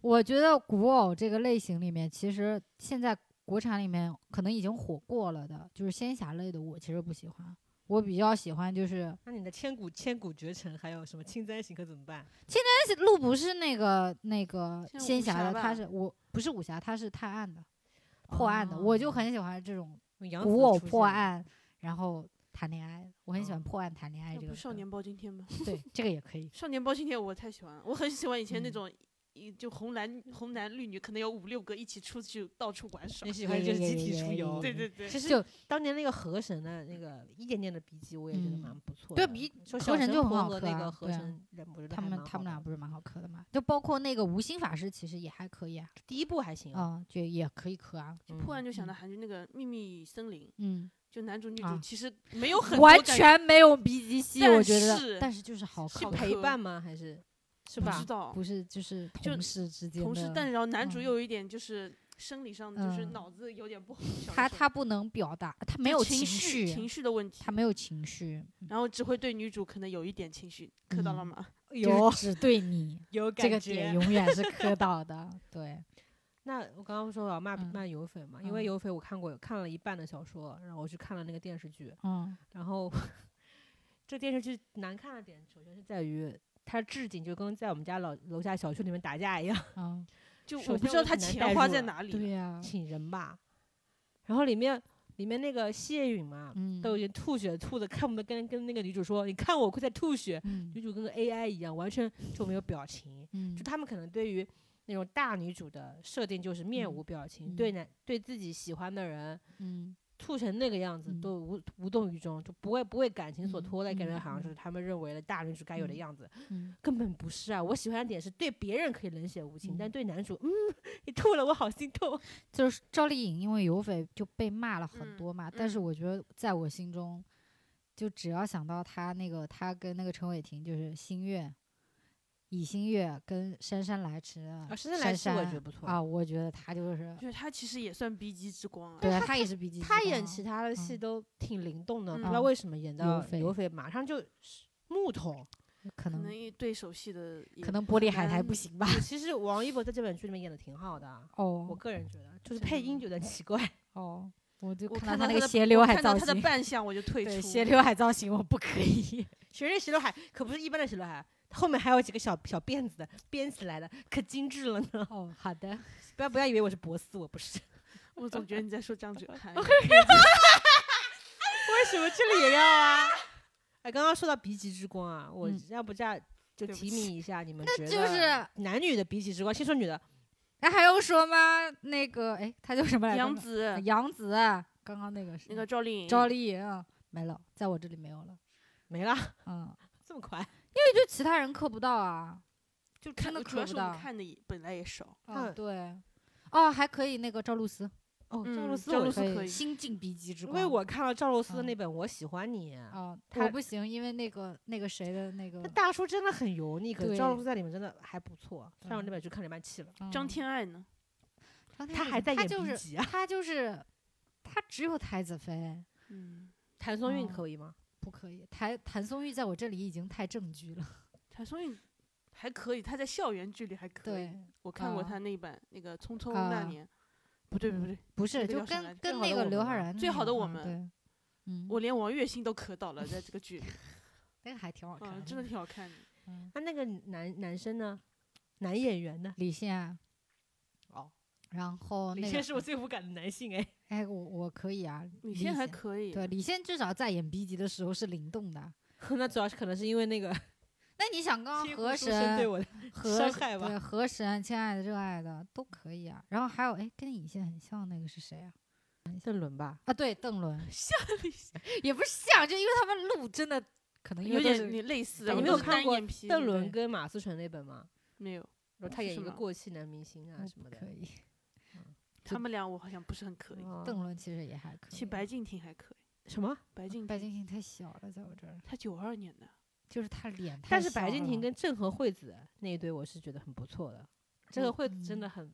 B: 我觉得古偶这个类型里面，其实现在国产里面可能已经火过了的，就是仙侠类的，我其实不喜欢。我比较喜欢就是，
A: 那你的千古千古绝尘还有什么青簪行可怎么办？
B: 但是路不是那个那个
C: 像
B: 仙
C: 武
B: 侠
C: 侠
B: 的，
C: 吧
B: 它是我不是武侠，它是探案的、破案的，我就很喜欢这种
A: 哦杨
B: 古
A: 紫
B: 偶
A: 出
B: 破
A: 现了，
B: 案，然后谈恋爱，我很喜欢
A: 哦
B: 破案谈恋爱
C: 要
B: 这
C: 不
B: 个。
C: 少年包青天吗？
B: 对这个也可以，
C: 少年包青天我太喜欢了，我很喜欢以前那
B: 嗯
C: 种，一就红男红男绿女，可能有五六个一起出去到处玩耍
A: 你。喜欢就是集体出游。
C: 对对
A: (laughs)
C: 对，
A: 其实
B: 就
A: 当年那个河神的那个一点点的笔记，我也觉得
B: 嗯
A: 蛮不错的。
B: 对比
A: 说
B: 河
A: 小
B: 神
A: 神
B: 就很
A: 婆
B: 好
A: 和
B: 磕
A: 那
B: 啊
A: 个河
B: 对啊
A: 神人，我觉得还
B: 他们
A: 蛮
B: 他们
A: 好
B: 俩
A: 的
B: 不是蛮好磕的嘛？就包括那个无心法师，其实也还可以啊，
A: 第一部还行，
B: 啊、就也可以磕啊，
A: 嗯
C: 突然就想
B: 嗯
C: 到韩剧那个《秘密森林》，
B: 嗯。
C: 就男主女主
B: 啊
C: 其实没有很多
B: 完
C: 感
B: 全没有 B G 系，
C: 但
B: 我觉得，
C: 是
B: 但是就是好
C: 是
A: 是
B: 磕
C: 吧
A: 陪伴吗？还是是
C: 不
A: 吧
C: 知？道
B: 不是就是
C: 就
B: 同事之间的
C: 同事，但是然后男主
B: 嗯
C: 又有一点就是生理上的，就是
B: 嗯
C: 脑子有点不好，小
B: 他
C: 的时候
B: 他不能表达，他没有
C: 就情
B: 绪，
C: 情绪的问题
B: 他，没有情绪，
C: 然后只会对女主可能有一点情绪，磕到了
B: 嗯
C: 吗？
B: 就是只对你
A: 有
B: 这个
A: 感
B: 点
A: 觉。
B: 永远是磕到的， (laughs) 对，
A: 那我刚刚不说我要骂
B: 嗯
A: 骂有匪嘛，因为
B: 嗯
A: 有匪我看过看了一半的小说，然后我去看了那个电视剧，
B: 嗯
A: 然后这电视剧难看的点，首先是在于它置景就跟在我们家老楼下小区里面打架一样，
B: 啊，
C: 就
A: 首
C: 我不
A: 先
C: 知道
A: 我
C: 他
A: 很难
C: 钱
A: 代
C: 花
A: 入
C: 在
A: 了
C: 哪里。
B: 对呀，
A: 请人吧。然后里面里面那个谢允嘛，
B: 嗯，
A: 都已经吐血吐的，看不得跟跟那个女主说，你看我快在吐血，
B: 嗯
A: 女主跟个 AI 一样，完全就没有表情。
B: 嗯
A: 就他们可能对于那种大女主的设定就是面无表情，对
B: 嗯
A: 男对自己喜欢的人
B: 嗯
A: 吐成那个样子
B: 嗯
A: 都无无动于衷，就不为不为感情所
B: 嗯
A: 拖累，感觉好像
B: 嗯
A: 是他们认为了大女主该有的
B: 嗯
A: 样子，
C: (laughs)
B: 嗯
A: 根本不是啊！我喜欢的点是对别人可以冷血无情，但
B: 嗯啊
A: 对男主，嗯， (laughs) 你吐了我好心痛。
B: 就是赵丽颖因为有匪就被骂了很
C: 嗯
B: 多嘛，但是
C: 嗯
B: 我觉得在我心中，就只要想到她那个她跟那个陈伟霆就是星月，以星月跟姗姗来迟啊
A: 姗姗来迟我觉得
B: 姗
A: 不错
B: 啊，我觉得她就是
C: 就是他其实也算 B 级之光啊。
B: 对啊，她也是比基
A: 他演其他的戏
B: 嗯
A: 都挺灵动的，
C: 嗯
A: 不知道为什么演到
B: 匪
A: 刘斐马上就是木桶。
B: 可
C: 可
B: 能
C: 能一对手戏的也
B: 可能玻璃海
C: 难
B: 苔不行吧？
A: 其实王一博在这本剧里面演的挺好的，啊我
B: 哦
A: 个人觉得，就是
C: 真的
A: 配
C: 吗
A: 音觉得奇怪。
B: 哦，我就
C: 我
B: 看
C: 到
B: 她那
C: 他
B: 个
C: 的
B: 斜
C: 我
B: 刘海
C: 看到
B: 造
C: 他的
B: 型，
C: 扮相我就
B: (laughs)
C: 退
B: 对
C: 出。
B: 斜刘海造型我不可以。 (laughs)
A: 学这斜刘海可不是一般的斜刘海，后面还有几个小小辫子的编起来的，可精致了呢。 (laughs)
B: 哦，好的，
A: 不要不要以为我是博斯，我不是。 (laughs)
C: 我总觉得你在说张
B: (laughs)
C: 哲瀚，
A: 为什么这里也要啊？ (laughs) 哎，刚刚说到鼻极之光啊，我
B: 嗯
A: 要不这样就
C: 对不
A: 提
C: 起
A: 名一下，你们觉得
B: 就是
A: 男女的鼻极之光？先说女的，
B: 那还用说吗？那个，哎，他叫什么来着？
C: 杨紫
B: 杨紫，刚刚那个是
C: 那个赵丽颖，
B: 哎赵丽颖啊，没了，在我这里没有了。
A: 没了， (laughs)
B: 嗯，
A: 这么快？
B: 对，就其他人磕不到啊。
A: 就看
C: 看
B: 真的
C: 主要
B: 磕
C: 是
B: 不
C: 我
B: 到
C: 们看的也本来也少。
B: 啊，
A: 嗯
B: 对，哦，还可以那个赵露思，
A: 哦，赵露
C: 嗯
A: 思
C: 赵
A: 我
C: 露
A: 也
C: 思
A: 看，
C: 可以
B: 新晋鼻基之
A: 因
B: 光。
A: 为我看了赵露思的
B: 嗯
A: 那本《我喜欢你》，
B: 啊，
A: 她
B: 我不行，因为那个那个谁的那个
A: 那大叔真的很油腻，可是
B: 对
A: 赵露思在里面真的还不错。虽然我
B: 嗯
A: 那本剧看了一半弃了，
C: 张
B: 嗯
C: 天爱呢？
B: 张天
A: 他
B: 爱
A: 还在
B: 他
A: 演
B: 就
A: 鼻
B: 是
A: 极啊。
B: 他就是他只有太子妃。
C: 嗯，
A: 谭松韵
B: 哦
A: 可以吗？
B: 不可以，谭谭松韵在我这里已经太正剧了。
C: 谭松韵还可以，她在校园剧里还可以。
B: 对，
C: 我看过
B: 啊
C: 她那版那个《匆匆那
B: 啊嗯
C: 年》，不对不对，
B: 不是，
C: 那个
B: 就
C: 叫啥来
B: 跟
A: 最
B: 跟
C: 着
A: 好
B: 那
A: 的
B: 个
A: 我
B: 刘
A: 们
B: 昊
A: 吧
B: 然
C: 最好的我
B: 们，
C: 们
B: 对，嗯，
C: 我连王栎鑫都磕到了，在这个剧里，
B: 那个还挺好看的，
C: 嗯，真的挺好看的。
B: 嗯。
A: 那那个男男生呢？男演员呢？
B: 李现啊，
A: 哦，
B: 然后
A: 李
B: 那
A: 现
B: 个
A: 是我最无感的男性哎。
B: 哎，我我可以啊，
C: 李现还
B: 以。
C: 可以，
B: 对，李现至少在演 B 级的时候是灵动的。
A: (laughs) 那主要是可能是因为那个
B: 那你想刚
A: 几
B: 刚
A: 乎
B: 河
A: 书生对
B: 神、
A: 我的
B: 河
A: 伤害吧
B: 对河神、亲爱的、热爱的都可以啊。然后还有哎，跟李现很像那个是谁啊？
A: 邓伦吧，
B: 啊，对，邓
A: (laughs)
B: 伦
C: 像李现，
B: (laughs) 也不是像，就因为他们路真的可能因
C: 有
B: 为都
C: 点
B: 是
C: 你类似
A: 哎
C: 的。
A: 你
C: 我
A: 没
C: 都
A: 有
C: 是
A: 看
C: 单
A: 过
C: 眼皮
A: 邓
C: 的
A: 伦
B: 对哦
A: 跟马思纯那本吗？
C: 没有，
A: 然后他
C: 是
A: 演一
C: 什
A: 个
C: 么
A: 过气男明星啊
B: 嗯
A: 什么的
B: 可。以。
C: 他们俩我好像不是很可以。
A: 哦
B: 邓伦其实也还可以。
C: 其实白敬亭还可以，
A: 什么？
C: 白敬
B: 白
C: 亭
B: 敬亭太小了，在我这儿，
C: 他九二年的，
B: 就是他脸太
A: 但是
B: 小
A: 白敬亭
B: 了
A: 跟郑和惠子那一对，我是觉得很不错的。郑
B: 嗯
A: 和惠子真的很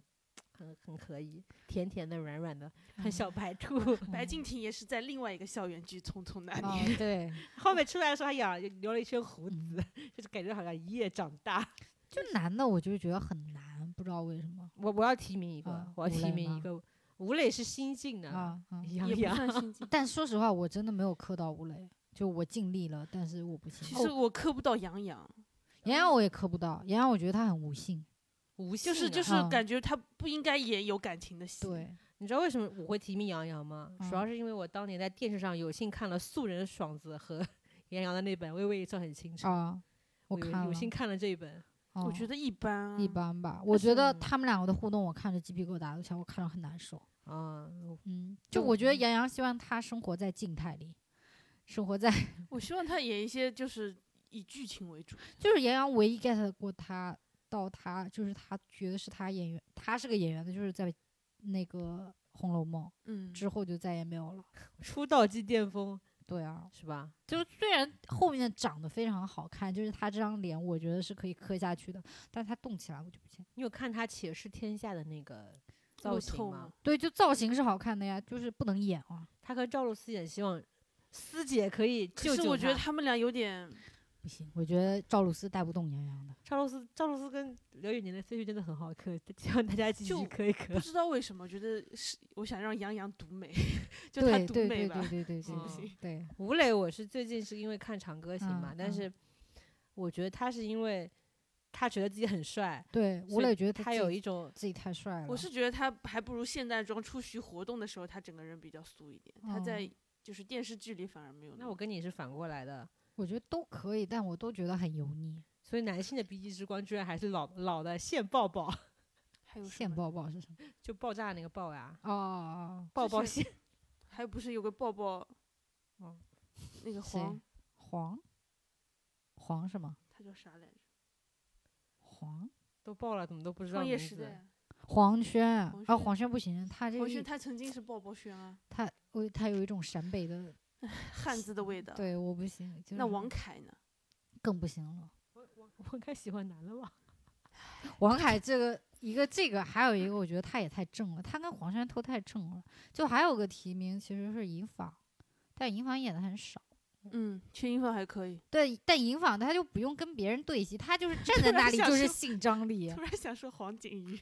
A: 很很可以，甜甜的、软软的，
B: 嗯
A: 很小白兔。 (laughs)
C: 白敬亭也是在另外一个校园剧《匆匆那
B: 哦
C: 年》，
B: 对，
A: 后面出来的时候还养留了一圈胡子，(laughs)
B: 嗯
A: 就是感觉好像一夜长大。
B: 就男的我就觉得很难，不知道为什么
A: 我我要提名一个，
B: 啊
A: 我要
B: 吴
A: 提
B: 磊
A: 名一
B: 吗
A: 个，吴磊是新晋的，
B: 啊啊！
A: 杨
C: 也不
A: 洋。
C: 算新晋。
B: 但说实话，我真的没有磕到吴磊，就我尽力了，但是我不行。
C: 其实我磕不到杨洋，
B: 杨洋我也磕不到，杨洋我觉得他很无性，
A: 无性
C: 就是
A: 啊
C: 就是
B: 嗯
C: 感觉他不应该演有感情的戏。，
B: 对，
A: (laughs) 你知道为什么我会提名杨洋吗？主要
B: 嗯
A: 是因为我当年在电视上有幸看了素人爽子和 (laughs) 杨洋的那本《微微一笑很倾城》，
B: 啊，我
A: 有
B: 看
A: 有
B: 了，
A: 幸看了这一本，
C: 我觉
B: 得
C: 得一般啊，
B: 哦一般吧。我觉得
A: 是
B: 他们两个的互动，我看着鸡皮疙瘩都起来，我看着很难受。
A: 啊，我
B: 嗯，就
A: 对
B: 我觉得杨洋希望他生活在静态里，生活在 (laughs)
C: 我希望他演一些就是以剧情为主。
B: 就是杨洋唯一 get 过他到他就是他觉得是他演员，他是个演员的，就是在那个《红楼梦
C: 嗯》
B: 之后就再也没有了。
A: 出道即巅峰
B: 对啊，
A: 是吧？
B: 就虽然后面长得非常好看，就是他这张脸，我觉得是可以磕下去的，但他动起来我就不行。
A: 你有看他《且试天下》的那个造
C: 路
A: 型
C: 透
A: 吗
C: 吗？？
B: 对，就造型是好看的呀，就是不能演啊。
A: 他和赵露思演，希望思姐可以
C: 可
A: 救
C: 是
A: 救
C: 我觉得
A: 他
B: (laughs)
C: 他们俩有点
B: 不行，我觉得赵露思带不动杨洋的。
A: 赵露思，赵露思跟刘宇宁的 CP 真的很好磕，希望大家继续
C: 就
A: 磕一磕
C: 不。知道为什么，觉得是我想让杨洋独美， (laughs) 就他
B: 对
C: 独
B: 对对
C: 美
B: 嗯
C: 吧
B: 对。 (laughs) 对对
A: 行不
B: 对
C: 行
B: 对，
A: 吴磊，我是最近是因为看《长歌行》嘛，
B: 嗯
A: 但
B: 嗯
A: 是我觉得他是因为他觉得自己很帅，
B: 对吴
A: 所以
B: 磊觉得
A: 他
B: 自
A: 有
B: 己
A: 一种
B: 自己太帅了。
C: 我是觉得他还不如现代装出席活动的时候，他整个人比较素一点。他在
B: 哦
C: 就是电视剧里反而没有
A: 那我
C: 么
A: 跟你是反过来的，
B: 我觉得都可以，但我都觉得很油腻。
A: 所以男性的鼻翼之光居然还是老老的现爆爆，
C: 还有什
B: 现
C: 么
B: 爆爆是什么？
A: (laughs) 就爆炸那个爆呀、
B: 哦哦
A: 爆爆
C: 之
A: 线
C: 前还不是有个抱抱，
A: 哦
C: 那个
B: 哦，谁
C: 黄，？
B: 黄黄什么？
C: 他叫啥来着？
B: 黄
A: (laughs) 都爆了，怎么都不知道
C: 创业
A: 名
C: 时
A: 字
C: 代。啊，
B: 黄轩啊
C: 黄，
B: 哦
C: 轩
B: 黄轩不行，他这
C: 黄
B: 个
C: 轩
B: 一
C: 他曾经是抱抱轩啊，
B: 他我他有一种陕北的，
C: 汉字的味道。
B: 对我不行。就是
C: 那王凯呢？
B: 更不行了。
A: 我该喜欢男了吧？
B: 王凯这个一个这个，还有一个我觉得他也太正了，他跟黄轩都太正了。就还有个提名其实是银纺，但银纺演的很少。
C: 嗯，缺音范还可以。
B: 对，但银纺他就不用跟别人对戏，他就是站 (laughs) 在那里
C: 想
B: 就是
C: 说
B: 性张力。
C: 突然想说黄景瑜，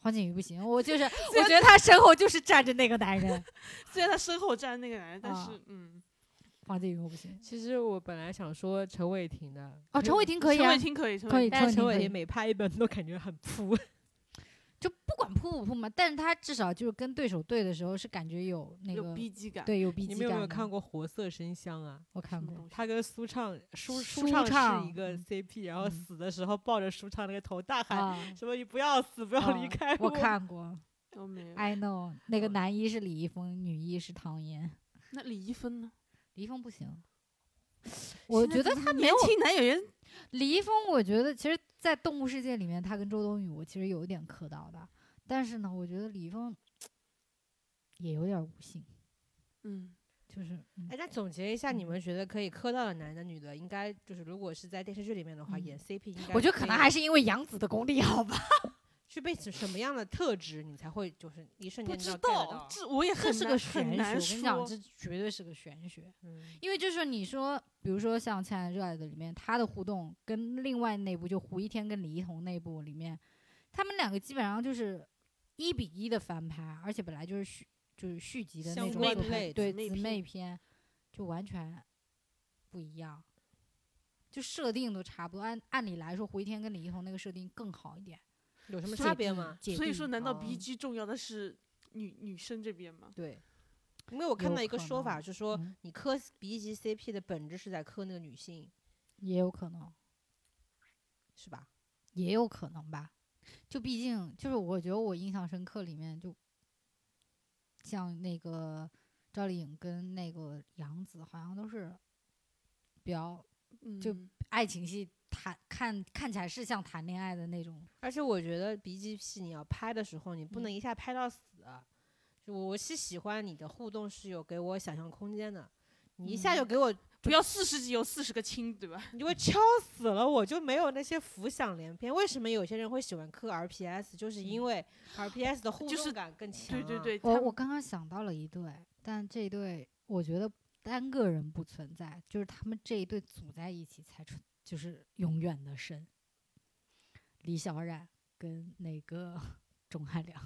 B: 黄景瑜不行，我 (laughs) 就是我觉得他身后就是站着那个男人。
C: 虽然他身后站那个男人，但
B: 啊
C: 是嗯，
B: 黄景瑜我不行
A: 其实我本来想说陈伟霆的，
B: 哦，陈伟霆可以
C: 陈
B: 啊
C: 伟，霆可以，陈
B: 可以
C: 伟霆
A: 但是陈
B: 陈
A: 伟
B: 伟霆
A: 霆每拍一本都感觉
B: (laughs)
A: 很扑。
B: 就不管扑不扑嘛，但是他至少就是跟对手对的时候是感觉有那
C: 有
B: 个
C: 逼机感。
B: 对有逼
A: 你
B: 机
A: 们有
B: 感。
A: 没有看？过《活色生香》啊？
B: 我
C: 什
B: 看
C: 么
B: 过。
C: 东西？
A: 他跟舒畅舒
B: 舒
A: 畅是
B: 畅
A: 一个
B: 嗯
A: CP，然后
B: 嗯
A: 死的时候抱着舒畅那个头大喊、
B: (laughs) 啊，
A: 什么“你不要死，不要离
B: 啊
A: 开
B: 我
A: 我”，
B: 看过
C: 都没有。
B: ，I know，那个男一是李易峰，女一是唐嫣。
C: 那李易峰呢？
B: 李易峰不行， (sniffs) 我
C: 现在
B: 觉得
C: 怎么
B: 他没
C: 年
B: 有
C: 轻男演员
B: 李易峰，我觉得其实，在《动物世界》里面，他跟周冬雨，我其实有一点磕到的。但是呢，我觉得李易峰 (sniffs) 也有点儿无性，
C: 嗯，
B: 就是、嗯
A: 哎，那总结一下，你们觉得可以磕到的男的、女的，应该就是如果是在电视剧里面的话，
B: 嗯
A: 演 CP 应该
B: 我觉得可能
A: 以
B: 还是因为杨紫的功力好吧。
A: 具备什什么样的特质，你才会就是一瞬
C: 不
A: 间
C: 知
A: 知道 get 到。
C: 这我也
B: 这
C: 很
B: 是
C: 难
B: 个玄
C: 很
B: 学，
C: 难
B: 我跟你讲，
C: 说。
B: 这绝对是个玄学。
A: 嗯，
B: 因为就是你说，比如说像《亲爱的热爱的》里面，他的互动跟另外那部就胡一天跟李一桐那部里面，他们两个基本上就是一比一的翻拍，而且本来就是续就是续集的那
A: 相
B: 种
A: 关
B: 作品
A: 类
B: 对
C: 姊妹
B: 姊
C: 篇
B: 妹篇，就完全不一样，就设定都差不多。按按理来说，胡一天跟李一桐那个设定更好一点，
A: 有什么
B: 姐
A: 差别
B: 弟
A: 吗？？
B: 姐
C: 所以
B: 弟
C: 说，难道
B: 哦
C: B G 重要的是女女生这边吗？
A: 对，因为我看
B: 有
A: 到一个
B: 可
A: 说法
B: 能
A: 是说，
B: 嗯
A: 你磕 B 级 CP 的本质是在磕那个女性，
B: 也有可能？
A: 是吧？
B: 也有可能吧。就毕竟就是我觉得我印象深刻里面就像那个赵丽颖跟那个杨紫好像都是比较
C: 嗯，
B: 就爱情戏谈看看起来是像谈恋爱的那种，
A: 而且我觉得 B G P 你要拍的时候，你不能
B: 嗯
A: 一下拍到死。就我是喜欢你的互动是有给我想象空间的，你一下就
B: 嗯
A: 给我，
C: 不要四十集有四十个亲，对吧？
A: 你就会敲死了，我就没有那些浮想联翩。为什么有些人会喜欢磕 R P S？就是因为 R P S 的互
C: 嗯呃就是
A: 动感更强、
C: 对对，对，
B: 我
C: 他
B: 啊哦我刚刚想到了一对，但这一对我觉得单个人不存在，就是他们这一对组在一起才出，就是永远的神。李小冉跟那个 (laughs) 钟汉良，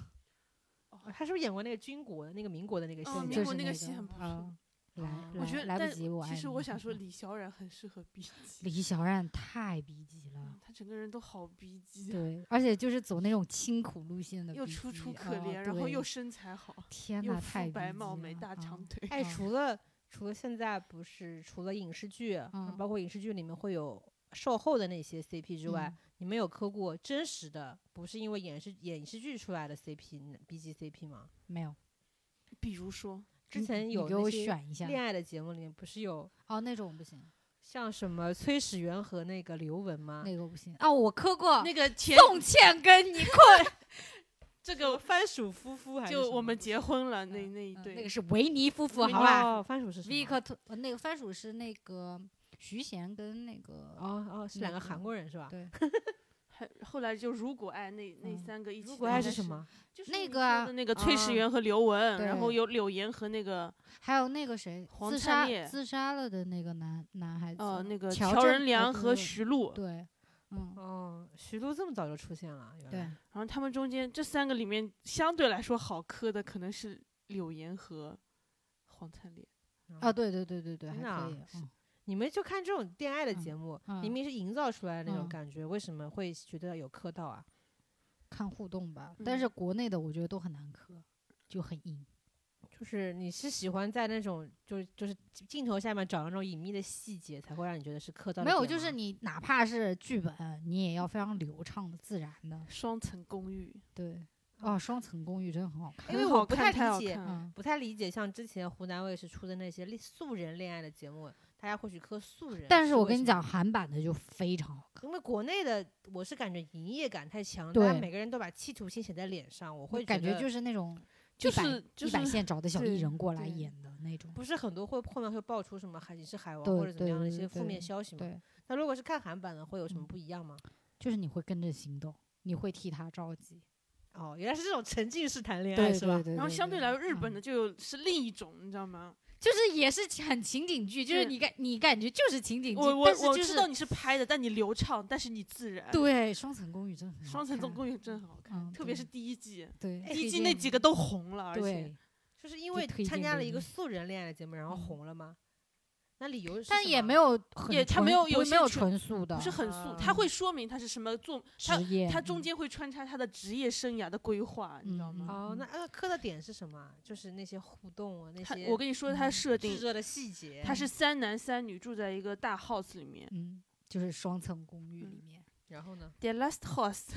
A: 哦他是不是演过那个军国的那个民国的那个戏
C: 哦
A: 呢？
C: 民
B: 嗯就
C: 国
B: 是
C: 那
B: 个
C: 个戏很不错哦
B: 啊来，
A: 我
C: 我
B: 来
C: 觉得，
B: 来
C: 但
B: 不及我爱
C: 其
B: 你。嗯
C: 实我想说，李小冉很适合 B G，
B: 李小冉太逼急
C: (laughs)
B: 了，
C: 他整个人都好 B G，
B: 对，而且就是走那种清苦路线的逼急，
C: 又楚楚可
B: 啊
C: 怜，然后又
B: 对
C: 身材好，
B: 天
C: 又
B: 呐，太
C: 肤
B: 逼
C: 白
B: 急
C: 貌美，
B: 了
C: 大长
B: 啊
C: 腿。
A: 哎，
B: 嗯
A: 除了除了现在不是除了影视剧，
B: 嗯
A: 包括影视剧里面会有售后的那些 C P 之外，
B: 嗯
A: 你们有磕过真实的，不是因为影视影视剧出来的 CP B G C P 吗？
B: 没有。
C: 比如说，
A: 之
B: 你
A: 前
B: 你
A: 有
B: 给
A: 那
B: 我
A: 些
B: 选一下
A: 恋爱的节目里面不是有
B: 哦，那种不行，
A: 像什么崔始源和那个刘雯吗？
B: 那个不行哦，我磕过
C: (laughs) 那个前
B: 宋茜跟 (laughs) 你
C: 这个
A: 番薯夫妇还是
C: 就
A: 什
C: 我
A: 么
C: 们结婚了那
B: 嗯
C: 那一
B: 嗯
C: 对，
B: 那个是维尼夫妇，
C: 维
B: 好
C: 尼
B: 吧
A: 哦，番薯是什么
B: ？Vic 特呃那个番薯是那个徐贤跟那个
A: 哦哦，是
B: 那
A: 两个
B: 个
A: 韩国人是吧？
B: 对
C: 还后来就如果爱那那
B: 嗯
C: 三个一起
A: 如
C: 的
A: 果
C: 应
A: 爱
C: 该
A: 是
C: 是
A: 什？么？
C: 就是
B: 那
C: 你
B: 个
C: 说
B: 啊
C: 的那个崔始
A: 啊
C: 源和刘雯，然
B: 对
C: 后有柳岩和那个
B: 还有那个谁
C: 黄
B: 自
C: 灿
B: 杀
C: 烈
B: 自杀了的那个男男孩子，
C: 呃那个
B: 乔
C: 乔
B: 振
C: 任梁
B: 和
C: 和
B: 葛
C: 徐璐，
B: 对，嗯，
A: 哦，徐璐这么早就出现了，原
B: 对
A: 来，
C: 然后他们中间这三个里面相对来说好磕的可能是柳岩和黄灿烈。
A: 嗯
B: 啊，对对对对对，还
A: 真的啊
B: 可以，嗯
A: 你们就看这种恋爱的节
B: 嗯
A: 目，
B: 嗯
A: 明明是营造出来的那种
B: 嗯
A: 感觉，为什么会觉得有磕到啊？
B: 看互动吧。但
C: 嗯
B: 是国内的我觉得都很难磕，就很硬。
A: 就是你是喜欢在那种就就是镜头下面找那种隐秘的细节，才会让你觉得是磕到的
B: 没有，
A: 点
B: 就是
A: 吗
B: 你哪怕是剧本，你也要非常流畅的、自然的。
C: 双层公寓，
B: 对，
C: 嗯
B: 哦，双层公寓真的很好看。
A: 因为
C: 很
A: 我
C: 好
A: 不
C: 看
A: 太
C: 太
A: 理
C: 好
A: 解
C: 看了
B: 嗯，
A: 不太理解，像之前湖南卫视出的那些恋素人恋爱的节目，大家会去磕素人。
B: 但是我
A: 为
B: 跟
A: 什么
B: 你讲，，韩版的就非常好看，
A: 因为国内的我是感觉营业感太强，大家
B: 对
A: 每个人都把企图心写在脸上，我会
B: 感觉
A: 得
B: 就是那种
C: 就
B: 一百
C: 是就
B: 一百
C: 是
B: 线找的小艺
C: 对
B: 人过来
C: 对
B: 演的那种。
A: 不是很多会后面会爆出什么海你是海王
B: 对
A: 或者怎么
B: 对
A: 样的一
B: 对
A: 些负
B: 对
A: 面消息嘛？
B: 对，
A: 那如果是看韩版的，会有什么
B: 嗯
A: 不一样吗？
B: 就是你会跟着行动，你会替他着急。
A: 哦，原来是这种沉浸式谈恋爱
B: 对
A: 是吧
B: 对？对。
C: 然后相对来说日本
B: 的。
C: 的就是另一种，你知道吗？
B: 就是也是很情景剧，就是
C: 对
B: 你感你感觉就是情景剧，
C: 我
B: 但
C: 我
B: 是
C: 我
B: 就
C: 知
B: 是
C: 道你是拍的，但你流畅，但是你自然。，
B: 对双层公寓真的很好
C: 双层
B: 看
C: 公寓真的很好看，
B: 嗯
C: 特别是
B: 对
C: 第一季，
B: 对
A: 哎
C: 第一
B: 推
C: 季那
B: 荐
C: 几个都红了，而且
B: 对，
A: 就是因
B: 就
A: 为
B: 推
A: 参
B: 荐
A: 加
B: 给
A: 了一个
B: 你
A: 素人恋爱的节目，然后
B: 嗯
A: 红了吗？那理由是
B: 但
A: 什
B: 也
A: 么
B: 没有很
C: 也它
B: 纯
C: 没有
B: 不
C: 有
B: 没
C: 些
B: 有
C: 纯
B: 纯素的，
C: 不是很素，
A: 嗯
C: 他会说明他是什么做，他
B: 职业，
C: 他中
B: 嗯
C: 间会穿插他的职业生涯的规划，你知道
B: 嗯
C: 吗？
A: 哦，
B: 嗯
A: 那呃磕的点是什么啊？就是那些互动啊，那
C: 他
A: 些
C: 我跟你说，他
B: 嗯
C: 设
A: 炙
C: 定
A: 热的细节。
C: 他是三男三女住在一个大 house 里面
B: 嗯就是双层公寓里
C: 嗯
B: 面，
A: 然后呢？
C: ，the last house，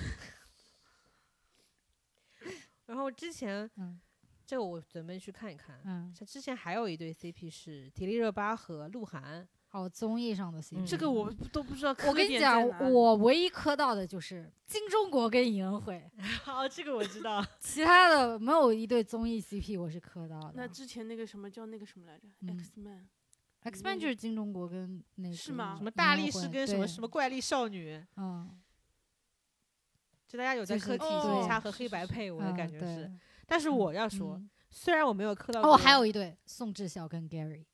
A: 然后之前
B: 嗯
A: 这个我准备去看一看。
B: 嗯，
A: 像之前还有一对 CP 是迪丽热巴和鹿
B: (laughs)
A: 晗，
B: 哦综艺上的 CP，
C: 这个我不都不知道
B: 嗯我
C: 磕
B: 跟你
C: 点在哪
B: 讲
C: 里。，
B: 我唯一磕到的就是金钟国跟尹恩惠，
A: 好，哦这个我知
B: (laughs)
A: 道。
B: 其他的没有一对综艺 CP 我是磕到
C: 那
B: 的。
C: 之前那个什么叫那个什么来着
B: 嗯
C: ？X Man，
B: X Man 就是金钟国跟那个
C: 是吗
A: 什么大
B: 尹
A: 力
B: 恩
A: 士
B: 惠
A: 跟什么
B: 嗯对
A: 什么怪力少女，
B: 嗯，
A: 就大家有在
B: 就是
A: 磕体
B: 对
A: 型差和
C: 是
A: 黑
C: 是
A: 白
C: 是
A: 配，我的
B: 嗯
A: 感觉
B: 对
A: 是。但是
B: 嗯
A: 我要说，
B: 嗯
A: 虽然我没有磕到
B: 哦，
A: 过
B: 还有一对宋智孝跟 Gary，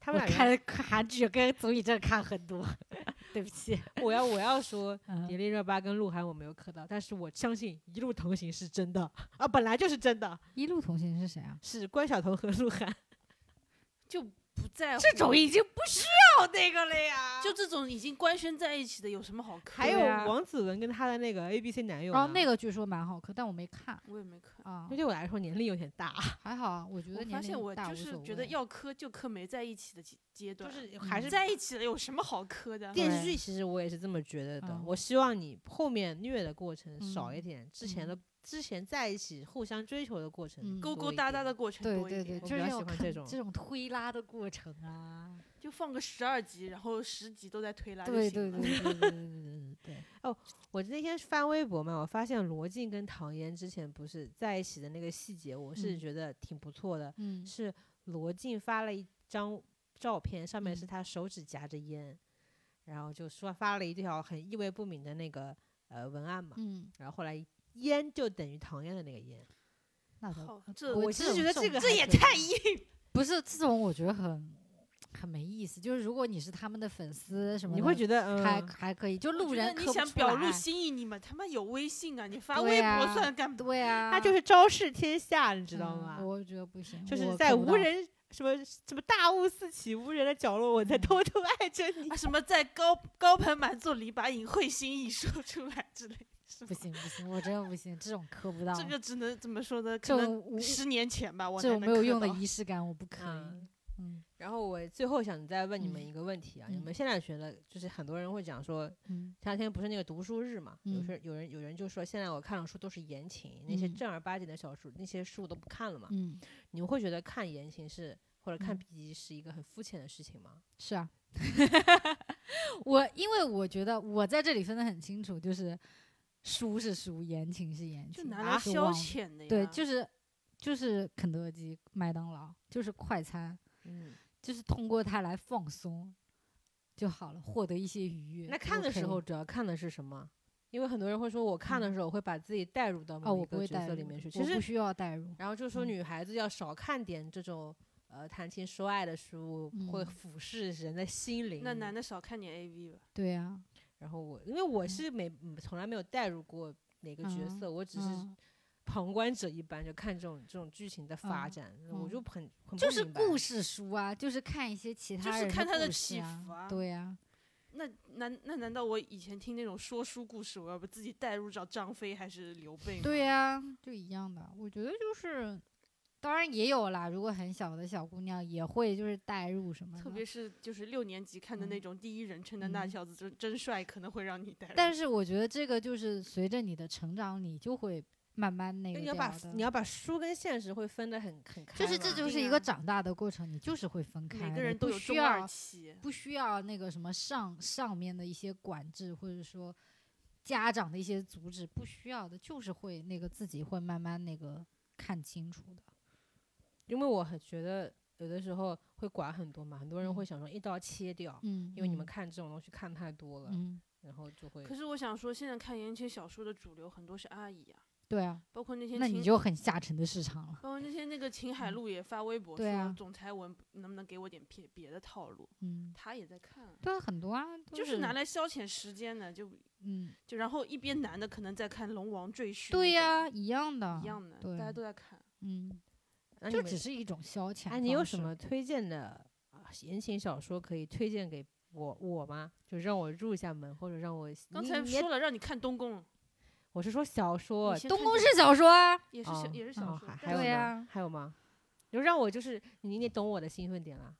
A: 他们俩原来，
B: 看韩剧跟综艺真的看很多， (laughs) 对
A: (laughs)
B: 不起。
A: 我要我要说，
B: 嗯
A: 迪丽热巴跟鹿晗我没有磕到，但是我相信一路同行是真的啊，本来就是真的，
B: 一路同行是谁啊？
A: 是关晓彤和鹿晗。
C: 就不在
B: (laughs)
C: 乎
B: 这种已经不需要那个
A: (laughs)
B: 了呀。
C: 就这种已经官宣在一起的，有什么好磕？
A: 还有
B: 对啊
A: 王子文跟他的那个 A B C 男友呢，
B: 然后哦那个据说蛮好磕，但我没看
C: 我也没磕。
B: 啊
A: 因为，对我来说年龄有点大，
B: 还好啊，我觉得
C: 我
B: 年
C: 发现
B: 龄
C: 我
B: 大
C: 就
B: 无所
C: 是
B: 谓
C: 觉得要磕就磕没在一起的阶阶段，
A: 就是
B: 嗯
A: 还是
C: 在一起了有什么好磕的？
A: 电视
B: 对
A: 剧，其实我也是这么觉得的
B: 嗯。
A: 我希望你后面虐的过程少
B: 嗯
A: 一点，之前的之前在一起互相追求的过程
B: 嗯
A: 多
C: 勾
A: 一点，
C: 勾搭搭的过程
B: 对
C: 多一
B: 对
C: 点，
B: 对，就
A: 比
B: 是
A: 较
B: 要
A: 喜欢
B: 看
A: 这种
B: 推拉的过程啊。
C: 就放个十二集，然后十集都在推拉就
B: 对对
C: 行了
B: 对对对对对对
A: 我那天翻微博嘛，我发现罗晋跟唐嫣之前不是在一起的那个细节，我是
B: 嗯
A: 觉得挺不错的。
B: 嗯
A: 是罗晋发了一张照片，上面是
B: 嗯
A: 他手指夹着烟，然后就说发了一条很意味不明的那个呃文案嘛。
B: 嗯，
A: 然后后来烟就等于唐嫣的那个烟，
B: 那倒
C: 好，这
B: 我
A: 我
B: 这
A: 是觉
B: 种
A: 得
B: 这
A: 这
B: 种
A: 个
C: 这
A: 还
C: 也
A: 可以
C: 太硬。
B: 不是这种，我觉得很很没意思。就是如果你是他们的粉丝什么
A: 你
B: 的，
A: 会觉得嗯，
B: 还还可以，就
C: 我
B: 路
C: 觉得
B: 人
C: 你
B: 磕
C: 想
B: 不出
C: 表
B: 来
C: 露心意，你们他妈有微信啊，你发
B: 对
C: 微博
B: 啊
C: 算干嘛？
B: 对啊，
A: 他就是昭示天下，你知道
B: 嗯
A: 吗？
B: 我觉得不行，
A: 就
B: 我
A: 是
B: 磕
A: 在
B: 不
A: 无
B: 到
A: 人什么什么大雾四起、无人的角落，我在偷偷爱着你
C: 啊，。什么在高高朋满座里把隐晦心意说出来之类，是
B: 不
C: 吧？
B: 行不行，我真的不行，这种磕不到，
C: 这个只能怎么说呢？
B: 啊这
C: 可
B: 种
C: 能
B: 无
C: (laughs) 十年前吧，我
B: 这
C: 才
B: 种
C: 能
B: 没有
C: 磕
B: 用的
C: 到
B: 仪式感我不可以
A: 嗯，
B: 嗯
A: 然后我最后想再问你们
B: 嗯
A: 一个问题啊，
B: 嗯
A: 你们现在觉得就是很多人会讲说，
B: 嗯
A: 前两天不是那个读书日嘛，有
B: 嗯
A: 时有人有人就说现在我看的书都是言情，那些
B: 嗯
A: 正儿八经的小说那些书我都不看了嘛，
B: 嗯，
A: 你们会觉得看言情是或者看
B: 嗯
A: B 级是一个很肤浅的事情吗？
B: 是啊， (laughs) 我因为我觉得我在这里分得很清楚，就是书是书，言情是言
C: 就
B: 情，
C: 拿
B: 啊
C: 来
B: 是
C: 消
B: 网
C: 遣的呀。
B: 对，就是就是肯德基、麦当劳，就是快餐，
A: 嗯，
B: 就是通过它来放松。就好了，获得一些愉悦。
A: 那看的时
B: OK
A: 候主要看的是什么？因为很多人会说，我看的时候会把自己带入到
B: 嗯哦，
A: 某
B: 我
A: 一
B: 不
A: 个
B: 会
A: 角
B: 带入
A: 色
B: 的，
A: 里面去。其
B: 我不
A: 实，
B: 需要带入。
A: 然后就说
B: 嗯
A: 女孩子要少看点这种呃谈情说爱的书，会
B: 嗯
A: 俯视人的心灵。
C: 那男的少看点 A V 吧。
B: 对啊呀、
A: 然后我，因为我
B: 嗯
A: 是没嗯从来没有带入过哪个角
B: 嗯
A: 色，我只是
B: 嗯，
A: (laughs) 旁观者一般，就看这种这种剧情的发
B: 嗯
A: 展，我就很很
B: 就是故
A: 事，
B: 事书啊，就是看一些其
C: 就
B: 他
C: 是
B: 人
C: 看他的
B: 故
C: 起
B: 事
C: 伏啊
B: 啊，对呀、
C: 那难那难道我以前听那种说书故事，我要不自己代入找张飞还是刘备吗？
B: 对呀、就一样的。我觉得就是，当然也有啦，如果很小的小姑娘也会就是带入什么的，
C: 特别是就是六年级看的那
B: 嗯
C: 种第一人称的那
B: 嗯
C: 小子真真帅，可能会让你带入。
B: 但是我觉得这个就是随着你的成长，你就会慢慢那
A: 那
B: 个
A: 你要把
B: 掉的
A: 你要把书跟现实会分得很很开
B: 就
A: 嘛。
B: 是这
C: 定
B: 就是一
C: 啊
B: 个长大的过程，你就是会分开的，
C: 每个
B: 你
C: 人
B: 不
C: 都有
B: 需
C: 中二
B: 要
C: 期，
B: 不需要那个什么上上面的一些管制，或者说家长的一些阻止，不需要的，就是会那个自己会慢慢那个看清楚的。
A: 因为我很觉得有的时候会管很多嘛，很多人会
B: 嗯
A: 想说一刀切掉，
B: 嗯，
A: 因为你们看这种东西看太多了，
B: 嗯，嗯，
A: 然后就会
C: 可是我想说，现在看言情小说的主流很多是阿姨啊，
B: 对啊，
C: 包括那天
B: 那你
C: 秦，
B: 就很下沉的市场了。
C: 包括那天那个秦海
B: 嗯
C: 璐也发微博
B: 对啊
C: 说，总裁文能不能给我点别别的套路？
B: 嗯，
C: 他也在看啊，
B: 对啊，很多啊，都
C: 就是
B: 是
C: 拿来消遣时间的，就
B: 嗯，
C: 就然后一边男的可能在看《龙王赘婿》，
B: 对呀、一样的，
C: 一样的，
B: 对，啊
C: 大家都在看。
B: 嗯，
A: 那你
B: 就
A: 们
B: 只是一种消遣。
A: 哎，你有什么？推荐的啊言情小说可以推荐给我我吗？就让我入一下门，或者让我
C: 刚
A: 你
C: 才
A: 你也
C: 说了让你看东宫，
A: 我是说小说
C: 你，先
B: 东
C: 看
B: 宫
C: 看
B: 是小说啊，
C: 也是
A: 哦
C: 小也是小
A: 哦
C: 说
A: 还，还
C: 但
A: 有
C: 是
B: 对
A: 呢
B: 啊
A: 还有吗？就让我就是你你懂我的兴奋点了。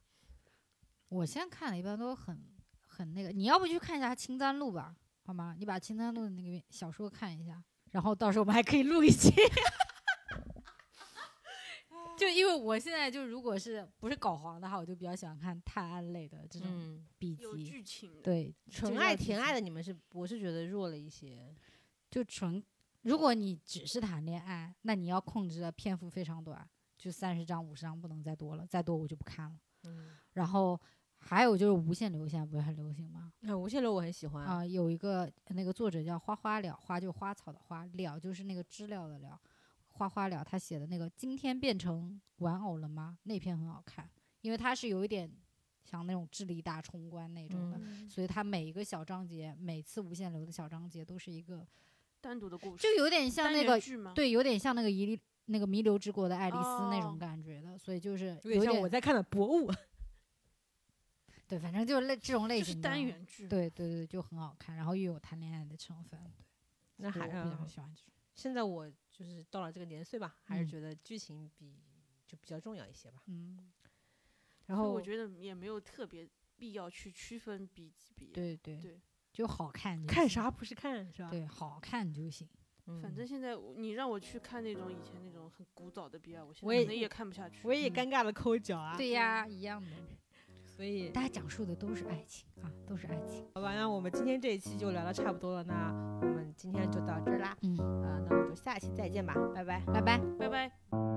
B: 我现在看了一般都很很那个，你要不去看一下《青簪录》吧，好吗？你把《青簪录》的那个小说看一下，然后到时候我们还可以录一期。 (laughs) 就因为我现在就如果是不是搞黄的话，我就比较喜欢看探案类的这种
A: 嗯，
B: 笔
C: 有
B: 记。
C: 剧情的，
B: 对，
A: 纯
B: 就
A: 爱
B: 要提
A: 甜爱
B: 前
A: 的你们是我是觉得弱了一些。
B: 就纯，如果你只是谈恋爱，那你要控制的篇幅非常短，就三十章、五十章不能再多了，再多我就不看了。
A: 嗯，
B: 然后还有就是无限流现在不是很流行吗？
A: 那无限流我很喜欢。
B: 啊、有一个那个作者叫花花了，花就花草的花，了就是那个知了的了，花花了他写的那个《今天变成玩偶了吗》那篇很好看，因为它是有一点像那种智力大冲关那种的，
A: 嗯
B: 所以它每一个小章节，每次无限流的小章节都是一个，
C: 单独的故事，
B: 就有点像
C: 单
B: 那
C: 元
B: 个
C: 剧吗？
B: 对，有点像那个遗那个弥留之国的爱丽丝那
C: 哦
B: 种感觉的，所以就是
A: 有点像我
B: 点
A: 在看的《博 (laughs) 物》。
B: 对，反正就是类这种类
C: 就是
B: 型的
C: 单。元剧。
B: 对对对，就很好看，然后又有谈恋爱的成分，
A: 那
B: 所以
A: 还
B: 我比较
A: 嗯
B: 喜欢这种。
A: 现在我就是到了这个年岁吧，还是
B: 嗯
A: 觉得剧情比就比较重要一些吧。
B: 嗯，
A: 然
C: 所以
A: 后
C: 我觉得也没有特别必要去区分比比，
B: 对对
C: 对，
B: 就好看就
A: 看
B: 行
A: 啥？不是看是吧？
B: 对，好看就行。
A: 嗯，
C: 反正现在我你让我去看那种以前那种很古早的 BL，我现
A: 我
C: 在
A: 也
C: 可能也看不下去。
A: 我也
B: 嗯
A: 尴尬的抠脚啊。，
B: 对呀，一样的。
A: 所以
B: 大家讲述的都是爱情啊，都是爱情。
A: 好吧，那我们今天这一期就聊的差不多了，那我们今天就到这儿啦。
B: 嗯，
A: 呃，那我们就下期再见吧，拜拜。
B: 拜拜。
C: 拜拜。